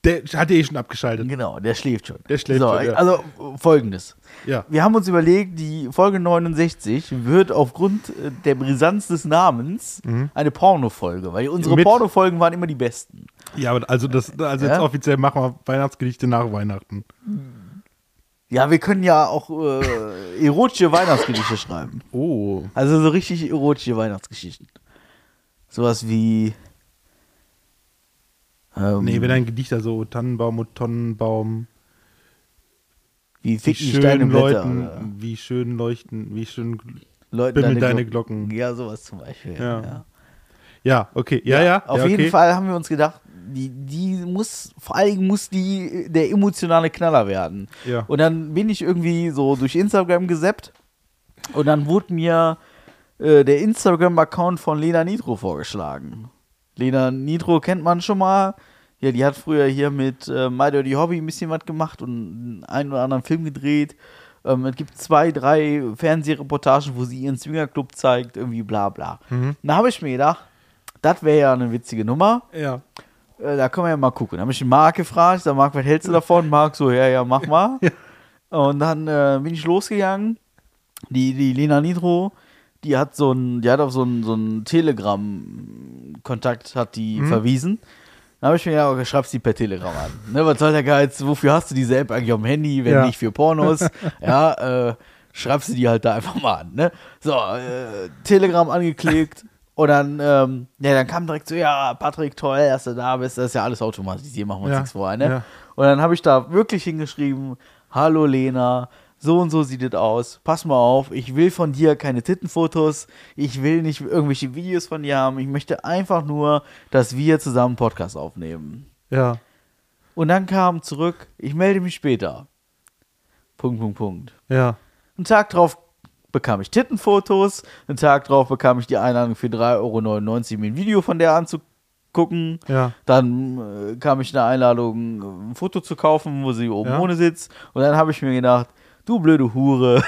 [SPEAKER 2] der hat ja eh schon abgeschaltet.
[SPEAKER 1] Genau, der schläft schon.
[SPEAKER 2] Der schläft schon, ja.
[SPEAKER 1] Also äh, folgendes.
[SPEAKER 2] Ja.
[SPEAKER 1] Wir haben uns überlegt, die Folge 69 wird aufgrund äh, der Brisanz des Namens eine Pornofolge, weil unsere
[SPEAKER 2] Mhm. Mit-
[SPEAKER 1] Pornofolgen waren immer die besten.
[SPEAKER 2] Ja, aber also, das, also jetzt
[SPEAKER 1] Ja?
[SPEAKER 2] offiziell machen wir Weihnachtsgedichte nach Weihnachten.
[SPEAKER 1] Ja, wir können ja auch äh, erotische Weihnachtsgeschichte schreiben.
[SPEAKER 2] Oh.
[SPEAKER 1] Also so richtig erotische Weihnachtsgeschichten. Sowas wie. Ähm,
[SPEAKER 2] Nee, wenn ein Gedichter so Tannenbaum und Tonnenbaum,
[SPEAKER 1] wie
[SPEAKER 2] wie
[SPEAKER 1] ficken die Steine
[SPEAKER 2] schön
[SPEAKER 1] im
[SPEAKER 2] Leuten,
[SPEAKER 1] Blätter.
[SPEAKER 2] wie schön leuchten, wie schön. gl-
[SPEAKER 1] Leuten
[SPEAKER 2] bimmeln deine Glocken.
[SPEAKER 1] Ja, sowas zum Beispiel.
[SPEAKER 2] Ja.
[SPEAKER 1] ja.
[SPEAKER 2] Ja, okay. Ja, ja.
[SPEAKER 1] Auf
[SPEAKER 2] ja, okay.
[SPEAKER 1] jeden Fall haben wir uns gedacht, die, die muss, vor allem muss die der emotionale Knaller werden.
[SPEAKER 2] Ja.
[SPEAKER 1] Und dann bin ich irgendwie so durch Instagram gesappt und dann wurde mir äh, der Instagram-Account von Lena Nitro vorgeschlagen. Lena Nitro kennt man schon mal. Ja, die hat früher hier mit äh, My Dirty Hobby ein bisschen was gemacht und einen oder anderen Film gedreht. Ähm, es gibt zwei, drei Fernsehreportagen, wo sie ihren Swingerclub zeigt, irgendwie bla bla. Da habe ich mir gedacht, das wäre ja eine witzige Nummer.
[SPEAKER 2] Ja.
[SPEAKER 1] Äh, da können wir ja mal gucken. Da habe ich den Marc gefragt. Ich sag, Marc, was hältst du davon? Marc so, ja, ja, mach mal. Und dann äh, bin ich losgegangen. Die, die Lena Nitro, die hat so ein, die hat auf so einen so einen Telegram-Kontakt hat die verwiesen. Da habe ich mir gedacht, okay, schreibst die per Telegram an. Ne, was soll der Geiz? Wofür hast du diese App eigentlich auf dem Handy, wenn
[SPEAKER 2] Ja.
[SPEAKER 1] nicht für Pornos? ja, äh, schreibst du die halt da einfach mal an. Ne? So, äh, Telegram angeklickt. Und dann, ähm, ja, dann kam direkt so, ja, Patrick, toll, dass du da bist, das ist ja alles automatisiert, machen wir uns
[SPEAKER 2] Ja,
[SPEAKER 1] nichts vor. Ne?
[SPEAKER 2] ja.
[SPEAKER 1] Und dann habe ich da wirklich hingeschrieben, hallo Lena, so und so sieht es aus, pass mal auf, ich will von dir keine Tittenfotos, ich will nicht irgendwelche Videos von dir haben, ich möchte einfach nur, dass wir zusammen einen Podcast aufnehmen.
[SPEAKER 2] Ja.
[SPEAKER 1] Und dann kam zurück, ich melde mich später. Punkt, Punkt, Punkt.
[SPEAKER 2] Ja.
[SPEAKER 1] Einen Tag drauf bekam ich Tittenfotos, einen Tag drauf bekam ich die Einladung für 3,99 Euro, mir ein Video von der anzugucken.
[SPEAKER 2] Ja.
[SPEAKER 1] Dann äh, kam ich eine Einladung, ein Foto zu kaufen, wo sie oben
[SPEAKER 2] Ja.
[SPEAKER 1] ohne sitzt. Und dann habe ich mir gedacht, du blöde Hure,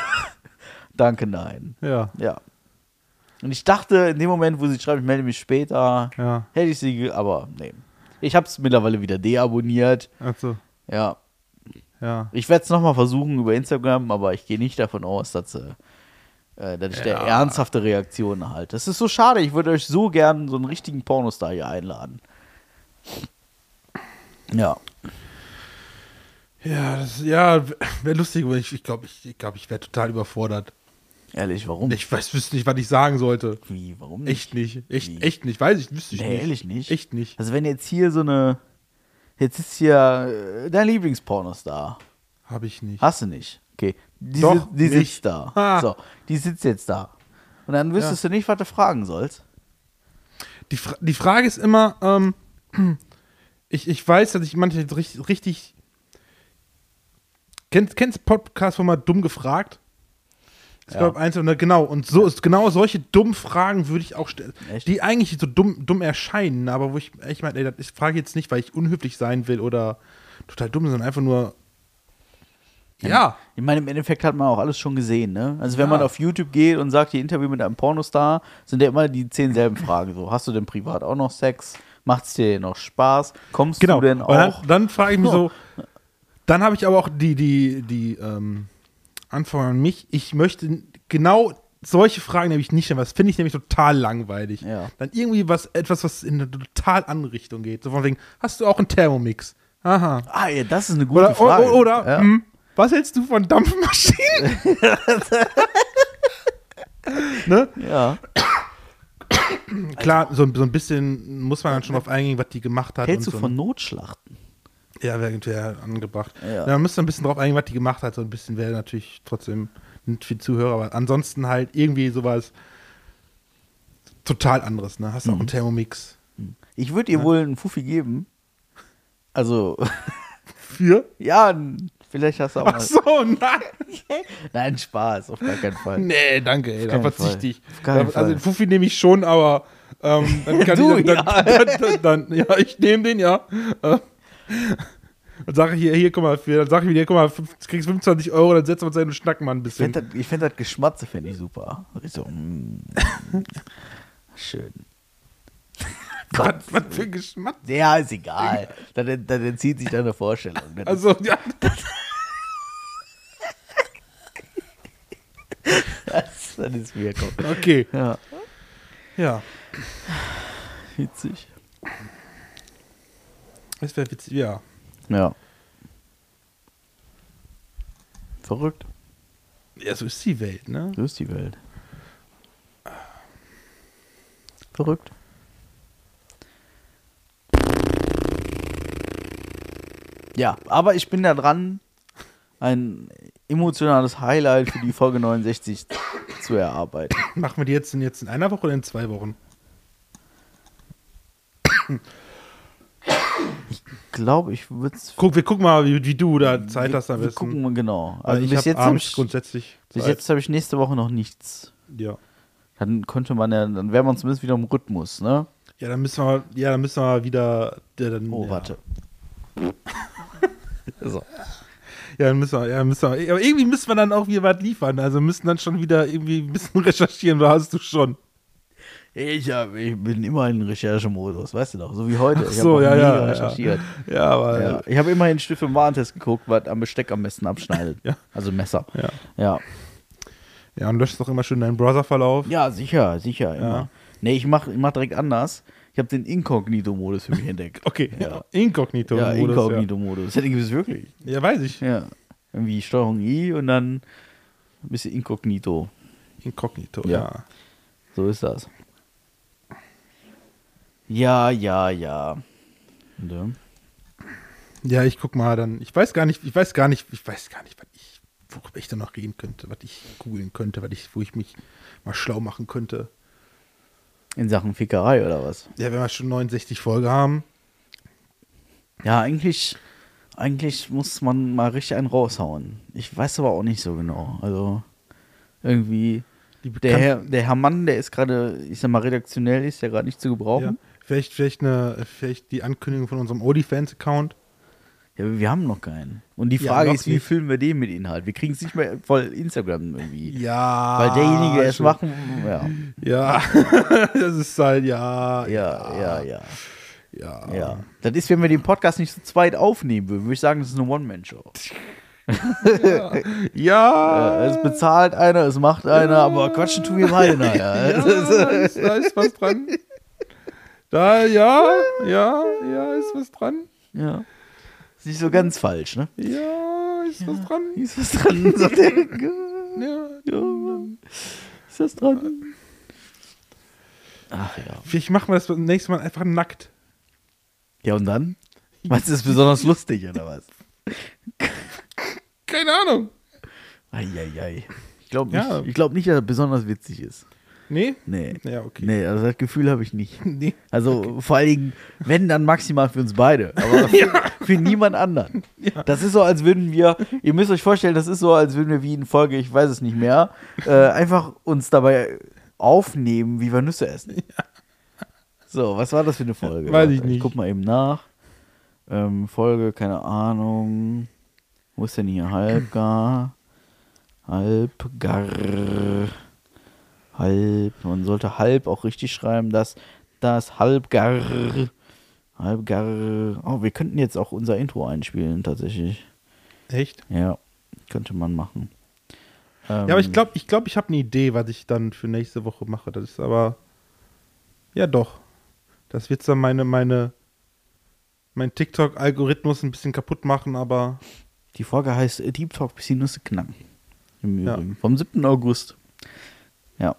[SPEAKER 1] danke, nein.
[SPEAKER 2] Ja.
[SPEAKER 1] Ja. Und ich dachte, in dem Moment, wo sie schreibt, ich melde mich später,
[SPEAKER 2] Ja.
[SPEAKER 1] hätte ich sie, ge- aber nee. Ich habe es mittlerweile wieder deabonniert.
[SPEAKER 2] Also,
[SPEAKER 1] Ja.
[SPEAKER 2] ja.
[SPEAKER 1] Ich werde es nochmal versuchen über Instagram, aber ich gehe nicht davon aus, dass, äh, äh, dass ich da ernsthafte Reaktionen erhalte. Das ist so schade. Ich würde euch so gern so einen richtigen Pornostar hier einladen. Ja.
[SPEAKER 2] Ja, das, ja, wäre lustig, aber ich glaube, ich, ich, glaub, ich wäre total überfordert.
[SPEAKER 1] Ehrlich, warum?
[SPEAKER 2] Ich weiß, wüsste nicht, was ich sagen sollte.
[SPEAKER 1] Wie, warum nicht?
[SPEAKER 2] Echt nicht. Echt,
[SPEAKER 1] Wie?
[SPEAKER 2] echt nicht. Weiß ich, wüsste ich
[SPEAKER 1] Nee,
[SPEAKER 2] nicht.
[SPEAKER 1] ehrlich nicht.
[SPEAKER 2] Echt nicht.
[SPEAKER 1] Also wenn jetzt hier so eine, jetzt ist hier äh, dein Lieblingspornostar.
[SPEAKER 2] Habe ich nicht.
[SPEAKER 1] Hast du nicht. Okay. Die,
[SPEAKER 2] Doch,
[SPEAKER 1] sit- die
[SPEAKER 2] nicht.
[SPEAKER 1] sitzt da.
[SPEAKER 2] Ha.
[SPEAKER 1] So, die sitzt jetzt da. Und dann wüsstest du nicht, was du fragen sollst.
[SPEAKER 2] Die, Fra die Frage ist immer, ähm, ich, ich weiß, dass ich manche richtig, richtig Kennst kennst Podcast-Format dumm gefragt? Ich glaube, eins oder genau. Und so ist genau solche dummen Fragen würde ich auch stellen,
[SPEAKER 1] Echt?
[SPEAKER 2] die eigentlich so dumm, dumm erscheinen, aber wo ich echt meine, ey, das- ich frage jetzt nicht, weil ich unhöflich sein will oder total dumm, sondern einfach nur. Ja,
[SPEAKER 1] Ich meine, im Endeffekt hat man auch alles schon gesehen, ne? Also wenn
[SPEAKER 2] Ja.
[SPEAKER 1] man auf YouTube geht und sagt, die Interview mit einem Pornostar, sind ja immer die zehn selben Fragen. So, hast du denn privat auch noch Sex? Macht's dir noch Spaß? Kommst
[SPEAKER 2] genau.
[SPEAKER 1] du denn
[SPEAKER 2] Und dann
[SPEAKER 1] auch?
[SPEAKER 2] dann frage ich mich so. Dann habe ich aber auch die, die, die ähm, Antwort an mich. Ich möchte genau solche Fragen nämlich nicht haben. Das finde ich nämlich total langweilig.
[SPEAKER 1] Ja.
[SPEAKER 2] Dann irgendwie was, etwas, was in eine total andere Richtung geht. So von wegen, hast du auch einen Thermomix? Aha.
[SPEAKER 1] ah, ja, das ist eine gute
[SPEAKER 2] Oder,
[SPEAKER 1] Frage.
[SPEAKER 2] oder, oder
[SPEAKER 1] ja.
[SPEAKER 2] hm, was hältst du von Dampfmaschinen? ne?
[SPEAKER 1] ja.
[SPEAKER 2] Klar, so, ein- so ein bisschen muss man dann schon auf eingehen, was die gemacht hat.
[SPEAKER 1] Hältst du
[SPEAKER 2] und so,
[SPEAKER 1] von Notschlachten?
[SPEAKER 2] Ja, wäre wäre angebracht.
[SPEAKER 1] Ja.
[SPEAKER 2] Man müsste ein bisschen drauf eingehen, was die gemacht hat. So ein bisschen wäre natürlich trotzdem nicht viel Zuhörer, aber ansonsten halt irgendwie sowas total anderes. Ne? Hast du auch einen
[SPEAKER 1] Mhm.
[SPEAKER 2] Thermomix?
[SPEAKER 1] Ich würde ihr wohl einen Fuffi geben. Also,
[SPEAKER 2] Für?
[SPEAKER 1] ja, n- vielleicht hast du auch
[SPEAKER 2] Ach
[SPEAKER 1] mal.
[SPEAKER 2] so, nein.
[SPEAKER 1] Nein, Spaß, auf gar keinen Fall.
[SPEAKER 2] Nee, danke, ey. Da
[SPEAKER 1] keinen
[SPEAKER 2] verzichte ich.
[SPEAKER 1] Fall. Auf keinen
[SPEAKER 2] Da- Also den
[SPEAKER 1] Fall.
[SPEAKER 2] Fuffi nehme ich schon, aber ähm, dann kann
[SPEAKER 1] Du,
[SPEAKER 2] ich dann,
[SPEAKER 1] ja.
[SPEAKER 2] Dann, dann, dann, dann, ja, ich nehme den, ja. Äh, Dann sage ich hier, hier, guck mal, für, dann sage ich mir, hier, guck mal, fünf- du kriegst 25 Euro, dann setzen wir uns hin und schnacken mal ein
[SPEAKER 1] Ich
[SPEAKER 2] bisschen.
[SPEAKER 1] fände das, ich fänd das Geschmatze fände ich super. So, mm, schön.
[SPEAKER 2] Was, was für ein Geschmack.
[SPEAKER 1] Ja, ist egal. Dann, ent- dann entzieht sich deine Vorstellung. Das ist-
[SPEAKER 2] Also, ja.
[SPEAKER 1] das, das ist mir kom-
[SPEAKER 2] Okay.
[SPEAKER 1] Ja,
[SPEAKER 2] Ja.
[SPEAKER 1] witzig.
[SPEAKER 2] Das wäre witzig, ja.
[SPEAKER 1] Ja. Verrückt.
[SPEAKER 2] Ja, so ist die Welt, ne?
[SPEAKER 1] So ist die Welt. Verrückt. Ja, aber ich bin da dran, ein emotionales Highlight für die Folge 69 zu erarbeiten.
[SPEAKER 2] Machen wir die jetzt in, jetzt in einer Woche oder in zwei Wochen?
[SPEAKER 1] Ich glaube, ich würde es.
[SPEAKER 2] Guck, wir gucken mal, wie, wie du da Zeit hast am
[SPEAKER 1] wir
[SPEAKER 2] besten.
[SPEAKER 1] gucken mal genau.
[SPEAKER 2] Weil
[SPEAKER 1] Also
[SPEAKER 2] ich
[SPEAKER 1] bis
[SPEAKER 2] hab
[SPEAKER 1] jetzt habe
[SPEAKER 2] abends
[SPEAKER 1] ich,
[SPEAKER 2] grundsätzlich
[SPEAKER 1] bis
[SPEAKER 2] Zeit.
[SPEAKER 1] jetzt hab ich nächste Woche noch nichts.
[SPEAKER 2] Ja.
[SPEAKER 1] Dann könnte man ja, dann wäre man zumindest wieder im Rhythmus, ne?
[SPEAKER 2] Ja, dann müssen wir, ja, dann müssen wir wieder. Ja, dann,
[SPEAKER 1] Oh,
[SPEAKER 2] ja.
[SPEAKER 1] warte. so.
[SPEAKER 2] Ja, dann müssen wir, ja, dann müssen wir. Aber irgendwie müssen wir dann auch wieder was liefern. Also müssen dann schon wieder irgendwie ein bisschen recherchieren, da hast du schon.
[SPEAKER 1] Ich, hab, ich bin immer in Recherchemodus, weißt du doch, so wie heute.
[SPEAKER 2] Ach
[SPEAKER 1] ich hab
[SPEAKER 2] so,
[SPEAKER 1] auch
[SPEAKER 2] ja,
[SPEAKER 1] mega
[SPEAKER 2] ja,
[SPEAKER 1] recherchiert.
[SPEAKER 2] ja. Ja, aber.
[SPEAKER 1] Ja. Ich habe immerhin Stift und Warentest geguckt, was am Besteck am besten abschneidet.
[SPEAKER 2] Ja.
[SPEAKER 1] Also Messer.
[SPEAKER 2] Ja.
[SPEAKER 1] ja.
[SPEAKER 2] Ja, und löscht doch immer schön deinen Browserverlauf.
[SPEAKER 1] Ja, sicher, sicher. Immer.
[SPEAKER 2] Ja.
[SPEAKER 1] Nee, ich mach, ich mach direkt anders. Ich habe den Inkognito-Modus für mich entdeckt.
[SPEAKER 2] Okay,
[SPEAKER 1] Ja.
[SPEAKER 2] Inkognito.
[SPEAKER 1] Ja,
[SPEAKER 2] Modus,
[SPEAKER 1] Inkognito-Modus. Ja. Den gibt es wirklich.
[SPEAKER 2] Ja. ja, weiß ich.
[SPEAKER 1] Ja. Irgendwie Steuerung I und dann ein bisschen Inkognito.
[SPEAKER 2] Inkognito,
[SPEAKER 1] Ja.
[SPEAKER 2] ja.
[SPEAKER 1] So ist das. Ja, ja, ja. Und, ähm,
[SPEAKER 2] Ja, ich guck mal dann. Ich weiß gar nicht, ich weiß gar nicht, ich weiß gar nicht, was ich, worüber ich da noch reden könnte, was ich googeln könnte, was ich, wo ich mich mal schlau machen könnte.
[SPEAKER 1] In Sachen Fickerei oder was?
[SPEAKER 2] Ja, wenn wir schon 69 Folge haben.
[SPEAKER 1] Ja, eigentlich, eigentlich muss man mal richtig einen raushauen. Ich weiß aber auch nicht so genau. Also irgendwie.
[SPEAKER 2] Die
[SPEAKER 1] Der
[SPEAKER 2] Bekan-
[SPEAKER 1] Herr, der Herr Mann, der ist gerade, ich sag mal, redaktionell ist ja gerade nicht zu
[SPEAKER 2] ja,
[SPEAKER 1] gebrauchen.
[SPEAKER 2] Hm? vielleicht, vielleicht, eine, vielleicht die Ankündigung von unserem OnlyFans-Account.
[SPEAKER 1] Ja. aber wir haben noch keinen. Und die
[SPEAKER 2] Ja,
[SPEAKER 1] Frage
[SPEAKER 2] noch
[SPEAKER 1] ist, wie
[SPEAKER 2] nicht.
[SPEAKER 1] füllen wir den mit Inhalt? Wir kriegen es nicht mehr voll Instagram irgendwie.
[SPEAKER 2] Ja.
[SPEAKER 1] Weil derjenige, der es
[SPEAKER 2] schon.
[SPEAKER 1] machen, ja,
[SPEAKER 2] Also, Ja, das ist halt, ja.
[SPEAKER 1] ja, ja, ja,
[SPEAKER 2] Ja.
[SPEAKER 1] ja, Das ist, wenn wir den Podcast nicht zu zweit aufnehmen würden, würde ich sagen, das ist eine One-Man-Show.
[SPEAKER 2] Ja.
[SPEAKER 1] Ja, es bezahlt einer, es macht einer, aber quatschen tun wir beide nachher.
[SPEAKER 2] Ja, da ist, da ist was dran. Da, ja, ja, ja, ist was dran.
[SPEAKER 1] Ja. Ist nicht so ganz falsch, ne?
[SPEAKER 2] Ja, ist was dran.
[SPEAKER 1] Ist was dran? Sagt er. Ja,
[SPEAKER 2] Ja.
[SPEAKER 1] Ist das dran? Ach ja.
[SPEAKER 2] Vielleicht machen wir das beim nächsten Mal einfach nackt.
[SPEAKER 1] Ja, und dann? Meinst du, das ist besonders lustig, oder was?
[SPEAKER 2] Keine Ahnung.
[SPEAKER 1] Eieiei. Ich glaube nicht,
[SPEAKER 2] Ja.
[SPEAKER 1] ich glaub nicht, dass das besonders witzig ist.
[SPEAKER 2] Nee?
[SPEAKER 1] Nee.
[SPEAKER 2] Ja, okay.
[SPEAKER 1] Nee, also das Gefühl habe ich nicht.
[SPEAKER 2] Nee.
[SPEAKER 1] Also vor allen Dingen, wenn, dann maximal für uns beide. Aber für, für niemand anderen. Das ist so, als würden wir, ihr müsst euch vorstellen, das ist so, als würden wir wie in Folge, ich weiß es nicht mehr, äh, einfach uns dabei aufnehmen, wie wir Nüsse essen. So, was war das für eine Folge?
[SPEAKER 2] Weiß
[SPEAKER 1] Warte,
[SPEAKER 2] ich
[SPEAKER 1] Ich
[SPEAKER 2] nicht.
[SPEAKER 1] guck mal eben nach. Ähm, Folge, keine Ahnung. Wo ist denn hier? Halbgar. Halbgar. Halb. Man sollte halb auch richtig schreiben. Das, das Halbgar. Halbgar. Oh, wir könnten jetzt auch unser Intro einspielen, tatsächlich.
[SPEAKER 2] Echt?
[SPEAKER 1] Ja, könnte man machen. Ähm,
[SPEAKER 2] Ja, aber ich glaube, ich, glaub, ich habe eine Idee, was ich dann für nächste Woche mache. Das ist aber. Ja, doch. Das wird dann meine, meine, mein TikTok-Algorithmus ein bisschen kaputt machen, aber
[SPEAKER 1] Die Folge heißt äh, Deep Talk, bis die Nüsse knacken. Im
[SPEAKER 2] Ja.
[SPEAKER 1] Übrigen. Vom 7. August. Ja,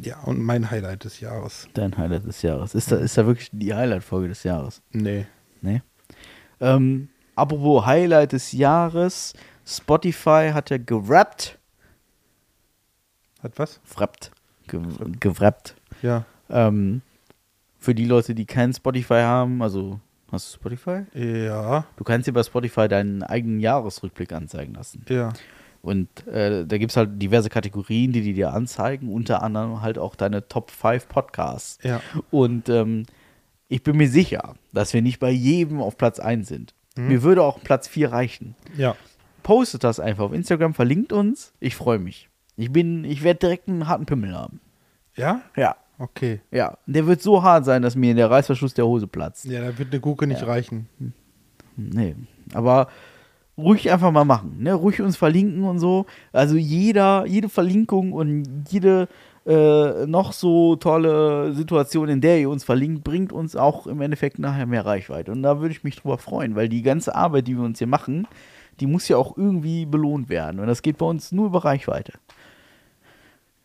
[SPEAKER 2] ja, und mein Highlight des Jahres.
[SPEAKER 1] dein Highlight des Jahres. Ist da, ist da wirklich die Highlight-Folge des Jahres?
[SPEAKER 2] Nee.
[SPEAKER 1] Nee. Ähm, apropos Highlight des Jahres. Spotify hat ja gerappt.
[SPEAKER 2] Hat was?
[SPEAKER 1] Frappt. Ge gerappt.
[SPEAKER 2] Ja.
[SPEAKER 1] Ähm, für die Leute, die kein Spotify haben, also hast du Spotify?
[SPEAKER 2] Ja.
[SPEAKER 1] Du kannst dir bei Spotify deinen eigenen Jahresrückblick anzeigen lassen.
[SPEAKER 2] Ja.
[SPEAKER 1] Und äh, da gibt es halt diverse Kategorien, die die dir anzeigen, unter anderem halt auch deine Top 5 Podcasts.
[SPEAKER 2] Ja.
[SPEAKER 1] Und ähm, ich bin mir sicher, dass wir nicht bei jedem auf Platz 1 sind. Mir würde auch Platz 4 reichen.
[SPEAKER 2] Ja.
[SPEAKER 1] Postet das einfach auf Instagram, verlinkt uns. Ich freue mich. Ich bin, ich werde direkt einen harten Pimmel haben.
[SPEAKER 2] Ja?
[SPEAKER 1] Ja.
[SPEAKER 2] Okay.
[SPEAKER 1] Ja. Und Der wird so hart sein, dass mir der Reißverschluss der Hose platzt.
[SPEAKER 2] Ja, da wird eine Gurke nicht reichen.
[SPEAKER 1] Nee, aber ruhig einfach mal machen, ne? Ruhig uns verlinken und so. Also jeder, jede Verlinkung und jede äh, noch so tolle Situation, in der ihr uns verlinkt, bringt uns auch im Endeffekt nachher mehr Reichweite. Und da würde ich mich drüber freuen, weil die ganze Arbeit, die wir uns hier machen, die muss ja auch irgendwie belohnt werden. Und das geht bei uns nur über Reichweite.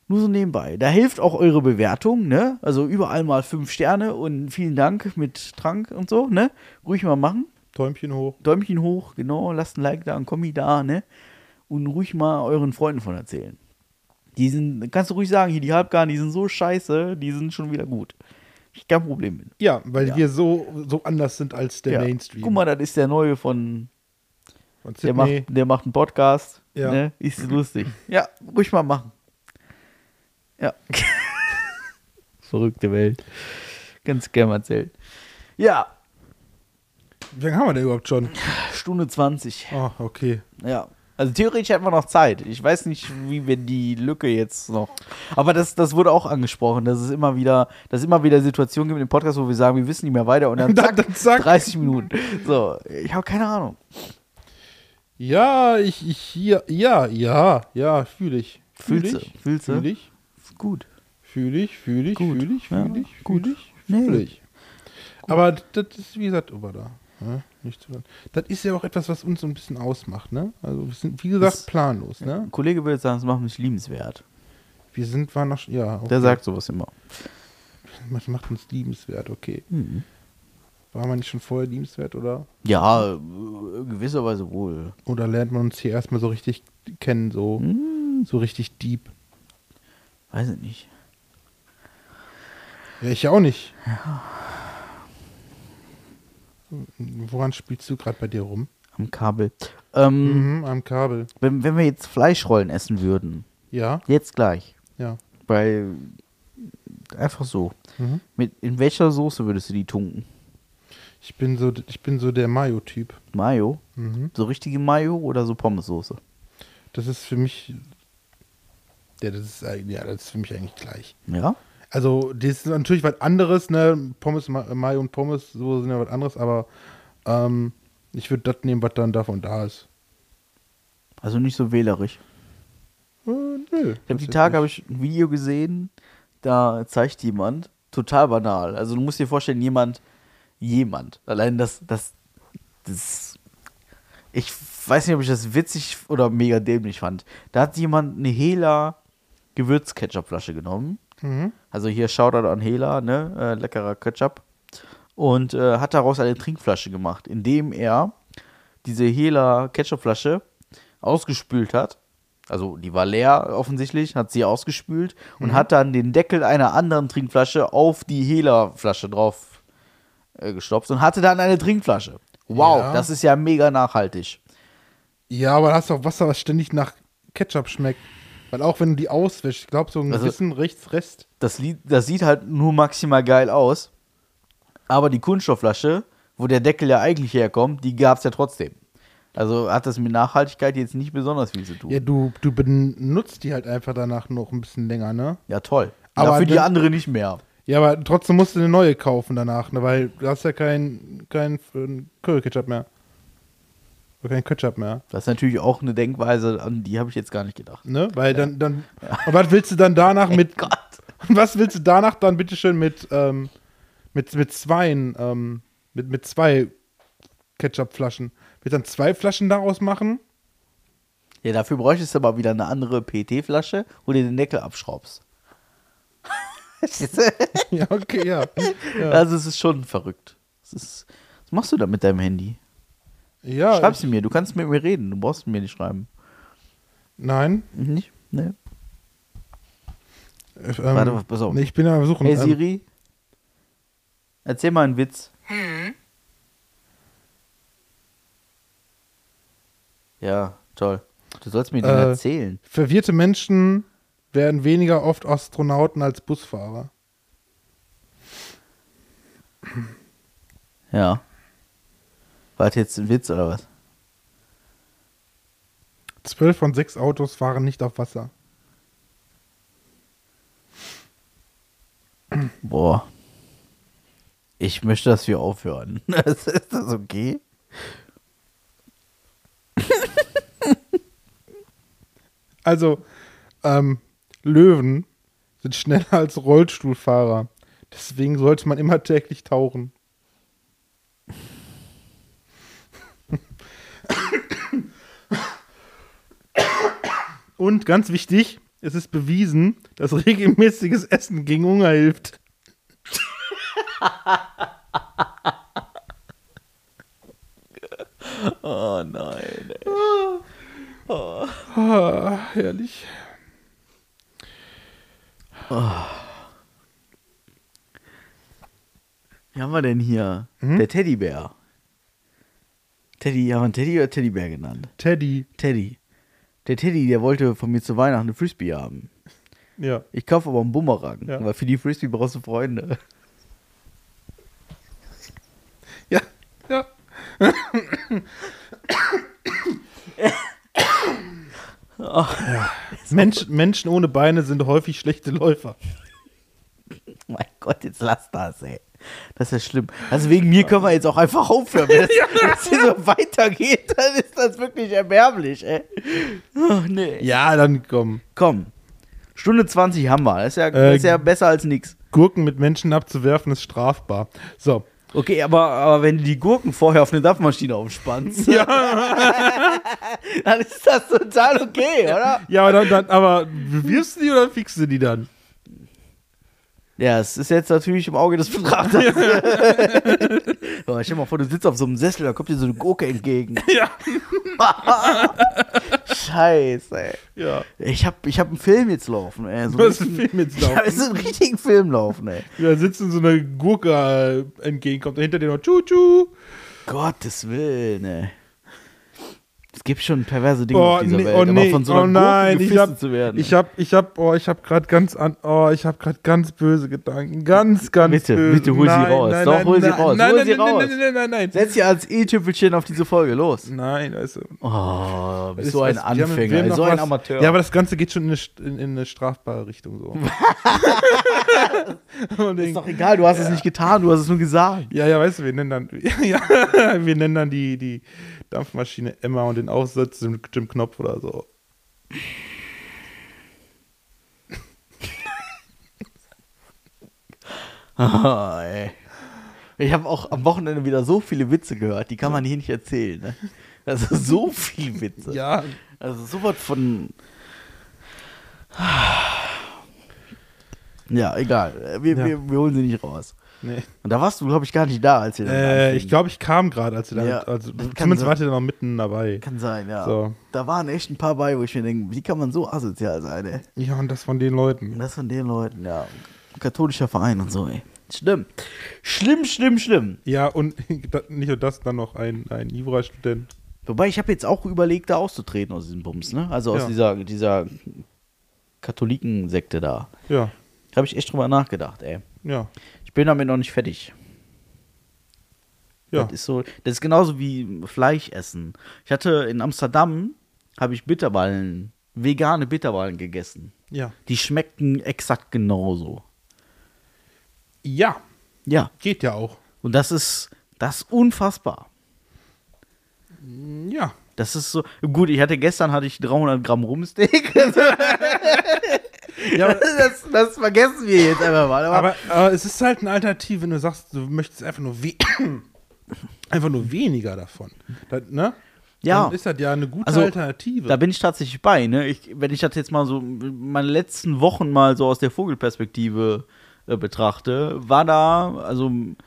[SPEAKER 1] Nur so nebenbei. Da hilft auch eure Bewertung, ne? Also überall mal fünf Sterne und vielen Dank mit Trank und so, ne? Ruhig mal machen.
[SPEAKER 2] Däumchen hoch.
[SPEAKER 1] Däumchen hoch, genau, lasst ein Like da, ein Kommi da, ne? Und ruhig mal euren Freunden von erzählen. Die sind, kannst du ruhig sagen, hier die Halbgarn, die sind so scheiße, die sind schon wieder gut. Ich kein Problem mit.
[SPEAKER 2] Ja, weil
[SPEAKER 1] Ja.
[SPEAKER 2] wir so, so anders sind als der
[SPEAKER 1] Ja.
[SPEAKER 2] Mainstream.
[SPEAKER 1] Guck mal, das ist der neue von,
[SPEAKER 2] Und
[SPEAKER 1] der
[SPEAKER 2] Sydney,
[SPEAKER 1] macht, der macht einen Podcast,
[SPEAKER 2] Ja.
[SPEAKER 1] ne? Ist lustig. Ja, ruhig mal machen. Ja. Verrückte Welt. Ganz gern erzählt. Ja,
[SPEAKER 2] wie lange haben wir denn überhaupt schon?
[SPEAKER 1] Stunde 20.
[SPEAKER 2] Oh, okay.
[SPEAKER 1] Ja. Also theoretisch hätten wir noch Zeit. Ich weiß nicht, wie wir die Lücke jetzt noch. Aber das, das wurde auch angesprochen, dass es immer wieder, dass es immer wieder Situationen gibt im Podcast, wo wir sagen, wir wissen nicht mehr weiter und dann
[SPEAKER 2] Dann-
[SPEAKER 1] zack,
[SPEAKER 2] dann zack.
[SPEAKER 1] 30 Minuten. So, ich habe keine Ahnung.
[SPEAKER 2] Ja, ich, ich, hier, ja, ja, ja, fühle ich. Fühle
[SPEAKER 1] Fühlst du?
[SPEAKER 2] ich,
[SPEAKER 1] Fühlst du?
[SPEAKER 2] fühle ich,
[SPEAKER 1] Gut.
[SPEAKER 2] fühle ich, fühle ich,
[SPEAKER 1] Gut.
[SPEAKER 2] fühle ich,
[SPEAKER 1] Ja,
[SPEAKER 2] fühle ich,
[SPEAKER 1] gut.
[SPEAKER 2] fühle ich,
[SPEAKER 1] Nee.
[SPEAKER 2] fühle ich. Aber das ist, wie gesagt, ober da. Ja, nicht zu lang. das ist ja auch etwas, was uns so ein bisschen ausmacht, ne? Also wir sind, wie gesagt,
[SPEAKER 1] Das-
[SPEAKER 2] planlos, ne?
[SPEAKER 1] Ein Kollege würde sagen, das macht mich liebenswert.
[SPEAKER 2] Wir sind, waren noch, ja, okay.
[SPEAKER 1] Der sagt sowas immer.
[SPEAKER 2] das macht uns liebenswert, okay.
[SPEAKER 1] Mhm.
[SPEAKER 2] War man nicht schon vorher liebenswert, oder?
[SPEAKER 1] Ja, äh, gewisserweise wohl.
[SPEAKER 2] Oder lernt man uns hier erstmal so richtig kennen, so, so richtig deep?
[SPEAKER 1] Weiß ich nicht.
[SPEAKER 2] Ja, ich auch nicht. Woran spielst du gerade bei dir rum?
[SPEAKER 1] Am Kabel. Ähm,
[SPEAKER 2] Mhm, am Kabel.
[SPEAKER 1] wenn, wenn wir jetzt Fleischrollen essen würden,
[SPEAKER 2] Ja,
[SPEAKER 1] jetzt gleich.
[SPEAKER 2] ja.
[SPEAKER 1] Bei einfach so.
[SPEAKER 2] Mhm.
[SPEAKER 1] Mit, in welcher Soße würdest du die tunken?
[SPEAKER 2] Ich bin so, ich bin so der Mayo-Typ.
[SPEAKER 1] Mayo?
[SPEAKER 2] Mhm.
[SPEAKER 1] So richtige Mayo oder so Pommessoße?
[SPEAKER 2] Das ist für mich. Ja das, ist, eig- ja, das ist für mich eigentlich gleich.
[SPEAKER 1] Ja?
[SPEAKER 2] Also, das ist natürlich was anderes, ne? Pommes, Ma- Mayo und Pommes, so sind ja was anderes, aber ähm, ich würde das nehmen, was dann davon da ist.
[SPEAKER 1] Also nicht so wählerisch.
[SPEAKER 2] Äh, nö.
[SPEAKER 1] Ich hab die Tage habe ich ein Video gesehen, da zeigt jemand, total banal. Also du musst dir vorstellen, jemand, jemand. Allein das, das, das. Ich weiß nicht, ob ich das witzig oder mega dämlich fand. Da hat jemand eine Hela Gewürzketchupflasche genommen.
[SPEAKER 2] Mhm.
[SPEAKER 1] Also hier Shoutout an Hela, ne? Äh, leckerer Ketchup. Und äh, hat daraus eine Trinkflasche gemacht, indem er diese Hela Ketchupflasche ausgespült hat. also die war leer offensichtlich, hat sie ausgespült und hat dann den Deckel einer anderen Trinkflasche auf die Hela-Flasche drauf äh, gestopft und hatte dann eine Trinkflasche. Wow,
[SPEAKER 2] Ja.
[SPEAKER 1] das ist ja mega nachhaltig.
[SPEAKER 2] Ja, aber da hast du auch Wasser, was ständig nach Ketchup schmeckt. Weil auch wenn du die auswischst, ich glaube, so einen
[SPEAKER 1] Also-
[SPEAKER 2] gewissen Rechtsrest.
[SPEAKER 1] Das, Lied, das sieht halt nur maximal geil aus, aber die Kunststoffflasche, wo der Deckel ja eigentlich herkommt, die gab es ja trotzdem. Also hat das mit Nachhaltigkeit jetzt nicht besonders viel zu tun.
[SPEAKER 2] Ja, du, du benutzt die halt einfach danach noch ein bisschen länger, ne?
[SPEAKER 1] Ja, toll.
[SPEAKER 2] Aber
[SPEAKER 1] Aber für die
[SPEAKER 2] dann-
[SPEAKER 1] andere nicht mehr.
[SPEAKER 2] Ja, aber trotzdem musst du eine neue kaufen danach, ne? Weil du hast ja keinen kein äh, Curry-Ketchup mehr. Oder kein Ketchup mehr.
[SPEAKER 1] Das ist natürlich auch eine Denkweise, an die habe ich jetzt gar nicht gedacht.
[SPEAKER 2] Ne? Weil dann, dann. Und was willst du dann danach mit.
[SPEAKER 1] Gott.
[SPEAKER 2] Und was willst du danach dann bitteschön mit, ähm, mit, mit zwei, ähm, mit, mit zwei Ketchupflaschen? Willst du dann zwei Flaschen daraus machen?
[SPEAKER 1] Ja, dafür bräuchtest du aber wieder eine andere PT-Flasche, wo du den Deckel abschraubst. Verstehst du?
[SPEAKER 2] Ja, okay, ja.
[SPEAKER 1] also es ist schon verrückt. Es ist, was machst du da mit deinem Handy?
[SPEAKER 2] ja
[SPEAKER 1] Schreib sie mir, du kannst mit mir reden, du brauchst mir nicht schreiben.
[SPEAKER 2] Nein.
[SPEAKER 1] Nicht? Ne?
[SPEAKER 2] Ähm,
[SPEAKER 1] Warte, pass auf.
[SPEAKER 2] nee, Ich bin am Versuchen.
[SPEAKER 1] Hey
[SPEAKER 2] ähm,
[SPEAKER 1] Siri, erzähl mal einen Witz. Hm? Ja, toll. Du sollst mir den
[SPEAKER 2] Äh,
[SPEAKER 1] erzählen.
[SPEAKER 2] Verwirrte Menschen werden weniger oft Astronauten als Busfahrer.
[SPEAKER 1] Ja. War das jetzt ein Witz oder was?
[SPEAKER 2] Zwölf von sechs Autos fahren nicht auf Wasser.
[SPEAKER 1] Boah. Ich möchte, dass wir aufhören. ist das okay?
[SPEAKER 2] Also, ähm, Löwen sind schneller als Rollstuhlfahrer. Deswegen sollte man immer täglich tauchen. Und ganz wichtig, es ist bewiesen, dass regelmäßiges Essen gegen Hunger hilft.
[SPEAKER 1] Oh nein.
[SPEAKER 2] Ah, herrlich.
[SPEAKER 1] Wie haben wir denn hier? Der Teddybär. Teddy, haben wir einen Teddy oder Teddybär genannt?
[SPEAKER 2] Teddy.
[SPEAKER 1] Teddy. Der Teddy, der wollte von mir zu Weihnachten eine Frisbee haben.
[SPEAKER 2] Ja.
[SPEAKER 1] Ich kaufe aber einen Bumerang,
[SPEAKER 2] Ja.
[SPEAKER 1] weil für die Frisbee brauchst du Freunde.
[SPEAKER 2] Ja. Ja. Ja. Mensch, Menschen ohne Beine sind häufig schlechte Läufer.
[SPEAKER 1] Mein Gott, jetzt lass das, ey. Das ist ja schlimm. Also wegen mir können wir jetzt auch einfach aufhören. Wenn das, wenn das hier so weitergeht, dann ist das wirklich erbärmlich, ey. Oh, nee.
[SPEAKER 2] Ja, dann komm.
[SPEAKER 1] Komm. Stunde 20 haben wir. Das ist ja,
[SPEAKER 2] Äh,
[SPEAKER 1] das ist ja besser als nix.
[SPEAKER 2] Gurken mit Menschen abzuwerfen ist strafbar. So.
[SPEAKER 1] Okay, aber, aber wenn du die Gurken vorher auf eine Dampfmaschine aufspannst, dann ist das total okay, oder?
[SPEAKER 2] Ja, aber, dann, dann, aber wirfst du die oder fixst du die dann?
[SPEAKER 1] Ja, es ist jetzt natürlich im Auge des Betrachters. aber stell dir mal vor, du sitzt auf so einem Sessel, da kommt dir so eine Gurke entgegen.
[SPEAKER 2] Ja.
[SPEAKER 1] Scheiße, ey.
[SPEAKER 2] Ja.
[SPEAKER 1] Ich hab, ich hab einen Film jetzt laufen, ey. So
[SPEAKER 2] Du hast
[SPEAKER 1] einen
[SPEAKER 2] einen Film jetzt
[SPEAKER 1] Ich hab
[SPEAKER 2] laufen.
[SPEAKER 1] jetzt einen richtigen Film laufen, ey.
[SPEAKER 2] Da sitzt und so eine Gurke äh, entgegenkommt und hinter dir noch Tschu-Tschu.
[SPEAKER 1] Gottes Willen, ey. Es gibt schon perverse Dinge
[SPEAKER 2] Oh,
[SPEAKER 1] auf dieser
[SPEAKER 2] nee,
[SPEAKER 1] Welt,
[SPEAKER 2] oh,
[SPEAKER 1] aber
[SPEAKER 2] nee,
[SPEAKER 1] von so
[SPEAKER 2] oh
[SPEAKER 1] einer
[SPEAKER 2] nein,
[SPEAKER 1] Gurke
[SPEAKER 2] ich hab,
[SPEAKER 1] gefissen zu werden.
[SPEAKER 2] ich hab, ich hab, oh, ich hab grad ganz an, oh, ich hab grad ganz böse Gedanken, ganz, ganz
[SPEAKER 1] Bitte,
[SPEAKER 2] böse.
[SPEAKER 1] bitte hol sie
[SPEAKER 2] nein,
[SPEAKER 1] raus.
[SPEAKER 2] nein,
[SPEAKER 1] Doch,
[SPEAKER 2] nein,
[SPEAKER 1] hol sie
[SPEAKER 2] nein,
[SPEAKER 1] raus,
[SPEAKER 2] nein,
[SPEAKER 1] hol
[SPEAKER 2] nein,
[SPEAKER 1] sie
[SPEAKER 2] nein,
[SPEAKER 1] raus.
[SPEAKER 2] Nein, nein, nein, nein, nein,
[SPEAKER 1] Setz dir als i-Tüpfelchen auf diese Folge, los.
[SPEAKER 2] nein, also,
[SPEAKER 1] Oh, bist
[SPEAKER 2] ist-
[SPEAKER 1] so ein
[SPEAKER 2] was- wir haben- wir
[SPEAKER 1] Anfänger,
[SPEAKER 2] haben
[SPEAKER 1] ey,
[SPEAKER 2] noch
[SPEAKER 1] so ein
[SPEAKER 2] was-
[SPEAKER 1] Amateur.
[SPEAKER 2] Ja, aber das Ganze geht schon in eine, st- in, in eine strafbare Richtung so. Und
[SPEAKER 1] ist
[SPEAKER 2] denk,
[SPEAKER 1] doch egal, du hast es nicht getan, du hast es nur gesagt.
[SPEAKER 2] ja, ja, weißt du, wir nennen dann, ja, wir nennen dann die, die Dampfmaschine Emma und den Aufsatz Jim, Jim Knopf oder so.
[SPEAKER 1] Ah, ey. Ich habe auch am Wochenende wieder so viele Witze gehört, die kann man hier nicht erzählen. Ne? Also so viel Witze.
[SPEAKER 2] Ja,
[SPEAKER 1] Also sowas von. Ja, egal. Wir,
[SPEAKER 2] Ja.
[SPEAKER 1] Wir, wir holen sie nicht raus.
[SPEAKER 2] Nee.
[SPEAKER 1] Und da warst du, glaube ich, gar nicht da, als wir dann
[SPEAKER 2] Äh, ich
[SPEAKER 1] anfingen.
[SPEAKER 2] glaube, ich kam gerade, als sie da.
[SPEAKER 1] Ja,
[SPEAKER 2] also,
[SPEAKER 1] das kann
[SPEAKER 2] zumindest
[SPEAKER 1] sein.
[SPEAKER 2] wart ihr noch mitten dabei.
[SPEAKER 1] Kann sein, ja.
[SPEAKER 2] So.
[SPEAKER 1] Da waren echt ein paar bei, wo ich mir denke, wie kann man so asozial sein, ey?
[SPEAKER 2] Ja, und das von den Leuten.
[SPEAKER 1] Und das von den Leuten, ja. Katholischer Verein und so, ey. Schlimm. Schlimm, schlimm, schlimm.
[SPEAKER 2] Ja, und da- nicht nur das, dann noch ein, ein Jura-Student.
[SPEAKER 1] Wobei ich habe jetzt auch überlegt, da auszutreten aus diesem Bums, ne? Also aus
[SPEAKER 2] Ja.
[SPEAKER 1] dieser, dieser Katholikensekte da.
[SPEAKER 2] Ja,
[SPEAKER 1] Habe ich echt drüber nachgedacht, ey.
[SPEAKER 2] ja,
[SPEAKER 1] Ich bin damit noch nicht fertig.
[SPEAKER 2] ja.
[SPEAKER 1] Das ist so, das ist genauso wie Fleisch essen. Ich hatte in Amsterdam habe ich Bitterballen, vegane Bitterballen gegessen.
[SPEAKER 2] Ja.
[SPEAKER 1] Die schmeckten exakt genauso.
[SPEAKER 2] Ja,
[SPEAKER 1] Ja,
[SPEAKER 2] geht ja auch.
[SPEAKER 1] und das ist das ist unfassbar.
[SPEAKER 2] Ja.
[SPEAKER 1] Das ist so gut. Ich hatte gestern hatte ich 300 Gramm Rumsteak.
[SPEAKER 2] Ja, aber-
[SPEAKER 1] das, das vergessen wir jetzt einfach mal. Aber,
[SPEAKER 2] Aber äh, es ist halt eine Alternative, wenn du sagst, du möchtest einfach nur, we einfach nur weniger davon. Das, ne?
[SPEAKER 1] Ja.
[SPEAKER 2] Dann ist das ja eine gute
[SPEAKER 1] Also,
[SPEAKER 2] Alternative.
[SPEAKER 1] da bin ich tatsächlich bei. Ne? Ich, wenn ich das jetzt mal so meine letzten Wochen mal so aus der Vogelperspektive äh, betrachte, war da also m,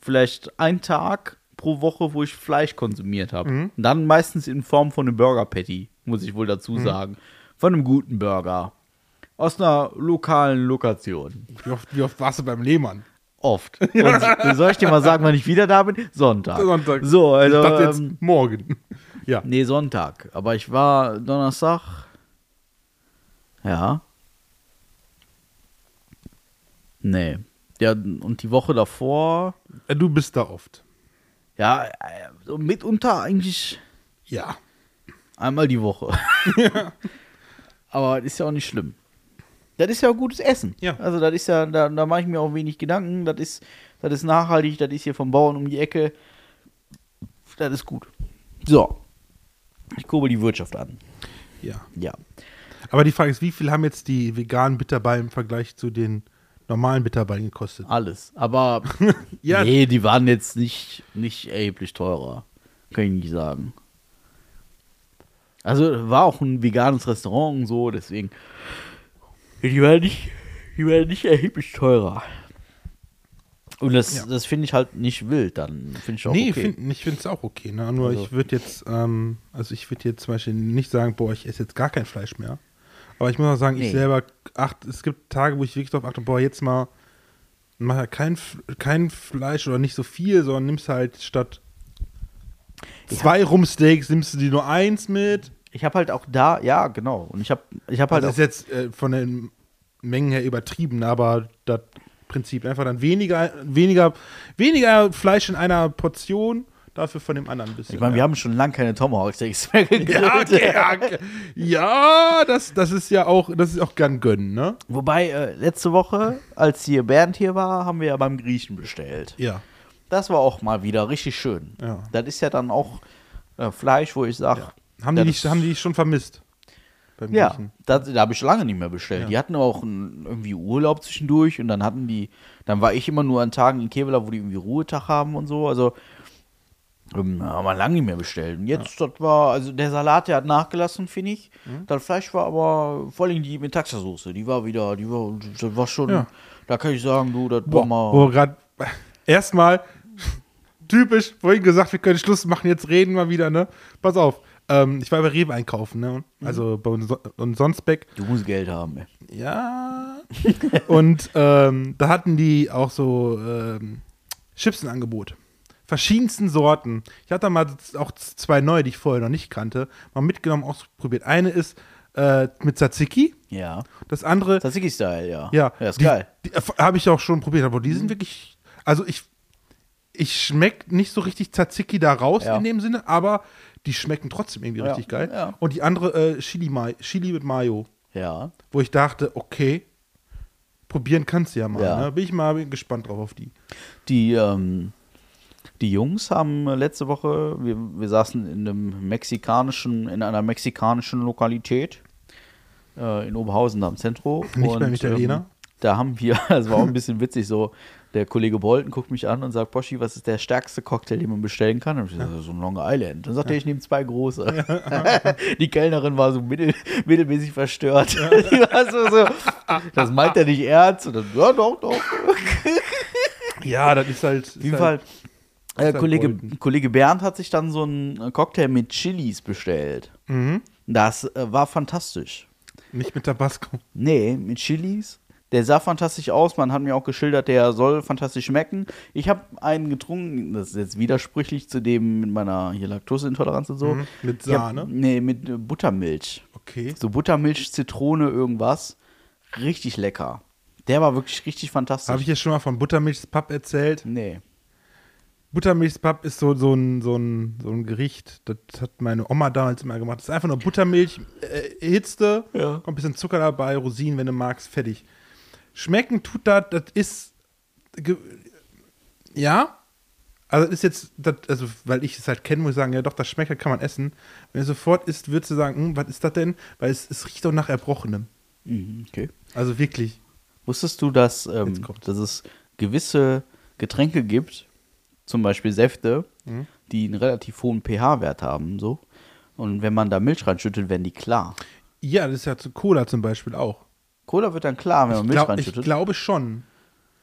[SPEAKER 1] vielleicht ein Tag pro Woche, wo ich Fleisch konsumiert habe. Und Dann meistens in Form von einem Burger Patty, muss ich wohl dazu sagen, von einem guten Burger aus einer lokalen Lokation.
[SPEAKER 2] wie, oft, wie oft warst du beim Lehmann?
[SPEAKER 1] Oft. Und soll ich dir mal sagen, wann ich wieder da bin? Sonntag.
[SPEAKER 2] Sonntag.
[SPEAKER 1] So, also.
[SPEAKER 2] ich dachte jetzt
[SPEAKER 1] ähm,
[SPEAKER 2] morgen. Ja.
[SPEAKER 1] Nee, Sonntag. Aber ich war Donnerstag. Ja. Nee. Ja, und die Woche davor.
[SPEAKER 2] Äh, Du bist da oft.
[SPEAKER 1] Ja, äh, so mitunter eigentlich
[SPEAKER 2] Ja.
[SPEAKER 1] einmal die Woche. Aber das ist ja auch nicht schlimm. Das ist ja auch gutes Essen.
[SPEAKER 2] Ja.
[SPEAKER 1] Also das ist ja, da, da mache ich mir auch wenig Gedanken. Das ist, das ist nachhaltig, das ist hier vom Bauern um die Ecke. Das ist gut. So. Ich kurbel die Wirtschaft an.
[SPEAKER 2] Ja.
[SPEAKER 1] Ja.
[SPEAKER 2] Aber die Frage ist, wie viel haben jetzt die veganen Bitterballen im Vergleich zu den normalen Bitterballen gekostet?
[SPEAKER 1] Alles. Aber
[SPEAKER 2] Ja.
[SPEAKER 1] nee, die waren jetzt nicht, nicht erheblich teurer. Kann ich nicht sagen. Also war auch ein veganes Restaurant und so, deswegen. Die waren nicht, die waren nicht erheblich teurer. Und das,
[SPEAKER 2] Ja.
[SPEAKER 1] das finde ich halt nicht wild, dann finde ich auch
[SPEAKER 2] nee,
[SPEAKER 1] okay.
[SPEAKER 2] find, ich finde es auch okay. Ne? Nur
[SPEAKER 1] Also-
[SPEAKER 2] ich würde jetzt, ähm, also ich würde jetzt zum Beispiel nicht sagen, boah, ich esse jetzt gar kein Fleisch mehr. Aber ich muss auch sagen,
[SPEAKER 1] Nee.
[SPEAKER 2] ich selber, acht, es gibt Tage, wo ich wirklich darauf achte, boah, jetzt mal, mach ja kein, F- kein Fleisch oder nicht so viel, sondern nimmst halt statt zwei Rumsteaks, nimmst du dir nur eins mit.
[SPEAKER 1] ich habe halt auch da, ja, genau. Und ich habe ich hab halt
[SPEAKER 2] Also
[SPEAKER 1] auch
[SPEAKER 2] das ist jetzt äh, von den Mengen her übertrieben, ne? aber das Prinzip einfach dann weniger, weniger, weniger Fleisch in einer Portion, dafür von dem anderen ein bisschen.
[SPEAKER 1] Ich meine,
[SPEAKER 2] mehr.
[SPEAKER 1] wir haben schon lange keine Tomahawk-Steaks mehr gegrillt.
[SPEAKER 2] Ja, okay, ja, okay. ja das, das ist ja auch, das ist auch gern gönnen, ne?
[SPEAKER 1] Wobei, äh, letzte Woche, als hier Bernd hier war, haben wir ja beim Griechen bestellt.
[SPEAKER 2] Ja.
[SPEAKER 1] Das war auch mal wieder richtig schön.
[SPEAKER 2] Ja.
[SPEAKER 1] Das ist ja dann auch äh, Fleisch, wo ich sage.
[SPEAKER 2] Haben, die nicht, haben die dich schon vermisst? Beim
[SPEAKER 1] Ja,
[SPEAKER 2] Griechen?
[SPEAKER 1] das, da habe ich lange nicht mehr bestellt. Die hatten auch einen, irgendwie Urlaub zwischendurch und dann hatten die, dann war ich immer nur an Tagen in Kevela, wo die irgendwie Ruhetag haben und so. Also ähm, haben wir lange nicht mehr bestellt. Und jetzt, das war, also der Salat, der hat nachgelassen, finde ich.
[SPEAKER 2] Mhm.
[SPEAKER 1] Das Fleisch war aber vor allem die Metaxa-Soße, die war wieder, die war, das war schon,
[SPEAKER 2] Ja.
[SPEAKER 1] da kann ich sagen, du, das war
[SPEAKER 2] Boah,
[SPEAKER 1] mal.
[SPEAKER 2] wo wir gerade erstmal typisch vorhin gesagt, wir können Schluss machen, jetzt reden wir wieder, ne? Pass auf. Ähm, ich war bei Rewe einkaufen, ne? Also bei uns und Sonsbeck.
[SPEAKER 1] Du musst Geld haben, ey.
[SPEAKER 2] Ja. und ähm, da hatten die auch so ähm, Chips im Angebot. Verschiedensten Sorten. Ich hatte mal z- auch z- zwei neue, die ich vorher noch nicht kannte, mal mitgenommen, ausprobiert. Eine ist äh, mit Tzatziki,
[SPEAKER 1] Ja.
[SPEAKER 2] das andere,
[SPEAKER 1] Tzatziki-Style, ja.
[SPEAKER 2] ja,
[SPEAKER 1] Ja, ist
[SPEAKER 2] die,
[SPEAKER 1] geil. Mhm.
[SPEAKER 2] Die habe ich auch schon probiert, aber die sind wirklich, also ich, ich schmeckt nicht so richtig Tzatziki da raus
[SPEAKER 1] Ja.
[SPEAKER 2] in dem Sinne, aber die schmecken trotzdem irgendwie
[SPEAKER 1] Ja,
[SPEAKER 2] richtig geil.
[SPEAKER 1] ja.
[SPEAKER 2] Und die andere äh, Chili, Ma Chili mit Mayo
[SPEAKER 1] Ja.
[SPEAKER 2] wo ich dachte, okay, probieren kannst du ja mal.
[SPEAKER 1] Ja.
[SPEAKER 2] Ne? Bin ich mal gespannt drauf auf die.
[SPEAKER 1] Die, ähm, die Jungs haben äh, letzte Woche, wir, wir saßen in einem mexikanischen, in einer mexikanischen Lokalität äh, in Oberhausen am Zentro.
[SPEAKER 2] Nicht beim Italiener?
[SPEAKER 1] Ähm, da haben wir, das war auch ein bisschen witzig, so der Kollege Bolton guckt mich an und sagt, Boschi, was ist der stärkste Cocktail, den man bestellen kann? Und ich sage, so ein Long Island. Dann sagt er, ich nehme zwei große. Die Kellnerin war so mittel, mittelmäßig verstört. Die war so, so, das meint er nicht ernst. Und dann, ja, doch, doch.
[SPEAKER 2] Ja, das ist halt.
[SPEAKER 1] Auf jeden Fall, äh,
[SPEAKER 2] halt
[SPEAKER 1] Kollege,
[SPEAKER 2] Golden.
[SPEAKER 1] Kollege Bernd hat sich dann so einen Cocktail mit Chilis bestellt.
[SPEAKER 2] Mhm.
[SPEAKER 1] Das äh, war fantastisch.
[SPEAKER 2] Nicht mit Tabasco.
[SPEAKER 1] Nee, mit Chilis. Der sah fantastisch aus. Man hat mir auch geschildert, der soll fantastisch schmecken. Ich habe einen getrunken, das ist jetzt widersprüchlich zu dem mit meiner hier Laktoseintoleranz und so.
[SPEAKER 2] Mhm, mit
[SPEAKER 1] Ich hab-
[SPEAKER 2] Sahne?
[SPEAKER 1] nee, mit äh, Buttermilch.
[SPEAKER 2] Okay.
[SPEAKER 1] So Buttermilch, Zitrone, irgendwas. Richtig lecker. Der war wirklich richtig fantastisch.
[SPEAKER 2] Habe ich ja schon mal von Buttermilchspap erzählt.
[SPEAKER 1] nee.
[SPEAKER 2] Buttermilchspap ist so, so, ein, so, ein, so ein Gericht, das hat meine Oma damals immer gemacht. Das ist einfach nur Buttermilch, äh, Hitze,
[SPEAKER 1] Ja.
[SPEAKER 2] kommt ein bisschen Zucker dabei, Rosinen, wenn du magst, fertig. Schmecken tut das, das ist. ge- Ja, also das ist jetzt, das, also weil ich es halt kenne, muss ich sagen, ja doch, das schmeckt, das kann man essen. Wenn du sofort isst, würdest du sagen, hm, was ist das denn? Weil es, es riecht auch nach Erbrochenem.
[SPEAKER 1] Mhm, okay.
[SPEAKER 2] Also wirklich.
[SPEAKER 1] Wusstest du, dass,
[SPEAKER 2] Jetzt
[SPEAKER 1] ähm,
[SPEAKER 2] kommt's.
[SPEAKER 1] dass es gewisse Getränke gibt, zum Beispiel Säfte,
[SPEAKER 2] Mhm.
[SPEAKER 1] die einen relativ hohen pH-Wert haben, so. Und wenn man da Milch reinschüttet, werden die klar.
[SPEAKER 2] Ja, das ist ja zu Cola zum Beispiel auch.
[SPEAKER 1] Cola wird dann klar, wenn man
[SPEAKER 2] Ich,
[SPEAKER 1] Milch
[SPEAKER 2] glaub, ich
[SPEAKER 1] reinschüttet.
[SPEAKER 2] glaube schon.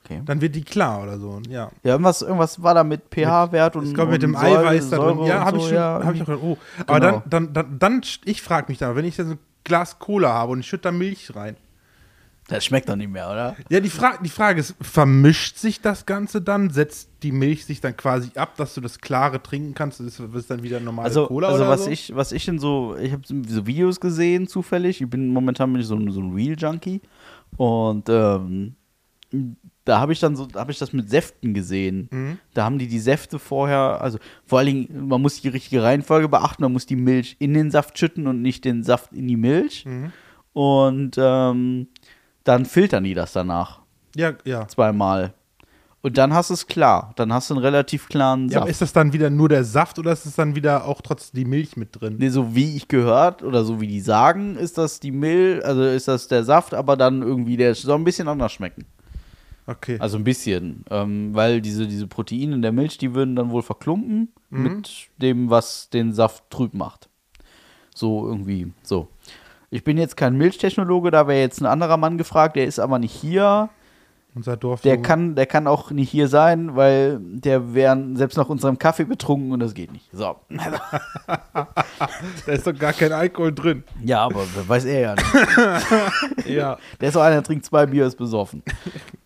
[SPEAKER 1] okay.
[SPEAKER 2] Dann wird die klar oder so, ja.
[SPEAKER 1] Ja, irgendwas, irgendwas war da mit pH-Wert und
[SPEAKER 2] Ich glaube, mit
[SPEAKER 1] und
[SPEAKER 2] dem
[SPEAKER 1] Säure-
[SPEAKER 2] Eiweiß da
[SPEAKER 1] Säure
[SPEAKER 2] drin. Ja,
[SPEAKER 1] und
[SPEAKER 2] habe
[SPEAKER 1] so,
[SPEAKER 2] ich schon.
[SPEAKER 1] ja.
[SPEAKER 2] hab ich auch gedacht, oh. Aber
[SPEAKER 1] Genau.
[SPEAKER 2] dann, dann, dann, dann ich frage mich da, wenn ich da so ein Glas Cola habe und ich schütte da Milch rein.
[SPEAKER 1] Das schmeckt doch nicht mehr, oder?
[SPEAKER 2] Ja, die, Fra die Frage ist, vermischt sich das Ganze dann? Setzt die Milch sich dann quasi ab, dass du das Klare trinken kannst? Das ist dann wieder normale
[SPEAKER 1] Also,
[SPEAKER 2] Cola
[SPEAKER 1] also
[SPEAKER 2] oder
[SPEAKER 1] was
[SPEAKER 2] so?
[SPEAKER 1] ich, was ich in so, ich habe so Videos gesehen zufällig. Ich bin momentan bin ich so, ein- so ein Real Junkie und ähm, da habe ich dann so, habe ich das mit Säften gesehen.
[SPEAKER 2] Mhm.
[SPEAKER 1] Da haben die die Säfte vorher, also vor allen Dingen, man muss die richtige Reihenfolge beachten. Man muss die Milch in den Saft schütten und nicht den Saft in die Milch.
[SPEAKER 2] Mhm.
[SPEAKER 1] Und ähm, dann filtern die das danach
[SPEAKER 2] Ja, ja.
[SPEAKER 1] zweimal. Und dann hast du es klar. Dann hast du einen relativ klaren
[SPEAKER 2] ja
[SPEAKER 1] Saft.
[SPEAKER 2] aber ist das dann wieder nur der Saft oder ist es dann wieder auch trotzdem die Milch mit drin?
[SPEAKER 1] Nee, so wie ich gehört oder so wie die sagen, ist das die Milch, also ist das der Saft, aber dann irgendwie der soll ein bisschen anders schmecken.
[SPEAKER 2] Okay.
[SPEAKER 1] Also ein bisschen, ähm, weil diese, diese Proteine in der Milch, die würden dann wohl verklumpen mit dem, was den Saft trüb macht. So irgendwie, so. Ich bin jetzt kein Milchtechnologe, da wäre jetzt ein anderer Mann gefragt, der ist aber nicht hier.
[SPEAKER 2] Unser Dorf.
[SPEAKER 1] Der kann, der kann auch nicht hier sein, weil der wäre selbst nach unserem Kaffee betrunken und das geht nicht. So.
[SPEAKER 2] Da ist doch gar kein Alkohol drin.
[SPEAKER 1] Ja, aber weiß er ja nicht.
[SPEAKER 2] ja.
[SPEAKER 1] Der ist so einer, der trinkt zwei Bier, ist besoffen.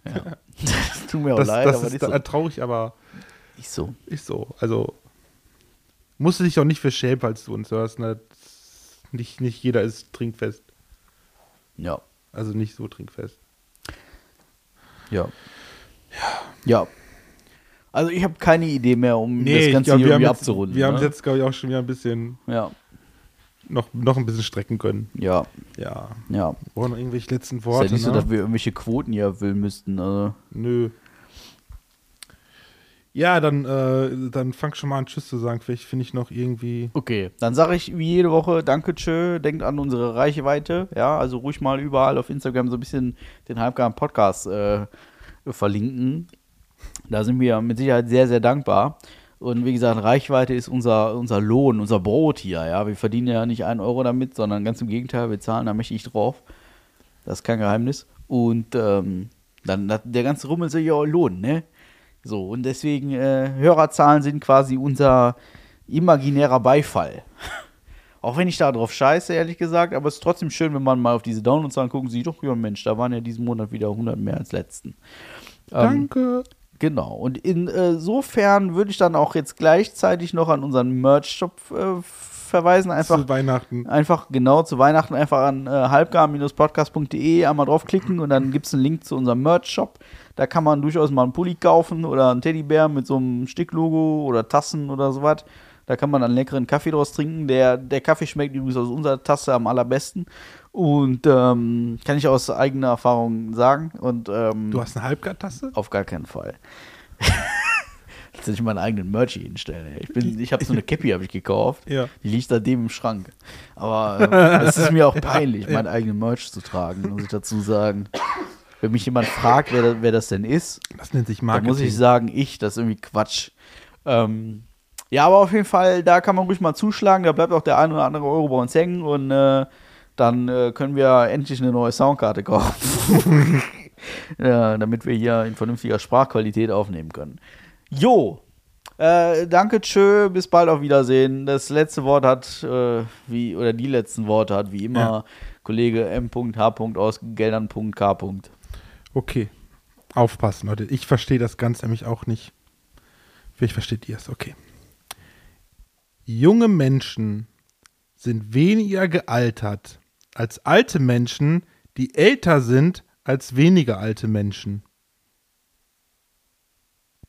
[SPEAKER 1] Ja. Das tut mir auch
[SPEAKER 2] Das,
[SPEAKER 1] leid,
[SPEAKER 2] das
[SPEAKER 1] aber das
[SPEAKER 2] ist
[SPEAKER 1] ist
[SPEAKER 2] da,
[SPEAKER 1] so.
[SPEAKER 2] traurig, aber.
[SPEAKER 1] Nicht so.
[SPEAKER 2] Ist so. Also musst du dich auch nicht für schämen, falls du uns hörst. Ne? Nicht, nicht jeder ist trinkfest.
[SPEAKER 1] Ja,
[SPEAKER 2] Also nicht so trinkfest.
[SPEAKER 1] ja. Ja. Also ich habe keine Idee mehr, um das
[SPEAKER 2] ich
[SPEAKER 1] Ganze
[SPEAKER 2] glaub,
[SPEAKER 1] hier
[SPEAKER 2] wir haben
[SPEAKER 1] irgendwie
[SPEAKER 2] jetzt,
[SPEAKER 1] abzurunden.
[SPEAKER 2] Wir
[SPEAKER 1] ne?
[SPEAKER 2] haben jetzt, glaube ich, auch schon wieder ein bisschen
[SPEAKER 1] ja,
[SPEAKER 2] noch, noch ein bisschen strecken können.
[SPEAKER 1] ja,
[SPEAKER 2] Ja.
[SPEAKER 1] ja.
[SPEAKER 2] Wir brauchen noch irgendwelche letzten
[SPEAKER 1] Ist ja
[SPEAKER 2] Worte.
[SPEAKER 1] nicht so,
[SPEAKER 2] ne?
[SPEAKER 1] dass wir irgendwelche Quoten hier erfüllen müssten. Also.
[SPEAKER 2] Nö. Ja, dann, äh, dann fang schon mal an, Tschüss zu sagen. Vielleicht finde ich noch irgendwie.
[SPEAKER 1] Okay, dann sage ich wie jede Woche, danke, tschö, denkt an unsere Reichweite. Ja, also ruhig mal überall auf Instagram so ein bisschen den halbgaren Podcast äh, verlinken. Da sind wir mit Sicherheit sehr, sehr dankbar. Und wie gesagt, Reichweite ist unser, unser Lohn, unser Brot hier. Ja, wir verdienen ja nicht einen Euro damit, sondern ganz im Gegenteil, wir zahlen da mächtig drauf. Das ist kein Geheimnis. Und ähm, dann hat der ganze Rummel soll ja auch lohnen, ne? So, und deswegen, äh, Hörerzahlen sind quasi unser imaginärer Beifall. Auch wenn ich da drauf scheiße, ehrlich gesagt, aber es ist trotzdem schön, wenn man mal auf diese Downloadzahlen gucken sieht, doch, ja Mensch, da waren ja diesen Monat wieder 100 mehr als letzten. Ähm,
[SPEAKER 2] Danke.
[SPEAKER 1] Genau. Und insofern würde ich dann auch jetzt gleichzeitig noch an unseren Merch-Shop äh, verweisen. Einfach
[SPEAKER 2] Zu Weihnachten.
[SPEAKER 1] Einfach genau zu Weihnachten einfach an äh, halbgar-podcast.de einmal draufklicken und dann gibt es einen Link zu unserem Merch-Shop. Da kann man durchaus mal einen Pulli kaufen oder einen Teddybär mit so einem Sticklogo oder Tassen oder sowas. Da kann man einen leckeren Kaffee draus trinken. Der, der Kaffee schmeckt übrigens aus unserer Tasse am allerbesten. Und ähm, kann ich aus eigener Erfahrung sagen. Und, ähm,
[SPEAKER 2] Du hast eine Halbgartasse?
[SPEAKER 1] auf gar keinen Fall. Jetzt ich meinen eigenen Merch hier hinstellen. Ey. Ich, bin- ich habe so eine Cappy habe ich gekauft.
[SPEAKER 2] Ja.
[SPEAKER 1] Die liegt seitdem im Schrank. Aber äh, es ist mir auch peinlich, meinen eigenen Merch zu tragen, muss ich dazu sagen. Wenn mich jemand fragt, wer, da- wer das denn ist,
[SPEAKER 2] Das nennt sich
[SPEAKER 1] dann
[SPEAKER 2] Marketing.
[SPEAKER 1] muss ich sagen, ich, das ist irgendwie Quatsch. Ähm, ja, aber auf jeden Fall, da kann man ruhig mal zuschlagen. Da bleibt auch der ein oder andere Euro bei uns hängen und äh, dann äh, können wir endlich eine neue Soundkarte kaufen. ja, damit wir hier in vernünftiger Sprachqualität aufnehmen können. Jo, äh, danke, tschö, bis bald, auf Wiedersehen. Das letzte Wort hat, äh, wie, oder die letzten Worte hat wie immer
[SPEAKER 2] Ja.
[SPEAKER 1] Kollege M.H. aus Geldern.K.
[SPEAKER 2] Okay. Aufpassen, Leute. Ich verstehe das Ganze nämlich auch nicht. Vielleicht versteht ihr es. Okay. Junge Menschen sind weniger gealtert als alte Menschen, die älter sind als weniger alte Menschen.